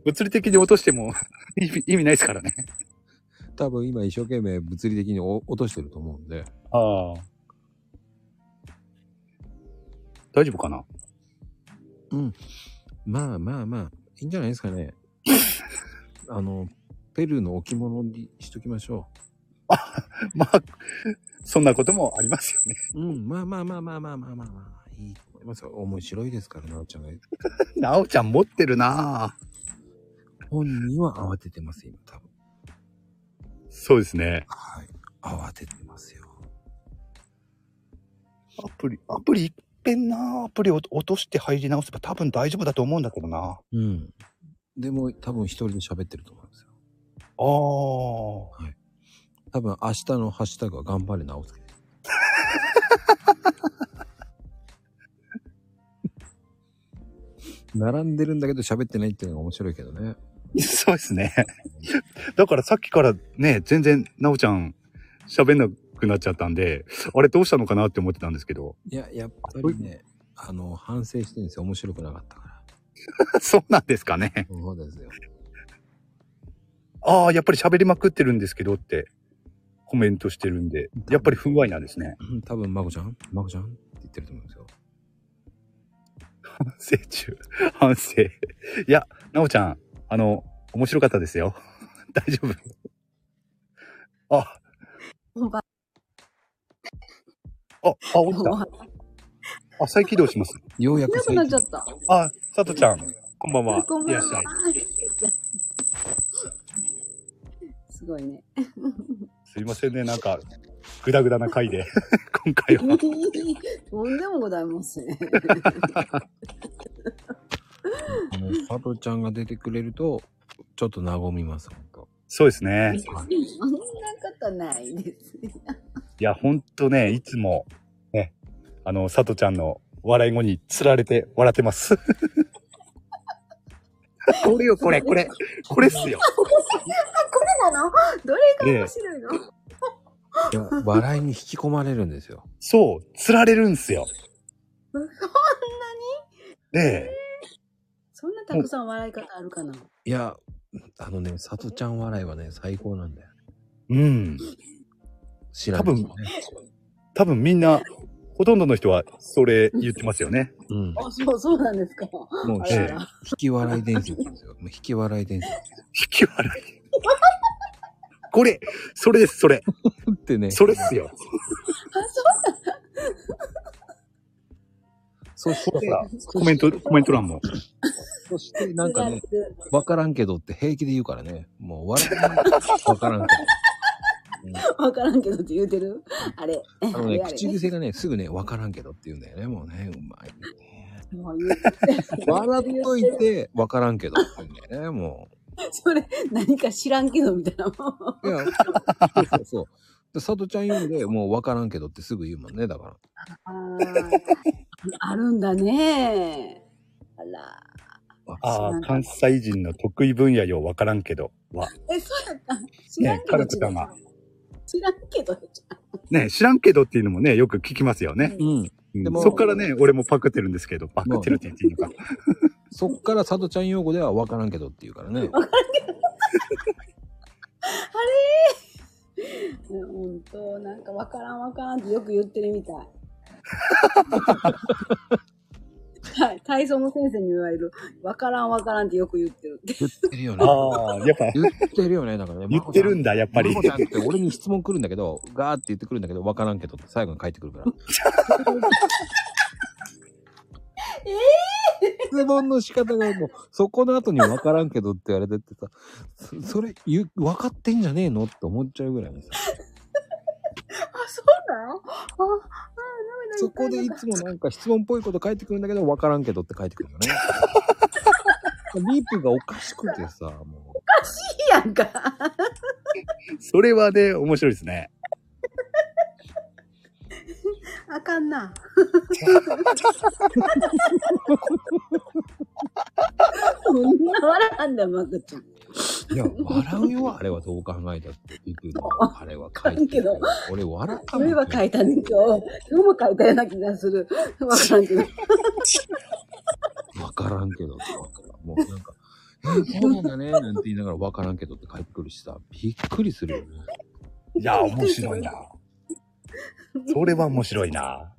[SPEAKER 2] 物理的に落としても 意味意味ないですからね。
[SPEAKER 1] 多分今一生懸命物理的にお落としてると思うんで。
[SPEAKER 2] ああ。大丈夫かな
[SPEAKER 1] まあまあまあ、いいんじゃないですか ね。あの、ペルーの置物にしときましょ
[SPEAKER 2] まあ、そんなこともありますよ ね。
[SPEAKER 1] う。うん、まあまあまあまあまあまあまあ、まあ、いいと思いますよ。面白いですから、なおちゃんが。
[SPEAKER 2] なおちゃん持ってるなぁ
[SPEAKER 1] 本人は慌ててます、今、多分。
[SPEAKER 2] そうですね。
[SPEAKER 1] はい。慌ててますよ。
[SPEAKER 2] アプリ、アプリいっぺんなぁアプリを落として入り直せば多分大丈夫だと思うんだけどなあ
[SPEAKER 1] うん。でも、多分一人で喋ってると思うんですよ。
[SPEAKER 2] あ。
[SPEAKER 1] 多分明日のハッシュタグは頑張れ直 すけど。並んでるんだけど喋ってないっていうのが面白いけどね。
[SPEAKER 2] そうですね。だからさっきからね、全然、なおちゃん、喋んなくなっちゃったんで、あれどうしたのかなって思ってたんですけど、
[SPEAKER 1] いや、やっぱりね、あの、反省してるんですよ。面白くなかったか
[SPEAKER 2] そうなんですかね
[SPEAKER 1] ら。。そうですよ。
[SPEAKER 2] ああ、やっぱり喋りまくってるんですけどって、コメントしてるんで、やっぱり不具合なんですね。
[SPEAKER 1] うん多分、まこちゃんまこちゃんって言ってると思うんですよ。
[SPEAKER 2] 反省中。反省。いや、なおちゃん、あの、面白かったですよ。 大丈夫。あ、
[SPEAKER 10] こんばん
[SPEAKER 2] あ、あ、落ち
[SPEAKER 10] は。
[SPEAKER 2] た。あ、再起動します。
[SPEAKER 1] ようや
[SPEAKER 10] い
[SPEAKER 1] く
[SPEAKER 10] なく
[SPEAKER 1] 最
[SPEAKER 10] なっ
[SPEAKER 1] 近
[SPEAKER 10] ちゃった。
[SPEAKER 2] あ、さとちゃん、こんばんは
[SPEAKER 10] こん。
[SPEAKER 2] い
[SPEAKER 10] ばんは
[SPEAKER 2] らっしゃい。。
[SPEAKER 10] すごいね。
[SPEAKER 2] すいませんね、なんか、グダグダな回で、 今回は。
[SPEAKER 10] とんでもございません。
[SPEAKER 1] あの、パトちゃんが出てくれると、ちょっと和みます、ほん と。
[SPEAKER 2] そうですね。
[SPEAKER 10] そんなことないですね。
[SPEAKER 2] いや、ほんとね、いつも、ね、あの、さとちゃんの笑い声に釣られて笑ってます。これよ、これ、これ、 これっすよ。
[SPEAKER 10] あの、 どれが面白いの、
[SPEAKER 1] いや、笑いに引き込まれるんですよ。
[SPEAKER 2] そう、釣られるんすよ。
[SPEAKER 10] そんなに
[SPEAKER 2] ね
[SPEAKER 10] そんなたくさん笑い方あるかない
[SPEAKER 1] や、あのね、さとちゃん笑いはね、最高なんだよ。
[SPEAKER 2] え、うん。
[SPEAKER 1] 知らんけどね。
[SPEAKER 2] 多分みんな、ほとんどの人は、それ言ってますよね。
[SPEAKER 1] うん。
[SPEAKER 10] あ、そう、そうなんですか。
[SPEAKER 1] もう
[SPEAKER 10] あ
[SPEAKER 1] ひ、
[SPEAKER 10] ら
[SPEAKER 2] え
[SPEAKER 10] ら。
[SPEAKER 1] 引き笑い伝説ですよ。 もう引き笑い伝説。
[SPEAKER 2] 引き笑い。これ、それです、それ。
[SPEAKER 1] ってね、
[SPEAKER 2] それっすよ。
[SPEAKER 1] そして、
[SPEAKER 2] コメント、コメント欄も。
[SPEAKER 1] そしてなんかね、
[SPEAKER 10] つらつ
[SPEAKER 1] わからんけどって平気で言うからね、もう笑いながらわからんけ
[SPEAKER 10] わからんけどって言うてる あれ。
[SPEAKER 1] ど。
[SPEAKER 10] あ
[SPEAKER 1] あのね
[SPEAKER 10] れ、あれ
[SPEAKER 1] 口癖がね、すぐね、わからんけどって言うんだよね、もう ね、うまい。
[SPEAKER 10] もう言う
[SPEAKER 1] 笑っといて、わからんけどって言うんだよね、も
[SPEAKER 10] それ、何か知らんけ どみたいな。も
[SPEAKER 1] う。いや、そうそうそう。で、さとちゃん言うんで、もうわからんけどってすぐ言うもんね、だから。
[SPEAKER 10] うああるんだね。あら。
[SPEAKER 2] ああ、関西人の得意分野よ、わからんけど。は。
[SPEAKER 10] え、そうやった。知らん
[SPEAKER 2] ね
[SPEAKER 10] け、ど。
[SPEAKER 2] カルクさんが。
[SPEAKER 10] 知らんけど。
[SPEAKER 2] ね、知らんけどっていうのもね、よく聞きますよね。
[SPEAKER 1] うん。でも
[SPEAKER 2] そっからね、俺もパクってるんですけど、パクってるって言っていいのか。
[SPEAKER 1] そっから佐渡ちゃん用語では分からんけどっていうからね。
[SPEAKER 11] ね本当なんかわからんわからんってよく言ってるみ たい。はい、体操の先生に言われる、わからんわからんってよく言ってるって。
[SPEAKER 1] 言ってるよね。
[SPEAKER 2] ああ、やっぱ
[SPEAKER 1] 言ってるよね。なんかね。
[SPEAKER 2] 言ってるんだ、やっぱり
[SPEAKER 1] マコ。ちゃんって俺に質問来るんだけど、ガーって言ってくるんだけど、分からんけどって最後に返ってくるから。質問の仕方がもう、そこの後に分からんけどって言われてってさ、そそれ言う、分かってんじゃねえのって思っちゃうぐらいのさ。
[SPEAKER 11] あ、そうなのあ、あ、
[SPEAKER 1] そこでいつもなんか質問っぽいこと返ってくるんだけど、分からんけどって返ってくる よね。リープがおかしくてさ、も
[SPEAKER 11] いいやんか。
[SPEAKER 2] それはね、面白いですね。
[SPEAKER 11] あかんな。そんな笑わんだよ、まこちゃん。
[SPEAKER 1] う、いや、笑うよ、あれはどう考えたって言ってるの。あれは書いてるよ
[SPEAKER 11] わか。
[SPEAKER 1] 俺笑った
[SPEAKER 11] そういえば書いたね、今日。今日も書いたような気がする。わからんけど。
[SPEAKER 1] わからんけどってわからん。もうなんか、えーそうなんだね、なんて言いながらわからんけどって帰ってくるしさ、びっくりするよね。
[SPEAKER 2] いや、面白いな。それは面白いな。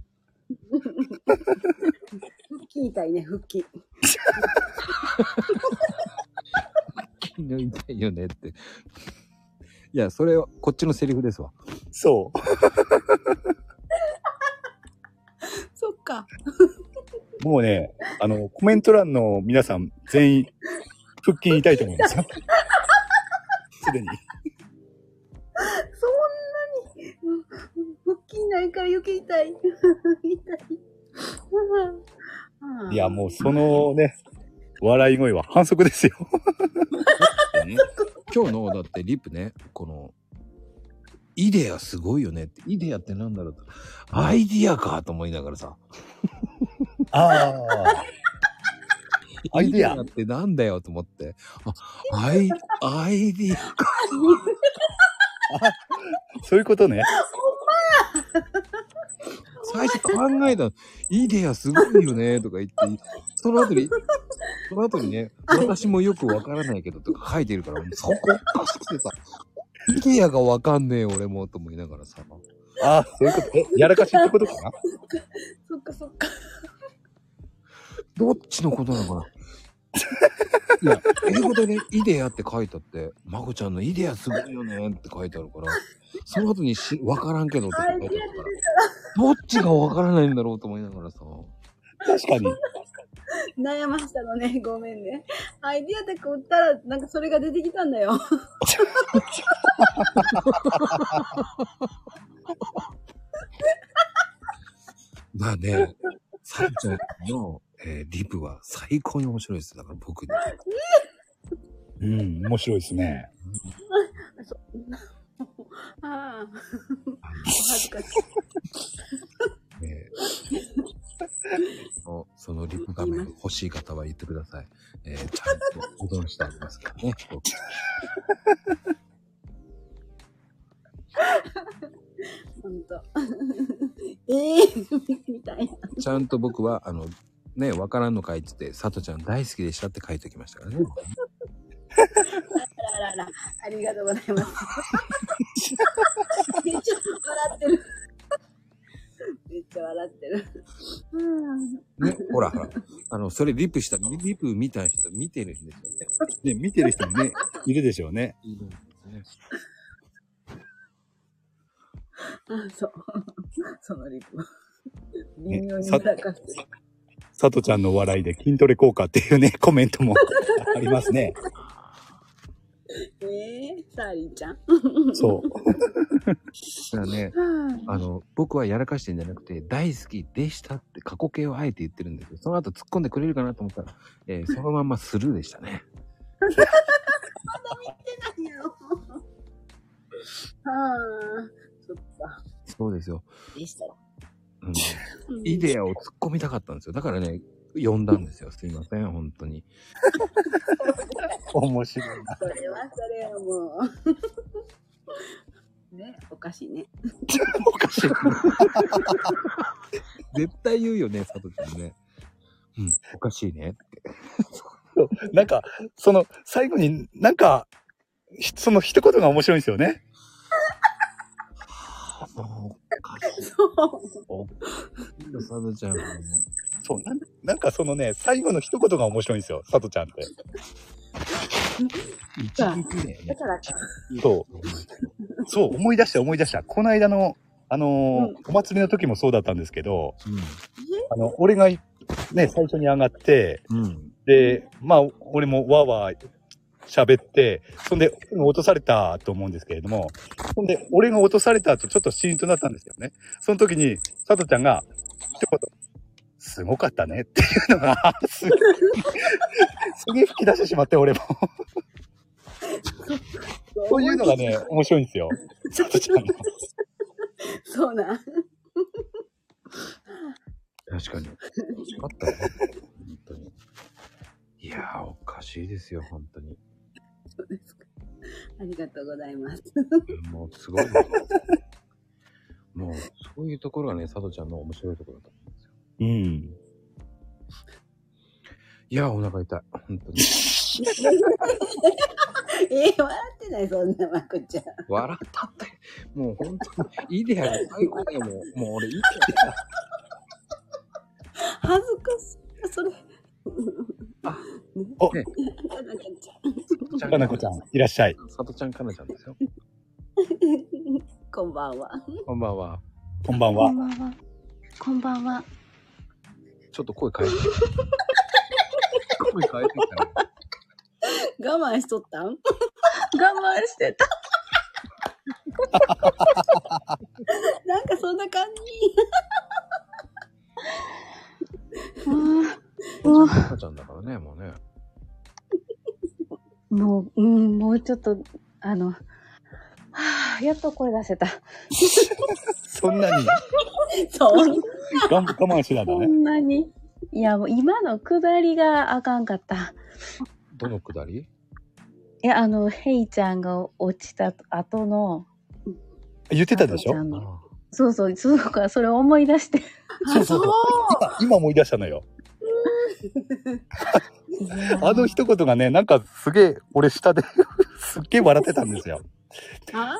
[SPEAKER 11] 復帰痛いね、復帰。
[SPEAKER 1] 気抜いたいよねって。いや、それはこっちのセリフですわ。
[SPEAKER 2] そう。
[SPEAKER 11] そっか。
[SPEAKER 2] もうね、あの、コメント欄の皆さん全員、腹筋痛いと思いますよ。すでに。
[SPEAKER 11] そんなに、うんうん腹筋ないから余計痛 い。痛い。うん
[SPEAKER 2] いや、もうそのね、笑い声は反則ですよ。
[SPEAKER 1] 今日の、だってリップね、この、イデアすごいよねって。イデアってなんだろうと。アイディアかと思いながらさ。
[SPEAKER 2] あアイディア
[SPEAKER 1] ってなんだよと思って。あ、アイ、アイディア。
[SPEAKER 2] あ、 そういうことね。
[SPEAKER 1] 最初考えたのイデアすごいよねとか言って、その後に、その後にね、私もよくわからないけどとか書いてるから、もうそこおかしくてさ、イデアがわかんねえ俺もと思いながらさ、
[SPEAKER 2] あ、そういうこと。え、やらかしってことかな
[SPEAKER 11] そっかそっか。
[SPEAKER 1] どっちのことなのかないや、英語でね、イデアって書いてあって、まこちゃんのイデアすごいよねって書いてあるから、その後にし、わからんけどって書いてあるから、どっちがわからないんだろうと思いながらさ、
[SPEAKER 2] 確かに。
[SPEAKER 11] 悩ましたのね。ごめんね。アイディアって打ったら、なんかそれが出てきたんだよ。
[SPEAKER 1] まあね、サルちゃんの、えーリプは最高に面白いです。だから僕に。
[SPEAKER 2] うん、面白いですね。
[SPEAKER 11] ああ。 お恥ずかしい。
[SPEAKER 1] えーそのそのリップ画面欲しい方は言ってください。えーちゃんと保存してありますからね。僕
[SPEAKER 11] ほんと。 ええ みたいな。
[SPEAKER 1] ちゃんと僕は、あの、ね、わからんのかいって言って、さとちゃん大好きでしたって書いておきましたからね。
[SPEAKER 11] あらあら、ありがとうございます。 めっちゃ笑ってる。めっちゃ笑ってる。うん。
[SPEAKER 1] ね、ほらほら。あの、それリップした、リップ見た人見てるんですよね。
[SPEAKER 2] ね、見てる人もね、いるでしょうね。
[SPEAKER 1] いるんですね。
[SPEAKER 11] あ、そう。 そのリプ。微妙に笑かしてる。
[SPEAKER 2] さとちゃんの笑いで筋トレ効果っていうね、 コメントもありますね。
[SPEAKER 11] ええサーリーちゃん。
[SPEAKER 2] そう。
[SPEAKER 1] だからね、あの、僕はやらかしてんじゃなくて、大好きでしたって過去形をあえて言ってるんですよ。その後突っ込んでくれるかなと思ったら、えーそのまんまスルーでしたね。
[SPEAKER 11] 何やろああ、そっか。
[SPEAKER 1] そうですよ。
[SPEAKER 11] でした。
[SPEAKER 1] うん、イデアを突っ込みたかったんですよ。だからね、呼んだんですよ。すいません、本当に。
[SPEAKER 2] 面白いな。
[SPEAKER 11] それはそれはもう。 ね、おかしいね。
[SPEAKER 2] おかしい。
[SPEAKER 1] 絶対言うよね、さとちゃんね。うん、おかしいね。
[SPEAKER 2] なんか、その、最後になんか、ひその一言が面白いんですよね。
[SPEAKER 1] おかし
[SPEAKER 11] そう。
[SPEAKER 1] いよ、さとちゃんはね。
[SPEAKER 2] そう、なんなんかそのね、最後の一言が面白いんですよ、さとちゃんって。
[SPEAKER 1] 一撃だよ
[SPEAKER 11] だ
[SPEAKER 1] ね。
[SPEAKER 11] からか。
[SPEAKER 2] そう。そう、思い出した思い出した。この間の、あのー
[SPEAKER 11] うん
[SPEAKER 2] お祭りの時もそうだったんですけど、
[SPEAKER 1] う
[SPEAKER 2] あの、俺がい、ね、最初に上がって、
[SPEAKER 1] ん。うん。
[SPEAKER 2] で、まあ、俺もわーわー喋って、そんで、落とされたと思うんですけれども、そんで、俺が落とされた後、ちょっとシーンとなったんですよね。その時に、佐藤ちゃんが、一言、すごかったねっていうのが、すげえ、すげえ吹き出してしまって、俺も。そういうのがね、面白いんですよ。佐藤ちゃんの。
[SPEAKER 11] そうなん。
[SPEAKER 1] 確かに。欲しかったよ。本当に。いやー、おかしいですよ、本当に。
[SPEAKER 11] そうですか。ありがとうございます。
[SPEAKER 1] もう、すごい。もう、そういうところがね、さとちゃんの面白いところだと思うんですよ。
[SPEAKER 2] うん。
[SPEAKER 1] いやー、お腹痛い。本当に。
[SPEAKER 11] えー、笑ってない、そんなまこちゃん。
[SPEAKER 1] 笑ったって、もう本当に、イデアが最高だよ、もう。もう俺、イデ
[SPEAKER 11] 恥ずかしい。それ。
[SPEAKER 2] お
[SPEAKER 1] ね
[SPEAKER 11] ななかちゃん
[SPEAKER 1] ア が
[SPEAKER 2] かなこちゃん、いらっしゃい。
[SPEAKER 1] さとちゃん、かなちゃんですよ。
[SPEAKER 11] こんばんは。
[SPEAKER 1] こんばんは。
[SPEAKER 2] こんばん
[SPEAKER 9] こ
[SPEAKER 2] は
[SPEAKER 9] ん。ばんは。こんばんは。
[SPEAKER 1] ちょっと声変えて。声変えてきたね。
[SPEAKER 11] 我慢し とったん
[SPEAKER 9] 我慢してた。
[SPEAKER 11] なんかそんな感じ。
[SPEAKER 9] もう、
[SPEAKER 1] かなちゃんだからね、もうね。
[SPEAKER 9] もう、うん、もうちょっと、あの、はあ、やっと声出せた。
[SPEAKER 2] そんなに、
[SPEAKER 11] そう。
[SPEAKER 2] 我慢我慢してたんだ
[SPEAKER 9] こ
[SPEAKER 2] ね。
[SPEAKER 9] んなに。いや、もう今のくだりがあかんかった。
[SPEAKER 1] どのくだり
[SPEAKER 9] え、あの、ヘイちゃんが落ちた後の。
[SPEAKER 2] 言ってたでし
[SPEAKER 9] あとちゃ
[SPEAKER 2] ょ
[SPEAKER 9] ん
[SPEAKER 1] あ
[SPEAKER 9] の
[SPEAKER 1] あ
[SPEAKER 9] そうそう、そうか、それを思い出して。
[SPEAKER 2] そうそうそう。今、今思い出したのよ。
[SPEAKER 9] いや
[SPEAKER 2] あの一言がね、なんかすげえ、俺下で、 すっげえ笑ってたんですよ。
[SPEAKER 11] あ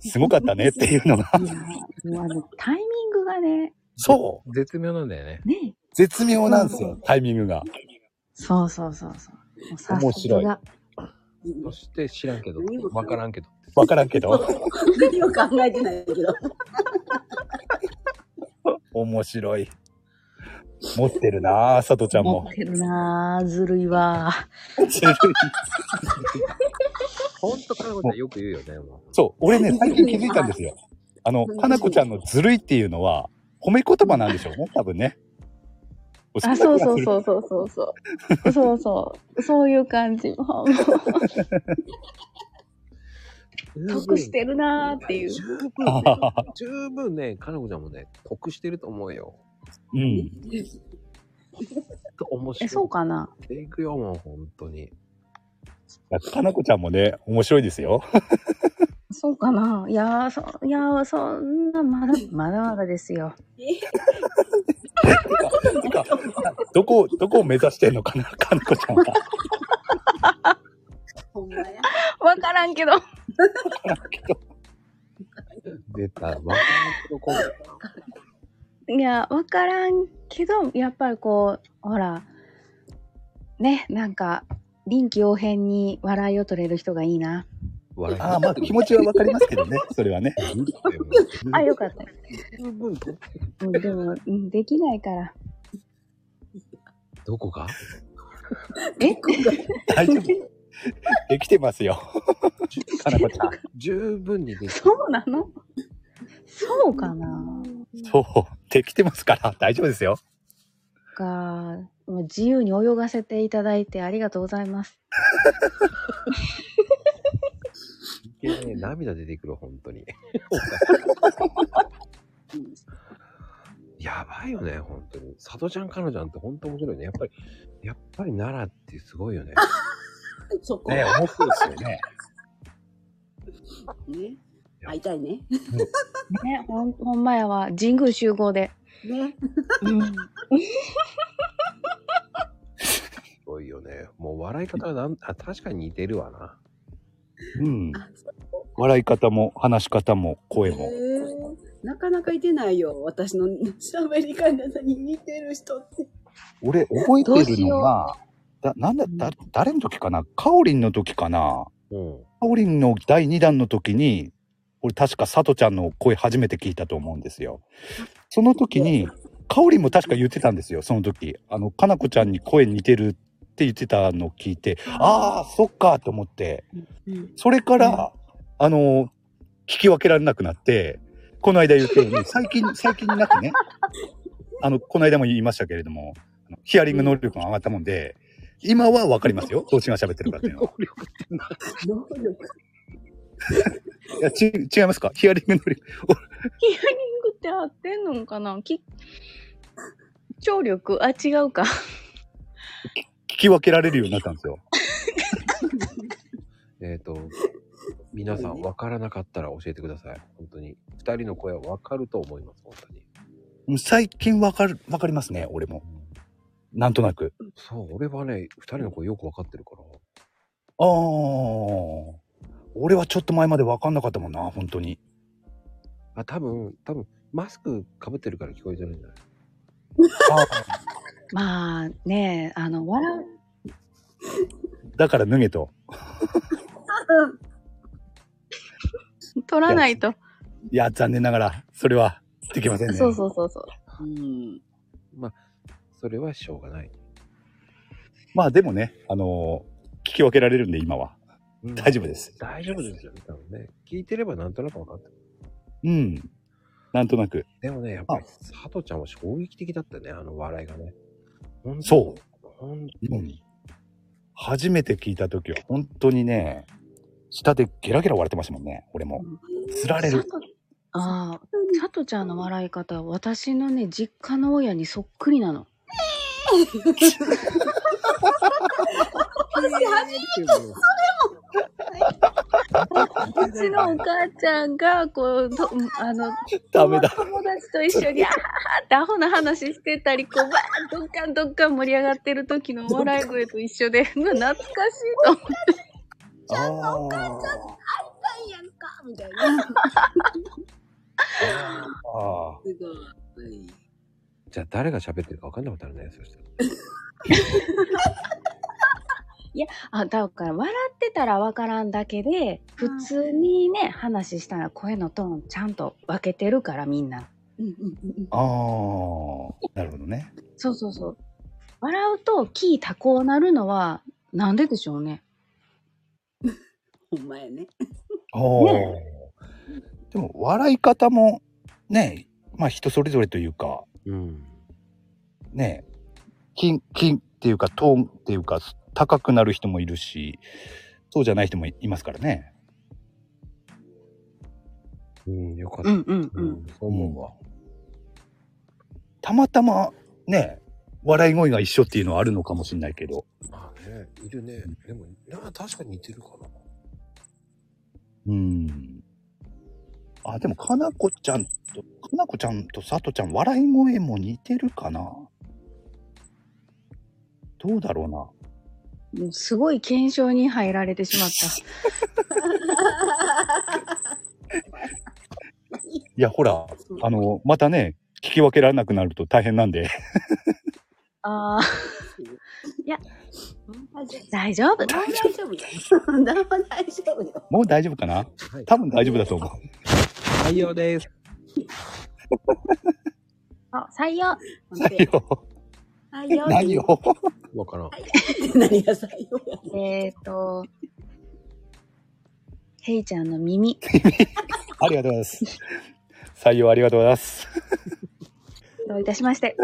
[SPEAKER 2] すごかったねっていうの が。
[SPEAKER 9] いやもうあの、タイミングがね、
[SPEAKER 2] そ
[SPEAKER 1] 絶妙なんだよね。
[SPEAKER 9] ね。
[SPEAKER 2] う絶妙なんですよ、タイミングが。
[SPEAKER 9] そうそうそうそう。もうさ
[SPEAKER 2] 面白い
[SPEAKER 9] さす
[SPEAKER 1] そして知らんけど
[SPEAKER 11] 何も、
[SPEAKER 1] わからんけど。
[SPEAKER 2] わからんけど、
[SPEAKER 11] 何も考えてないけど。
[SPEAKER 2] 面白い。持ってるなぁ、さとちゃ
[SPEAKER 9] が
[SPEAKER 2] ん
[SPEAKER 9] 持
[SPEAKER 2] も
[SPEAKER 9] っ。てるなぁ、ずるいわぁ。
[SPEAKER 2] ずるい
[SPEAKER 1] ほんと、かなこちゃんよく言うよね、もう。
[SPEAKER 2] そう、俺ね、最近気づいたんですよ。あの、かなこちゃんのずるいっていうのは、褒め言葉なんでしょうね、多分ね。
[SPEAKER 9] あ、そうそう
[SPEAKER 2] う。
[SPEAKER 9] そうそうそうそう。そうそう。そういう感じ。もう得してるなーっていう。
[SPEAKER 1] 十分ね、十分ね、かなこちゃんもね、得してると思うよ。
[SPEAKER 2] うん。
[SPEAKER 1] ほんと面白
[SPEAKER 9] え、
[SPEAKER 1] い。
[SPEAKER 9] そうかな
[SPEAKER 1] ていくよ、もう、本当に。
[SPEAKER 2] かなこちゃんもね、面白いですよ。
[SPEAKER 9] そうか ないやー、そ、いやー、そんな、まだ、まだまだですよ。
[SPEAKER 2] てか、どこ、どこを目指してんのかな、かなこちゃんは。
[SPEAKER 11] ほんまや。
[SPEAKER 9] わからんけど。
[SPEAKER 1] 出た、わかんないけど、今回
[SPEAKER 9] いや、わからんけど、やっぱりこう、ほら、ね、なんか、臨機応変に笑いを取れる人がいいな。
[SPEAKER 1] 笑い
[SPEAKER 2] ああ、まあ気持ちはわかりますけどね、それはね。
[SPEAKER 1] 無理だよもう
[SPEAKER 9] あ、よかった。
[SPEAKER 1] 十分と
[SPEAKER 9] うんでも、うんできないから。
[SPEAKER 1] どこが
[SPEAKER 9] え
[SPEAKER 2] 大丈夫。できてますよ。かなこちゃん。
[SPEAKER 1] 十分にできた。
[SPEAKER 9] そうなのそうかな
[SPEAKER 2] そう。できてますから、大丈夫ですよ。
[SPEAKER 9] か、もう自由に泳がせていただいてありがとうございます。
[SPEAKER 1] いけね涙出てくる、本当に。やばいよね、本当に。里ちゃん、彼女なんて本当面白いね。やっぱり、やっぱり奈良ってすごいよね。
[SPEAKER 11] そこ。
[SPEAKER 2] ね
[SPEAKER 11] ね。
[SPEAKER 2] 面白いですよね。
[SPEAKER 10] 会いたいね。
[SPEAKER 11] ね、ほん、ほんまやわ。神宮集合で。
[SPEAKER 10] ね。
[SPEAKER 11] うん。
[SPEAKER 1] すごいよね。もう笑い方がなんあ確かに似てるわな。
[SPEAKER 2] うん。笑い方も、話し方も、声
[SPEAKER 10] へ
[SPEAKER 2] も。
[SPEAKER 10] ーなかなかいてないよ。私の喋り方に似てる人って。
[SPEAKER 2] 俺、覚えてるのが、だなんだ、だ、誰の時かなカオリンの時かな
[SPEAKER 1] うん。
[SPEAKER 2] カオリンの第2弾の時に、俺確かサトちゃんの声初めて聞いたと思うんですよ。その時に、カオリンも確か言ってたんですよ、その時。あの、かなこちゃんに声似てるって言ってたのを聞いて、ああ、そっかと思って、それから、あの、聞き分けられなくなって、この間言ったように、最近、最近になってね、あの、この間も言いましたけれども、あのヒアリング能力が上がったもんで、今はわかりますよ、どっちが喋ってるかっていうのは。
[SPEAKER 10] 能力。
[SPEAKER 2] いや、ち、違いますかヒアリング能力。
[SPEAKER 11] ヒアリングって合ってんのかなき、聴力あ、違うか。
[SPEAKER 2] 聞き分けられるようになったんですよ。
[SPEAKER 1] えっ、と、皆さん分からなかったら教えてください。本当に。二人の声は分かると思います、本当に。
[SPEAKER 2] 最近わかる、わかりますね、俺も。なんとなく。
[SPEAKER 1] そう、俺はね、二人の声よく分かってるから。
[SPEAKER 2] ああ。俺はちょっと前までわかんなかったもんな、本当に。
[SPEAKER 1] あ、多分、多分、マスク被ってるから聞こえてるんじゃない
[SPEAKER 11] まあね、あの、笑
[SPEAKER 2] だから脱げと。
[SPEAKER 11] う、取らないと。
[SPEAKER 2] いや、残念ながら、それは、できませんね。
[SPEAKER 11] そうそうそうそう。
[SPEAKER 10] うん。
[SPEAKER 1] それはしょうがない。
[SPEAKER 2] まあでもね、あのー聞き分けられるんで、今は。
[SPEAKER 1] うん
[SPEAKER 2] 大丈夫です。
[SPEAKER 1] 大丈夫ですよね、多分ね。聞いてればなんとなく分かってる。
[SPEAKER 2] うん。なんとなく。
[SPEAKER 1] でもね、やっぱり、佐藤ちゃんは衝撃的だったね、あの笑いがね。本当に
[SPEAKER 2] そう。
[SPEAKER 1] 本
[SPEAKER 2] うん初めて聞いた時は、本当にね、下でゲラゲラ笑ってましたもんね、俺も。つられる。
[SPEAKER 11] ああ、さとちゃんの笑い方、私のね、実家の親にそっくりなの。うちのお母ちゃんが、こう、とあの、
[SPEAKER 2] ダメだ。
[SPEAKER 11] 友達と一緒に、あーってアホな話してたり、こう、わー、どっかんどっかん盛り上がってる時の笑い声と一緒で、うわ、懐かしいと思って。
[SPEAKER 2] ああ
[SPEAKER 10] ないやんかみたいな。
[SPEAKER 2] ああ。
[SPEAKER 10] すごい。
[SPEAKER 1] じゃあ誰が喋ってるか分かんなくなるね、そしたら。
[SPEAKER 11] あ、だから、笑ってたらわからんだけで、普通にね、話したら声のトーンちゃんと分けてるから、みんな。
[SPEAKER 10] うんうんうんうん。
[SPEAKER 2] ああ。なるほどね。
[SPEAKER 11] そうそうそう。笑うと、キー多幸なるのは、なんででしょ うね。
[SPEAKER 10] ほんまやね。
[SPEAKER 2] おお。でも笑い方もね、まあ人それぞれというか、
[SPEAKER 1] うん。
[SPEAKER 2] ね、キンキンっていうかトーンっていうか高くなる人もいるし、そうじゃない人もいますからね。
[SPEAKER 1] うん、よかった
[SPEAKER 11] う。んうんうん。
[SPEAKER 1] そう思うわ。
[SPEAKER 2] たまたまね、笑い声が一緒っていうのはあるのかもしれないけど。
[SPEAKER 1] まあね、いるね。でも、なあ確かに似てるかな。
[SPEAKER 2] うん。あ、でもかなこちゃんと、かなこちゃんとさとちゃん、笑い声も似てるかなどうだろうな。
[SPEAKER 11] もうすごい検証に入られてしまった。
[SPEAKER 2] いや、ほら、あの、またね、聞き分けられなくなると大変なんで。
[SPEAKER 11] ああ、
[SPEAKER 10] 大丈
[SPEAKER 11] 大丈夫
[SPEAKER 10] 夫。。大丈夫だよ。大丈夫よ。
[SPEAKER 2] もう大丈夫かな
[SPEAKER 1] はい。
[SPEAKER 2] 多分大丈夫だと思う。
[SPEAKER 6] 採用です。
[SPEAKER 11] あ、採用。
[SPEAKER 2] 何を
[SPEAKER 10] はいよ。
[SPEAKER 2] 何を
[SPEAKER 1] わからん。
[SPEAKER 10] 何が採用や
[SPEAKER 11] えっ、ー、と、ヘイちゃんの耳。
[SPEAKER 2] ありがとうございます。採用ありがとうございます。
[SPEAKER 11] どういたしまして。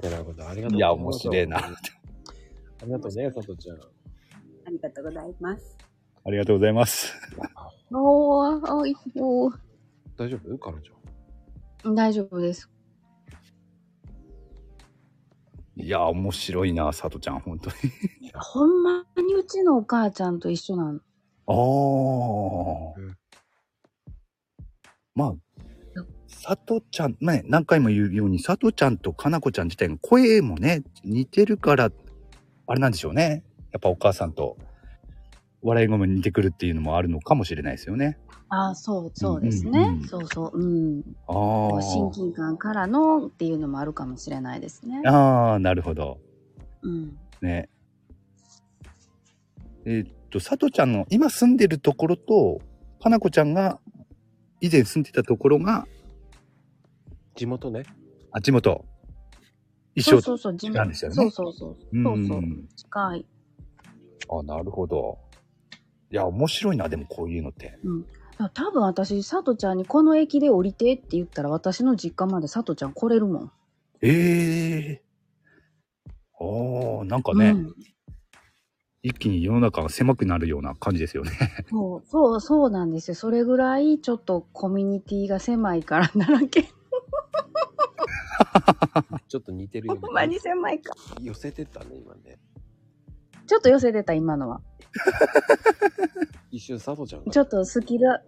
[SPEAKER 1] てなことありがとう
[SPEAKER 2] いや、面白い
[SPEAKER 1] あ
[SPEAKER 2] な。
[SPEAKER 1] りがとうね、さとちゃん。
[SPEAKER 10] ありがとうございます。
[SPEAKER 2] ありがとうございます。
[SPEAKER 11] おー、おい、おー
[SPEAKER 1] 大丈夫かなちゃん。
[SPEAKER 11] 大丈夫です。
[SPEAKER 2] いや、面白いな、さとちゃん、本当に。
[SPEAKER 11] ほんまにうちのお母ちゃんと一緒なの。
[SPEAKER 2] ああ。まあ、さとちゃん、ね、何回も言うように、さとちゃんとかなこちゃん自体が声もね、似てるから、あれなんでしょうね。やっぱお母さんと、笑い声も似てくるっていうのもあるのかもしれないですよね。
[SPEAKER 11] ああ、そう、そうですね。
[SPEAKER 2] うんうんうん
[SPEAKER 11] そうそう、うん。
[SPEAKER 2] あ
[SPEAKER 11] こう
[SPEAKER 2] あ。
[SPEAKER 11] 親近感からのっていうのもあるかもしれないですね。
[SPEAKER 2] ああ、なるほど。
[SPEAKER 11] うん。
[SPEAKER 2] ね。えーっと、さとちゃんの今住んでるところと、かなこちゃんが以前住んでたところが、
[SPEAKER 1] 地元ね。
[SPEAKER 2] あ、地元。一
[SPEAKER 11] そ
[SPEAKER 2] 緒
[SPEAKER 11] うそうそう、地
[SPEAKER 2] なんですよね。
[SPEAKER 11] そうそうそう。そうそうう。
[SPEAKER 2] ん
[SPEAKER 11] 近い。
[SPEAKER 2] あ、なるほど。いや、面白いな、でもこういうのって。
[SPEAKER 11] うん。だから多分私、さとちゃんにこの駅で降りてって言ったら、私の実家までさとちゃん来れるもん。
[SPEAKER 2] ええああ、なんかね、一気に世の中が狭くなるような感じですよね。
[SPEAKER 11] そう、そう、そうなんですよ。それぐらい、ちょっとコミュニティが狭いからだらけ。
[SPEAKER 1] ちょっと似てるよね。
[SPEAKER 11] ほんまに狭いか。
[SPEAKER 1] 寄せてったね、今ね。
[SPEAKER 11] ちょっと寄せてた、今のは。
[SPEAKER 1] 一瞬、佐藤ちゃんが。
[SPEAKER 11] ちょっとスキルア、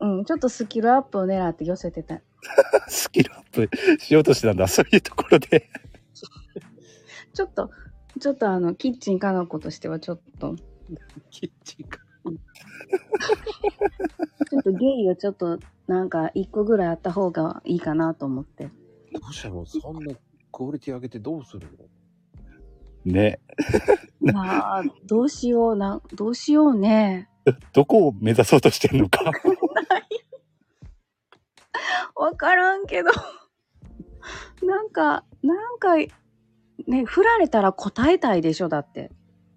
[SPEAKER 11] うん、ちょっとスキルアップを狙って寄せてた。
[SPEAKER 2] スキルアップしようとしてたんだ、そういうところで。
[SPEAKER 11] ちょっと、ちょっとあの、キッチンかのことしてはちょっと。
[SPEAKER 1] キッチンか。
[SPEAKER 11] ちょっとゲイをちょっと、なんか、一個ぐらいあった方がいいかなと思って。
[SPEAKER 1] どうしたのそんなクオリティ上げてどうするの
[SPEAKER 2] ね。
[SPEAKER 11] まあ、どうしような、どうしようね。
[SPEAKER 2] どこを目指そうとしてるのか。
[SPEAKER 11] わからんけど。なんか、なんか、ね、振られたら答えたいでしょ、だって。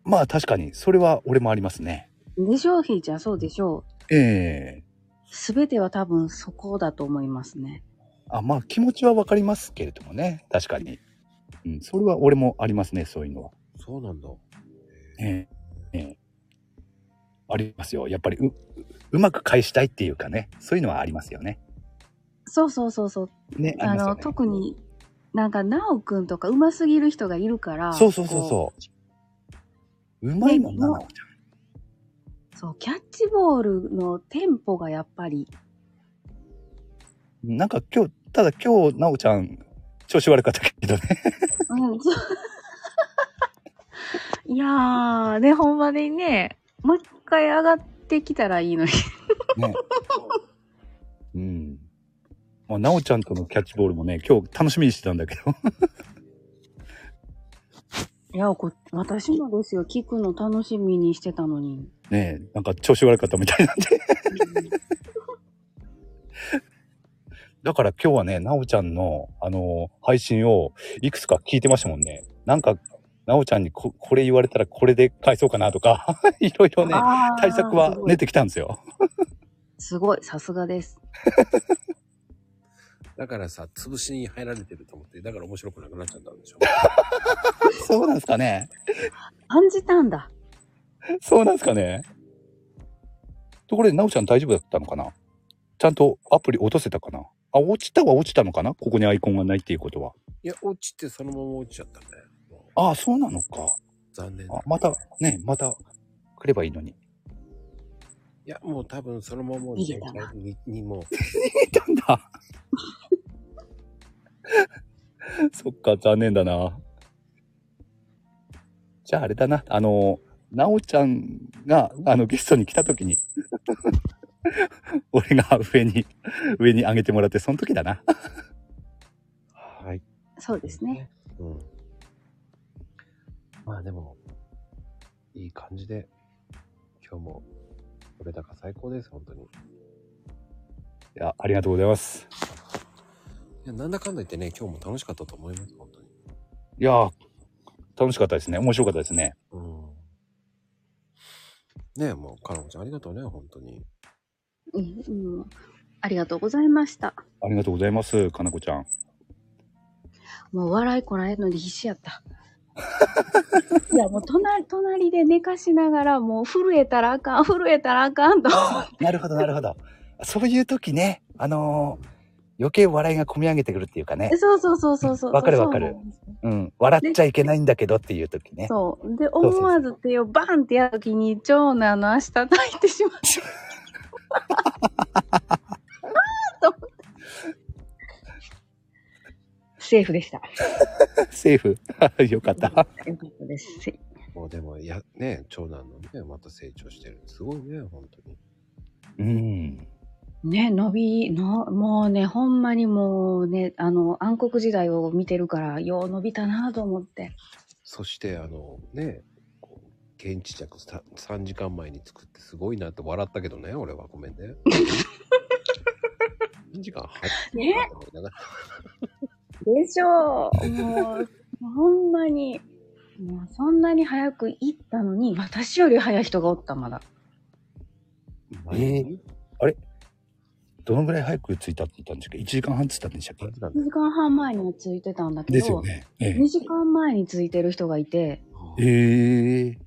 [SPEAKER 2] まあ確かに、それは俺もありますね。
[SPEAKER 11] でしょ、ひーちゃん、そうでしょう。
[SPEAKER 2] ええ
[SPEAKER 11] すべては多分そこだと思いますね。
[SPEAKER 2] あ、まあ気持ちはわかりますけれどもね。確かに。うん、それは俺もありますね、そういうのは。
[SPEAKER 1] そうなんだ。
[SPEAKER 2] ええええありますよ。やっぱりう、ううまく返したいっていうかね。そういうのはありますよね。
[SPEAKER 11] そうそうそうそう。
[SPEAKER 2] ね、あり
[SPEAKER 11] あ
[SPEAKER 2] ますよ
[SPEAKER 11] の、
[SPEAKER 2] ね。
[SPEAKER 11] 特になんか、なおくんとかうますぎる人がいるから。
[SPEAKER 2] そうそうそう
[SPEAKER 11] こ
[SPEAKER 2] そう。うまいもんな、
[SPEAKER 11] ね
[SPEAKER 2] なおち
[SPEAKER 11] う。そう、キャッチボールのテンポがやっぱり。
[SPEAKER 2] ゃん。なんか今日、ただ今日、なおちゃん、調子悪かったけどね。
[SPEAKER 11] うん、 そういやー、ね、ほんまにね、もう一回上がってきたらいいのに。
[SPEAKER 2] ね。うん。まあ、なおちゃんとのキャッチボールもね、今日楽しみにしてたんだけど。
[SPEAKER 11] いや、こ私もですよ、聞くの楽しみにしてたのに。
[SPEAKER 2] ねえ、なんか調子悪かったみたいなんで。だから今日はね、なおちゃんの、あのー配信をいくつか聞いてましたもんね。なんか、なおちゃんにここれ言われたらこれで返そうかなとか、 いろい ろね、
[SPEAKER 11] あー
[SPEAKER 2] 対策は出てきたんですよ。
[SPEAKER 11] すごい、さすがです。
[SPEAKER 1] だからさ、潰しに入られてると思って、だから面白くなくなっちゃったん でしょ。
[SPEAKER 2] そうなんですかね。
[SPEAKER 11] 感じたんだ。
[SPEAKER 2] そうなんですかね。ところで、なおちゃん大丈夫だったのかなちゃんとアプリ落とせたかなあ、落ちたは落ちたのかなここにアイコンがないっていうことは。
[SPEAKER 1] いや、落ちてそのまま落ちちゃったね。
[SPEAKER 2] ああ、そうなのか。
[SPEAKER 1] 残念。い
[SPEAKER 2] あまた、ね、また来ればいいのに。
[SPEAKER 1] や、もう多分そのまま
[SPEAKER 11] 逃げたな
[SPEAKER 1] に、にもう、
[SPEAKER 2] いたんだ。 そっか、残念だな。じゃああれだな、あの、なおちゃんが、あの、ゲストに来た時に、 俺が上に、上に上げてもらって、その時だな。
[SPEAKER 1] はい。
[SPEAKER 11] そうですね。
[SPEAKER 1] うん。まあでも、いい感じで、今日も、取れ高最高です、本当に。い
[SPEAKER 2] いや、ありがとうございます。
[SPEAKER 1] や、なんだかんだ言ってね、今日も楽しかったと思います、本当に。
[SPEAKER 2] いや、楽しかったですね。面白かったですね。
[SPEAKER 1] うん。ねえ、もう、かのこちゃんありがとうね、本当に。
[SPEAKER 11] うん、うん。ありがとうございました。
[SPEAKER 2] ありがとうございます、かなこちゃん。
[SPEAKER 11] もう笑いこらえるのに必死や った。いや、もう隣、隣で寝かしながら、もう震えたらあかん、震えたらあかんと。
[SPEAKER 2] なるほど、なるほど。そういう時ね、あのー余計笑いがこみ上げてくるっていうかね。
[SPEAKER 11] そうそうそうそうそう。
[SPEAKER 2] わかるわかる
[SPEAKER 11] そうなんですよ
[SPEAKER 2] うん。笑っちゃいけないんだけどっていう時ね。
[SPEAKER 11] そう。で、
[SPEAKER 2] うそうそう
[SPEAKER 11] 思わず手をバンってやるときに、長 男の足叩いてしまって。あーと思っセーフでした。
[SPEAKER 2] セーフ。 よかった。
[SPEAKER 11] よかったです。せ
[SPEAKER 1] もうでも、いや、ね、長男のね、また成長してる。すごいね、本当に。
[SPEAKER 2] うん。
[SPEAKER 11] ね、伸び、の、もうね、ほんまにもうね、あの、暗黒時代を見てるから、よう伸びたなと思って。
[SPEAKER 1] そして、あの、ね、こう現地着さ3時間前に作ってすごいなって笑ったけどね、俺はごめんね。3時間早い
[SPEAKER 11] ね
[SPEAKER 1] だから
[SPEAKER 11] でしょ う。もう、ほんまに、もうそんなに早く行ったのに、私より早い人がおった、まだ。
[SPEAKER 2] えー、あれどのぐらい早く着いたって言ったんですか ?1 時間半って言ったんでしたっけ
[SPEAKER 11] 2時間半前には着いてたんだけ
[SPEAKER 2] ですよ
[SPEAKER 11] ど、
[SPEAKER 2] ね。え
[SPEAKER 11] 2時間前に着いてる人がいて、
[SPEAKER 2] えええ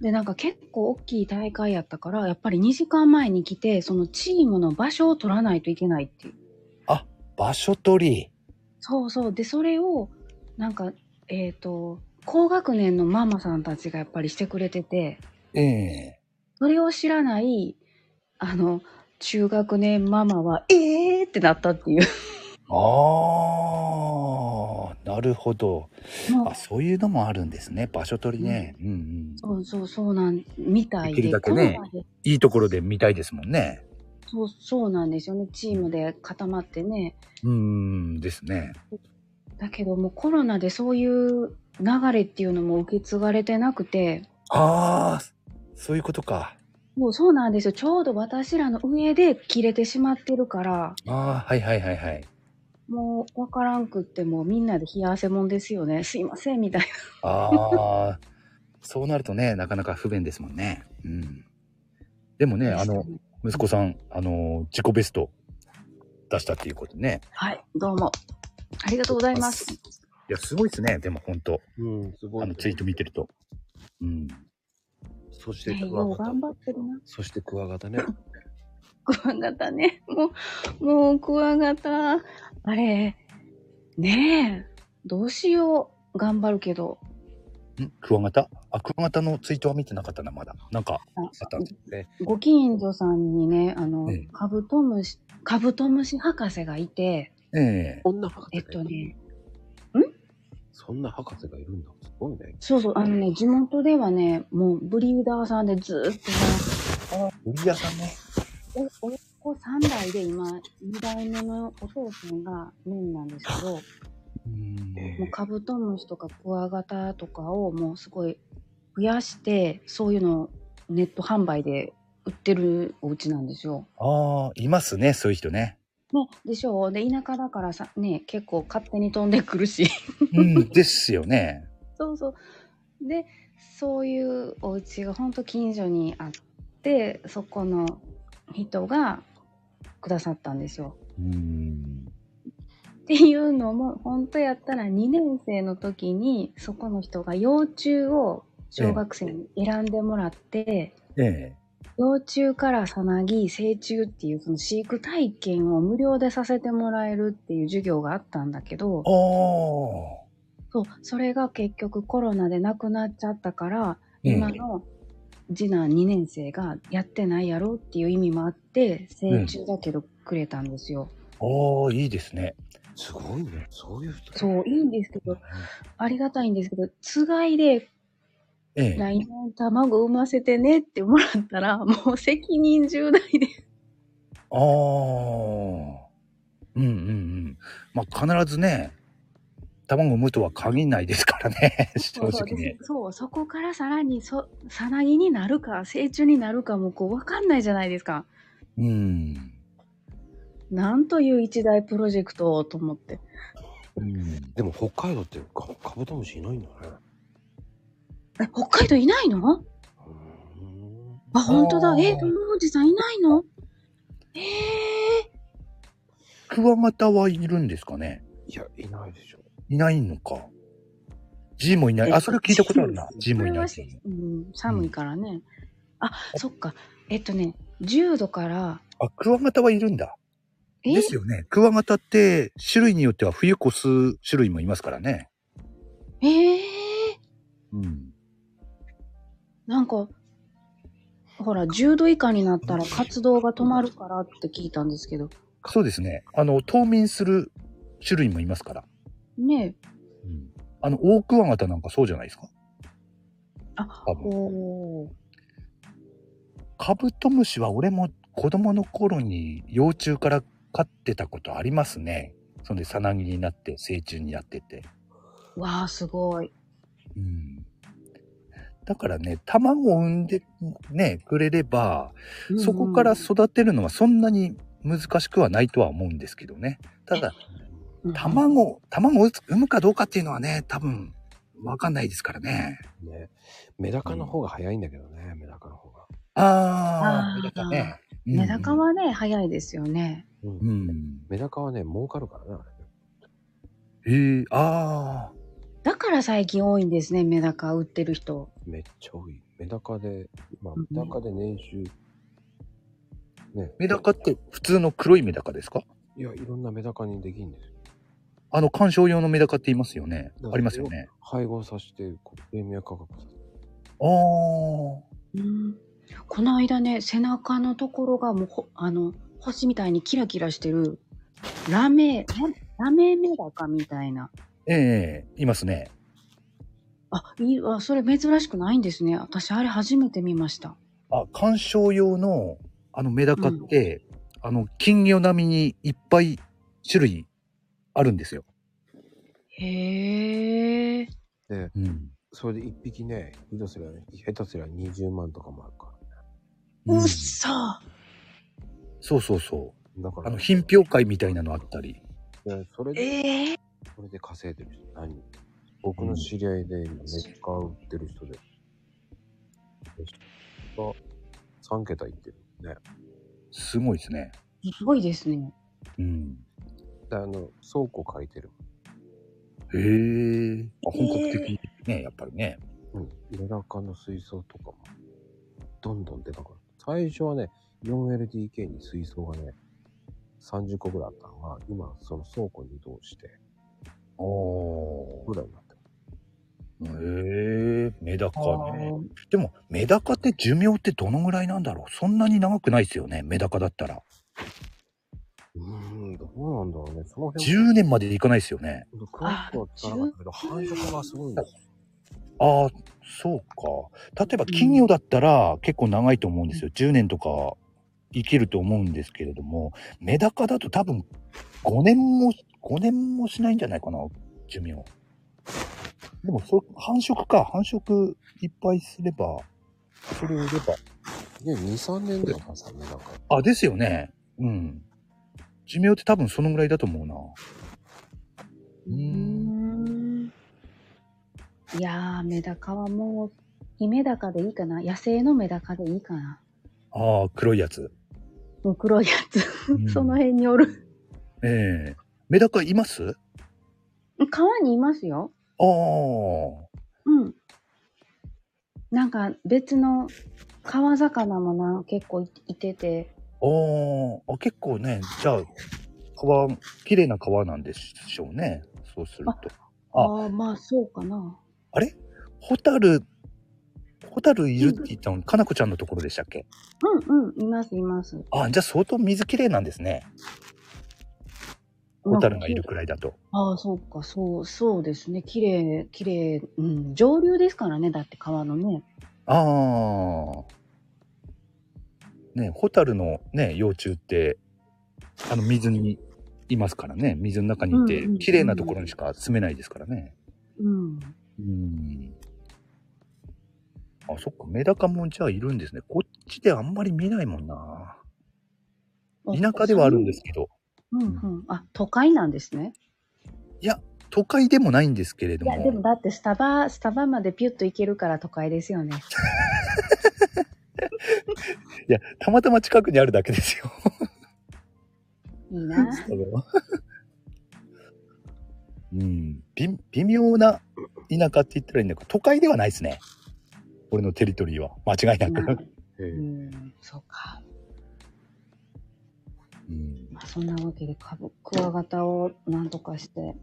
[SPEAKER 11] で、なんか結構大きい大会やったから、やっぱり2時間前に来て、そのチームの場所を取らないといけないっていう。
[SPEAKER 2] 場所取り。
[SPEAKER 11] そうそう。で、それを、なんか、えっ、と、高学年のママさんたちがやっぱりしてくれてて、
[SPEAKER 2] ええ
[SPEAKER 11] それを知らない、あの、中学年ママは、えーってなったっていう。
[SPEAKER 2] ああ、なるほど。
[SPEAKER 11] もう
[SPEAKER 2] あ、そういうのもあるんですね。場所取りね。うんうん。
[SPEAKER 11] そうそうそうなん、みたい
[SPEAKER 2] でき
[SPEAKER 11] で。
[SPEAKER 2] るだけね
[SPEAKER 11] コロナで
[SPEAKER 2] いいところで見たいですもんね。
[SPEAKER 11] そう、そうなんですよね。チームで固まってね。
[SPEAKER 2] うん、ですね。
[SPEAKER 11] だけどもうコロナでそういう流れっていうのも受け継がれてなくて、
[SPEAKER 2] ああ、そういうことか。
[SPEAKER 11] もうそうなんですよ。ちょうど私らの上で切れてしまってるから、
[SPEAKER 2] ああ、はいはいはいはい。
[SPEAKER 11] もうわからんくってもうみんなで冷や汗もんですよね。すいません、みたいな。
[SPEAKER 2] ああ、そうなるとね、なかなか不便ですもんね。うん。でもね、あの、息子さん、あの、自己ベスト出したっていうことね。
[SPEAKER 11] はい、どうも。ありがとうございます。
[SPEAKER 2] いや、すごいですね。でも本当
[SPEAKER 1] うん、すご
[SPEAKER 2] あ
[SPEAKER 1] い
[SPEAKER 2] の、。ツイート見てると。うん。
[SPEAKER 1] そして、
[SPEAKER 11] はい、
[SPEAKER 1] ク
[SPEAKER 11] よ
[SPEAKER 1] ワ
[SPEAKER 11] う
[SPEAKER 1] ガタ
[SPEAKER 11] 頑。張ってるな。
[SPEAKER 1] そして、クワガタね。
[SPEAKER 11] クワガタね。もう、もうクワガタ。あれ、ねえ、どうしよう。頑張るけど。
[SPEAKER 2] んクワガタあ、クワガタのツイートは見てなかったな、まだ。なんか、
[SPEAKER 11] あ
[SPEAKER 2] あったんですね。
[SPEAKER 11] ご近所さんにね、あの、
[SPEAKER 2] ええ
[SPEAKER 11] カブトムシ、カブトムシ博士がいて、
[SPEAKER 2] ええ
[SPEAKER 1] こんな博士
[SPEAKER 11] えっとね、
[SPEAKER 1] そんな博士がいるんだ。すごいね。
[SPEAKER 11] そうそう、あのね、地元ではね、もうブリーダーさんでずーっ
[SPEAKER 2] 売り屋さんね。
[SPEAKER 11] とね、お、親子3代で今、2代目のお父さんがメインなんですけど、
[SPEAKER 2] うん。
[SPEAKER 11] もうカブトムシとかクワガタとかをもうすごい増やして、そういうのをネット販売で売ってるお家なんですよ。
[SPEAKER 2] ああ、いますね、そういう人ね。
[SPEAKER 11] ね、でしょう。で、田舎だからさ、ね、結構勝手に飛んでくるし。
[SPEAKER 2] うん、ですよね。
[SPEAKER 11] そうそう。で、そういうお家が本当近所にあって、そこの人がくださったんですよ。
[SPEAKER 2] うん。
[SPEAKER 11] っていうのも、本当やったら2年生の時に、そこの人が幼虫を小学生に選んでもらって、
[SPEAKER 2] ええ
[SPEAKER 11] 幼虫からさなぎ、成虫っていうその飼育体験を無料でさせてもらえるっていう授業があったんだけど、
[SPEAKER 2] ああ。
[SPEAKER 11] そう、それが結局コロナでなくなっちゃったから、
[SPEAKER 2] ええ
[SPEAKER 11] 今の次男2年生がやってないやろっていう意味もあって、成虫だけどくれたんですよ。
[SPEAKER 2] ああ、いいですね。
[SPEAKER 1] すごいね。そういう人。
[SPEAKER 11] そう、いいんですけど、ありがたいんですけど、つがいで
[SPEAKER 2] ええ。
[SPEAKER 11] 来年卵産ませてねってもらったら、 もう責任重大で。
[SPEAKER 2] ああ。うんうんうん。まあ、必ずね、卵を産むとは限らないですから ね、正
[SPEAKER 11] そうそう
[SPEAKER 2] 直ね。
[SPEAKER 11] でそう、そこからさらにそ、さなぎになるか、成虫になるかもこう、わかんないじゃないですか。
[SPEAKER 2] うん。
[SPEAKER 11] なんという一大プロジェクトをと思って。
[SPEAKER 2] うん
[SPEAKER 1] でも、北海道ってカカブトムシいないんだね。
[SPEAKER 11] え、北海道いないの
[SPEAKER 1] うーん
[SPEAKER 11] あ、本当
[SPEAKER 2] あ
[SPEAKER 11] だ。
[SPEAKER 2] ー
[SPEAKER 11] え、ルおじさんいないのえ
[SPEAKER 2] クワガタはいるんですかね
[SPEAKER 1] いや、いないでしょ。
[SPEAKER 2] いないのか。G もいな
[SPEAKER 11] え
[SPEAKER 2] い。あ、それ聞いたことあるな。
[SPEAKER 11] ー、
[SPEAKER 2] G もいないっ
[SPEAKER 11] こ
[SPEAKER 2] て
[SPEAKER 11] れ
[SPEAKER 2] い
[SPEAKER 11] は
[SPEAKER 2] う
[SPEAKER 11] しうん、寒いからね。あ、そっか。えっとね、10度から、
[SPEAKER 2] あ、クワガタはいるんだ。
[SPEAKER 11] え
[SPEAKER 2] ですよね。クワガタって種類によっては冬越す種類もいますからね。
[SPEAKER 11] えー、
[SPEAKER 2] うん。
[SPEAKER 11] なんか、ほら、10度以下になったら活動が止まるからって聞いたんですけど。
[SPEAKER 2] そうですね。あの、冬眠する種類もいますから。
[SPEAKER 11] ねえ。
[SPEAKER 2] あの、大クワガタなんかそうじゃないですか。
[SPEAKER 11] あ、
[SPEAKER 2] 多分。
[SPEAKER 11] おー
[SPEAKER 2] カブトムシは俺も子供の頃に幼虫から飼ってたことありますね。そんで、さなぎになって、成虫になってて。
[SPEAKER 11] わあ、すごい。
[SPEAKER 2] うん。だからね、卵を産んでね、くれれば、そこから育てるのはそんなに難しくはないとは思うんですけどね。ただ、卵、卵を産むかどうかっていうのはね、多分、わかんないですからね。
[SPEAKER 1] ね。メダカの方が早いんだけどね、メダカの方が。
[SPEAKER 2] あ
[SPEAKER 11] あー、メダカ
[SPEAKER 2] ね。
[SPEAKER 11] メダカはね、早いですよね。
[SPEAKER 2] うん。
[SPEAKER 1] メダカはね、儲かるからね、あれね。
[SPEAKER 2] へえああ。
[SPEAKER 11] だから最近多いんですね、メダカ売ってる人。
[SPEAKER 1] めっちゃ多い。メダカで、まあ、メダカで年収、
[SPEAKER 2] メダカって普通の黒いメダカですか
[SPEAKER 1] いや、いろんなメダカにできんですよ。
[SPEAKER 2] あの、観賞用のメダカって言いますよね。ありますよね。。
[SPEAKER 1] 配合させて、こうプレミア価格させて。
[SPEAKER 2] ああ。
[SPEAKER 11] うん。この間ね、背中のところがもうほ、あの、星みたいにキラキラしてる、ラメ、ララメメダカみたいな。
[SPEAKER 2] ええいますね。
[SPEAKER 11] あ、いいわ、それ珍しくないんですね。私、あれ初めて見ました。
[SPEAKER 2] あ、観賞用の、あのメダカって、あの、金魚並みにいっぱい種類あるんですよ。
[SPEAKER 11] へえ。
[SPEAKER 1] で、
[SPEAKER 2] うん、
[SPEAKER 1] それで一匹ね、下手すりゃ、下手すりゃ20万とかもあるから。
[SPEAKER 11] うっそ
[SPEAKER 2] そうそうそう。
[SPEAKER 1] だか
[SPEAKER 2] あの、品評会みたいなのあったり。
[SPEAKER 1] でそれで、それで稼いでる人何人僕の知り合いで今メッカ売ってる人で、3桁いってるね。
[SPEAKER 2] すごいですね。
[SPEAKER 11] すごいですね。
[SPEAKER 2] うん。
[SPEAKER 1] で、あの、倉庫借りてる。
[SPEAKER 2] へえあ本格的ね、やっぱりね。
[SPEAKER 1] うん。メダカの水槽とかも、どんどん出たから。最初はね、4LDK に水槽がね、30個ぐらいあったのが、今、その倉庫に移動して、
[SPEAKER 2] お
[SPEAKER 1] ぐらいになってる。
[SPEAKER 2] へえメダカね。でも、メダカって寿命ってどのぐらいなんだろうそんなに長くないですよね、メダカだったら。
[SPEAKER 1] うーん、どうなんだろうね。その辺
[SPEAKER 2] 10年までいかないですよね。
[SPEAKER 1] クワックはつかなかったけど、繁殖がすごいんですよ。
[SPEAKER 2] ああ、そうか。例えば金魚だったら結構長いと思うんですよ。10年とか生きると思うんですけれども、メダカだと多分5年も、5年もしないんじゃないかな、寿命。でもそ、繁殖か。繁殖いっぱいすれば、それを入れば。
[SPEAKER 1] で、2、3年だよ、母さんね、なんか。
[SPEAKER 2] あ、ですよね。うん。寿命って多分そのぐらいだと思うな。
[SPEAKER 11] いやー、メダカはもう、ヒメダカでいいかな。野生のメダカでいいかな。
[SPEAKER 2] ああ、黒いやつ。
[SPEAKER 11] もう黒いやつ。その辺におる。
[SPEAKER 2] ええメダカいます
[SPEAKER 11] 川にいますよ。
[SPEAKER 2] ああ。
[SPEAKER 11] うん。なんか別の川魚もな、結構いいてて。
[SPEAKER 2] おーあ、結構ね、じゃあ、川、綺麗な川なんでしょうね。そうすると。
[SPEAKER 11] あ
[SPEAKER 2] あ、
[SPEAKER 11] あー、まあそうかな。
[SPEAKER 2] あれホタル、ホタルいるって言ったの、かなこちゃんのところでしたっけ
[SPEAKER 11] うんうん、いますいます。
[SPEAKER 2] あ、じゃあ相当水綺麗なんですね。ホタルがいるくらいだと。
[SPEAKER 11] ああ、そうか、そう、そうですね。綺麗、綺麗、うん、上流ですからね、だって川のね。
[SPEAKER 2] ああ。ね、ホタルのね、幼虫って、あの、水にいますからね。水の中にい
[SPEAKER 11] うん
[SPEAKER 2] て
[SPEAKER 11] うんうん、
[SPEAKER 2] 綺麗なところにしか住めないですからね。
[SPEAKER 11] うん。
[SPEAKER 2] うん。あ、そっか、メダカもじゃあいるんですね。こっちであんまり見ないもんな。田舎ではあるんですけど。
[SPEAKER 11] うんうん。あ、都会なんですね。
[SPEAKER 2] いや、都会でもないんですけれど
[SPEAKER 11] いや、でも
[SPEAKER 2] も。
[SPEAKER 11] だってスタバ、スタバまでピュッと行けるから都会で すよね。
[SPEAKER 2] いや、たまたま近くにあるだけですよ。
[SPEAKER 11] いいな。
[SPEAKER 2] うん。び微妙な田舎って言ったらいいんだけど、都会ではないですね。俺のテリトリーは。間違いな
[SPEAKER 11] まあ
[SPEAKER 2] く。
[SPEAKER 11] うん、そうか。
[SPEAKER 2] うん。
[SPEAKER 11] まあ、そんなわけで、かぶ、クワガタをなんとかして、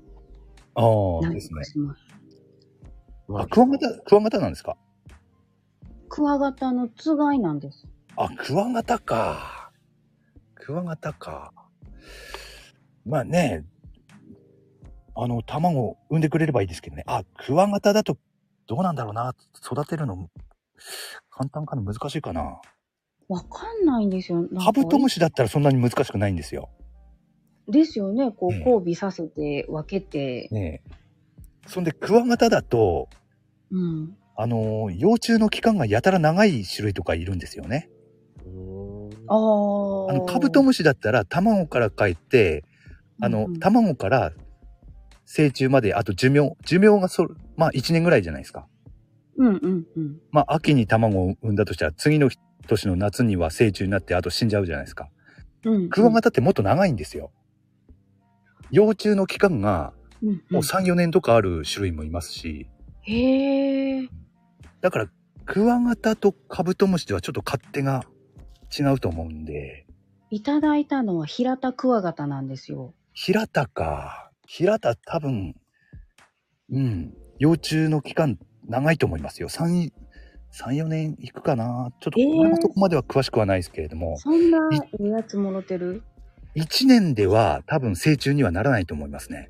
[SPEAKER 2] ああ、
[SPEAKER 11] なん
[SPEAKER 2] で
[SPEAKER 11] と
[SPEAKER 2] す
[SPEAKER 11] か
[SPEAKER 2] ね。
[SPEAKER 11] します。
[SPEAKER 2] あ、クワガタ、クワガタなんですか
[SPEAKER 11] クワガタのつがいなんです。
[SPEAKER 2] あ、クワガタか。クワガタか。まあね、あの、卵を産んでくれればいいですけどね。あ、クワガタだとどうなんだろうな。育てるの簡単かな難しいかな。
[SPEAKER 11] わかんないんですよ。なんか
[SPEAKER 2] カブトムシだったらそんなに難しくないんですよ。
[SPEAKER 11] ですよね。こう、交尾させて、分けて。
[SPEAKER 2] ねえ。そんで、クワガタだと、
[SPEAKER 11] うん。
[SPEAKER 2] あのー幼虫の期間がやたら長い種類とかいるんですよね。
[SPEAKER 11] ああ。
[SPEAKER 2] あの、カブトムシだったら卵から帰って、あの、卵から成虫まで、あと寿命、寿命がそ、まあ1年ぐらいじゃないですか。
[SPEAKER 11] うんうんうん。
[SPEAKER 2] まあ秋に卵を産んだとしたら、次の年の夏には成虫になって、あと死んじゃうじゃないですか。
[SPEAKER 11] うん。
[SPEAKER 2] クワガタってもっと長いんですよ。幼虫の期間が
[SPEAKER 11] うんう。
[SPEAKER 2] もうん3、4年とかある種類もいますし、
[SPEAKER 11] へえ。
[SPEAKER 2] だからクワガタとカブトムシではちょっと勝手が違うと思うんで、
[SPEAKER 11] いただいたのは平田クワガタなんですよ。
[SPEAKER 2] 平田か。平田多分、うん、幼虫の期間長いと思いますよ。3、3、4年いくかな。ちょっと、
[SPEAKER 11] えー
[SPEAKER 2] 俺もそこまでは詳しくはないですけれども、
[SPEAKER 11] そんなええやつもろてる
[SPEAKER 2] 1年では多分成虫にはならないと思いますね。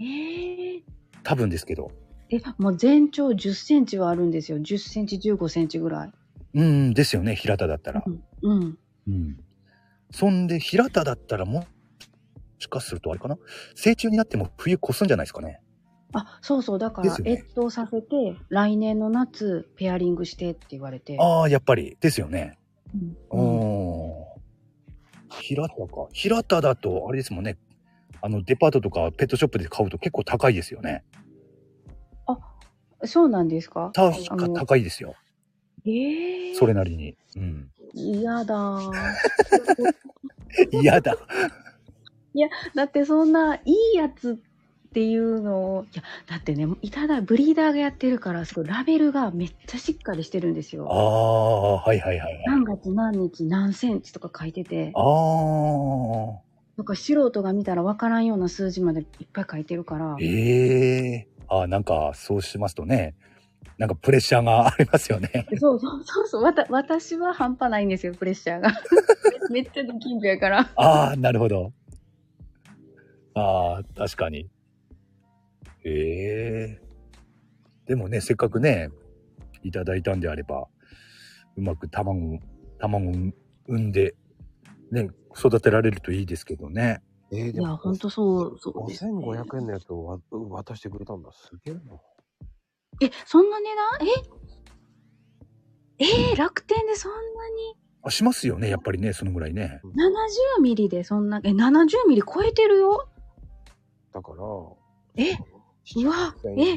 [SPEAKER 11] ええ。
[SPEAKER 2] 多分ですけど。
[SPEAKER 11] え、もう全長10センチはあるんですよ。10センチ、15センチぐらい。
[SPEAKER 2] うん、ですよね、平田だったら。
[SPEAKER 11] うん。
[SPEAKER 2] うん。そんで、平田だったらも、もしかするとあれかな成虫になっても冬越すんじゃないですかね。
[SPEAKER 11] あ、そうそう。だか
[SPEAKER 2] で
[SPEAKER 11] ら
[SPEAKER 2] す、よね
[SPEAKER 11] 越冬させて、来年の夏、ペアリングしてって言われて。
[SPEAKER 2] ああ、やっぱり。ですよね。
[SPEAKER 11] うん
[SPEAKER 2] おー平田か。平田だと、あれですもんね。あの、デパートとかペットショップで買うと結構高いですよね。
[SPEAKER 11] そうなんですか
[SPEAKER 2] 確
[SPEAKER 11] あ
[SPEAKER 2] か
[SPEAKER 11] の
[SPEAKER 2] 高いですよ。
[SPEAKER 11] ええ
[SPEAKER 2] それなりに。うん。
[SPEAKER 11] 嫌 だー。
[SPEAKER 2] 嫌だ。
[SPEAKER 11] いや、だってそんな、いいやつっていうのを、いや、だってね、いただ、ブリーダーがやってるから、すごい、ラベルがめっちゃしっかりしてるんです
[SPEAKER 2] あ
[SPEAKER 11] よ。
[SPEAKER 2] あ、はいはいはい。
[SPEAKER 11] 何月何日何センチとか書いてて
[SPEAKER 2] あ、あ、
[SPEAKER 11] なんか素人が見たらわからんような数字までいっぱい書いてるから、
[SPEAKER 2] ええああ、なんか、そうしますとね、なんかプレッシャーがありますよね。
[SPEAKER 11] そうそうそうそう、わた、私は半端ないんですよ、プレッシャ ーが。めめっちゃできんやから。
[SPEAKER 2] ああ、なるほど。ああ、確かに。ええでもね、せっかくね、いただいたんであれば、うまく卵を、卵を産んで、ね、育てられるといいですけどね。
[SPEAKER 6] えー、
[SPEAKER 11] い
[SPEAKER 6] で
[SPEAKER 11] や、
[SPEAKER 6] も、
[SPEAKER 11] ほんとそう、そうです、ね。
[SPEAKER 1] 5500円のやつをわ渡してくれたんだ。すげえな。
[SPEAKER 11] え、そんな値段ええー、楽天でそんなに
[SPEAKER 2] あしますよね、やっぱりね、そのぐらいね。
[SPEAKER 11] 70ミリでそんな、え、70ミリ超えてるよ
[SPEAKER 6] だから、
[SPEAKER 11] え、うわ、え、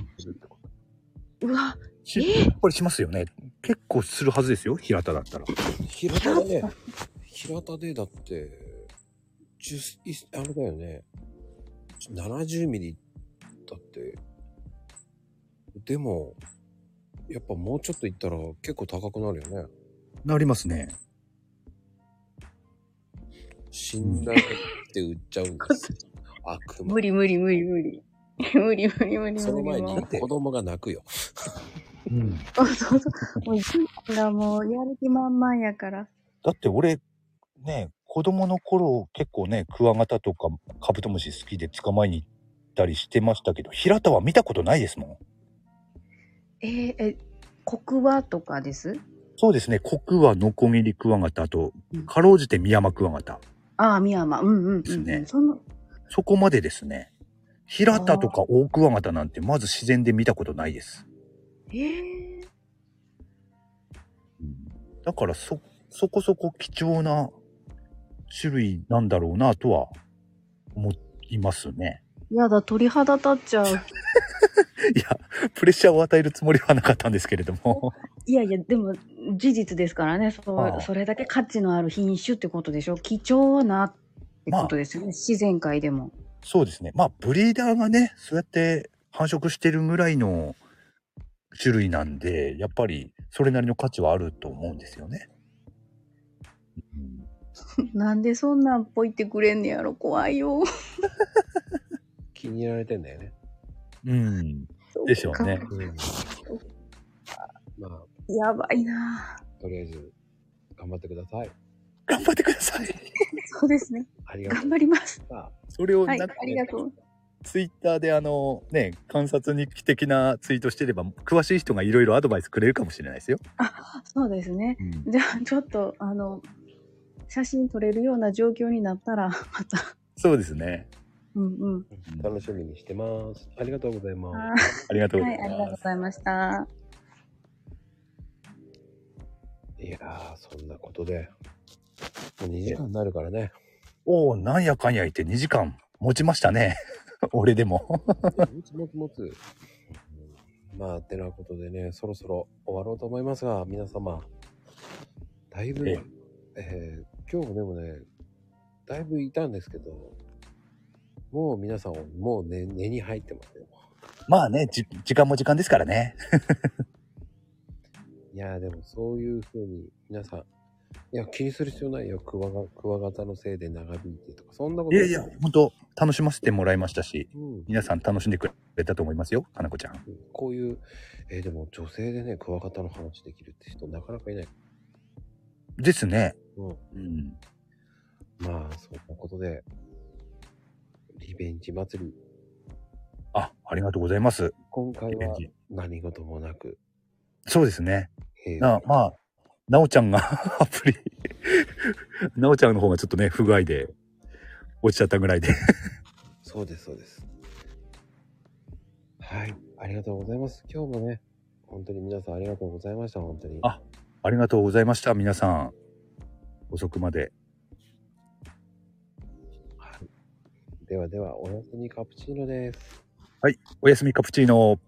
[SPEAKER 11] うわ、
[SPEAKER 2] しやっぱりしますよね。結構するはずですよ、平田だったら。
[SPEAKER 1] 平田で、平田でだって、10いあれだよね。70ミリだって、でも、やっぱもうちょっといったら結構高くなるよね。
[SPEAKER 2] なりますね。
[SPEAKER 1] 死んだって売っちゃ うんです。悪魔。
[SPEAKER 11] 無理無理無理無理。 無理無理無理無理。
[SPEAKER 1] その前に
[SPEAKER 11] もう
[SPEAKER 1] 子供が泣くよ。
[SPEAKER 2] うん。
[SPEAKER 11] そうそうそう。もう一年がもうやる気満々やから。
[SPEAKER 2] だって俺、ね、子供の頃結構ね、クワガタとかカブトムシ好きで捕まえに行ったりしてましたけど、平田は見たことないですもん。
[SPEAKER 11] えー、え、黒話とかです
[SPEAKER 2] そうですね、コクワノコギリクワガタと
[SPEAKER 11] うん、
[SPEAKER 2] かろうじてミヤマクワガタ。
[SPEAKER 11] ああ、深山。うんうん、うん。
[SPEAKER 2] ですね
[SPEAKER 11] その、
[SPEAKER 2] そこまでですね。平田とか大クワガタなんてまず自然で見たことないです。
[SPEAKER 11] ええ
[SPEAKER 2] だからそ、そこそこ貴重な種類なんだろうなとは思いますね。
[SPEAKER 11] やだ、鳥肌立っちゃう。
[SPEAKER 2] いや、プレッシャーを与えるつもりはなかったんですけれども。
[SPEAKER 11] いやいや、でも、事実ですからね。
[SPEAKER 2] あ
[SPEAKER 11] そ
[SPEAKER 2] あ
[SPEAKER 11] う、それだけ価値のある品種ってことでしょ。貴重なってことですよね。自然界でも。
[SPEAKER 2] そうですね。まあ、ブリーダーがね、そうやって繁殖してるぐらいの種類なんで、やっぱりそれなりの価値はあると思うんですよね。うん
[SPEAKER 11] なんでそんなんぽいってくれんねやろ。怖いよ。
[SPEAKER 1] 気に入られてんだよね。
[SPEAKER 2] うん。でしょうね。
[SPEAKER 1] うん。まあ、
[SPEAKER 11] やばいな
[SPEAKER 1] とりあえず、頑張ってください。
[SPEAKER 2] 頑張ってください。
[SPEAKER 11] そうですね。
[SPEAKER 1] ありがとう
[SPEAKER 11] 頑張ります。
[SPEAKER 1] ございました。
[SPEAKER 2] それを
[SPEAKER 11] は
[SPEAKER 2] なん
[SPEAKER 11] い、
[SPEAKER 2] か
[SPEAKER 11] あ
[SPEAKER 2] ね、
[SPEAKER 11] りがとう。
[SPEAKER 2] ツイッターであの、ね、観察日記的なツイートしてれば、詳しい人がいろいろアドバイスくれるかもしれないですよ。
[SPEAKER 11] そうですね。じゃあ、ちょっと、あの、写真撮れるような状況になったら、また。
[SPEAKER 2] そうですね。
[SPEAKER 11] うんうん。
[SPEAKER 1] 楽しみにしてます。ありがとうございます。
[SPEAKER 2] ありがとうござい
[SPEAKER 11] ます。はい、ありがとうございました。
[SPEAKER 1] いやー、そんなことで。もう2時間になるからね。
[SPEAKER 2] おお、なんやかんや言って2時間持ちましたね。 俺でも。
[SPEAKER 1] 持つ持つ持つ。うんまあ、てなことでね、そろそろ終わろうと思いますが、皆様、だいぶ、
[SPEAKER 2] え
[SPEAKER 1] えー今日もでもね、だいぶいたんですけど、もう皆さん、もう寝、寝に入ってますよ。
[SPEAKER 2] まあね、じ時間も時間ですからね。
[SPEAKER 1] いやーでもそういうふうに皆さん、いや気にする必要ないよ。クワが、クワガタのせいで長引いてとか、そんなこ
[SPEAKER 2] い
[SPEAKER 1] と
[SPEAKER 2] やいや、本当楽しませてもらいましたし、
[SPEAKER 1] うん、
[SPEAKER 2] 皆さん楽しんでくれたと思いますよ、かなこちゃん。
[SPEAKER 1] こういう、えーでも女性でね、クワガタの話できるって人なかなかいない。
[SPEAKER 2] ですね。
[SPEAKER 1] うん。
[SPEAKER 2] うん。
[SPEAKER 1] まあ、そんなことで、リベンジ祭り、
[SPEAKER 2] あ、ありがとうございます。
[SPEAKER 1] 今回
[SPEAKER 2] リベン
[SPEAKER 1] は
[SPEAKER 2] ジ
[SPEAKER 1] 何事もなく、
[SPEAKER 2] そうですね。
[SPEAKER 1] 平
[SPEAKER 2] な
[SPEAKER 1] 和、
[SPEAKER 2] まあ、なおちゃんが アプリ、なおちゃんの方がちょっとね、不具合で落ちちゃったぐらいで。
[SPEAKER 1] そうです、そうです。はい、ありがとうございます。今日もね、本当に皆さんありがとうございました、本当に。
[SPEAKER 2] あありがとうございました、皆さん。遅くまで。
[SPEAKER 1] ではでは、おやすみカプチーノです。
[SPEAKER 2] おやすみカプチーノ。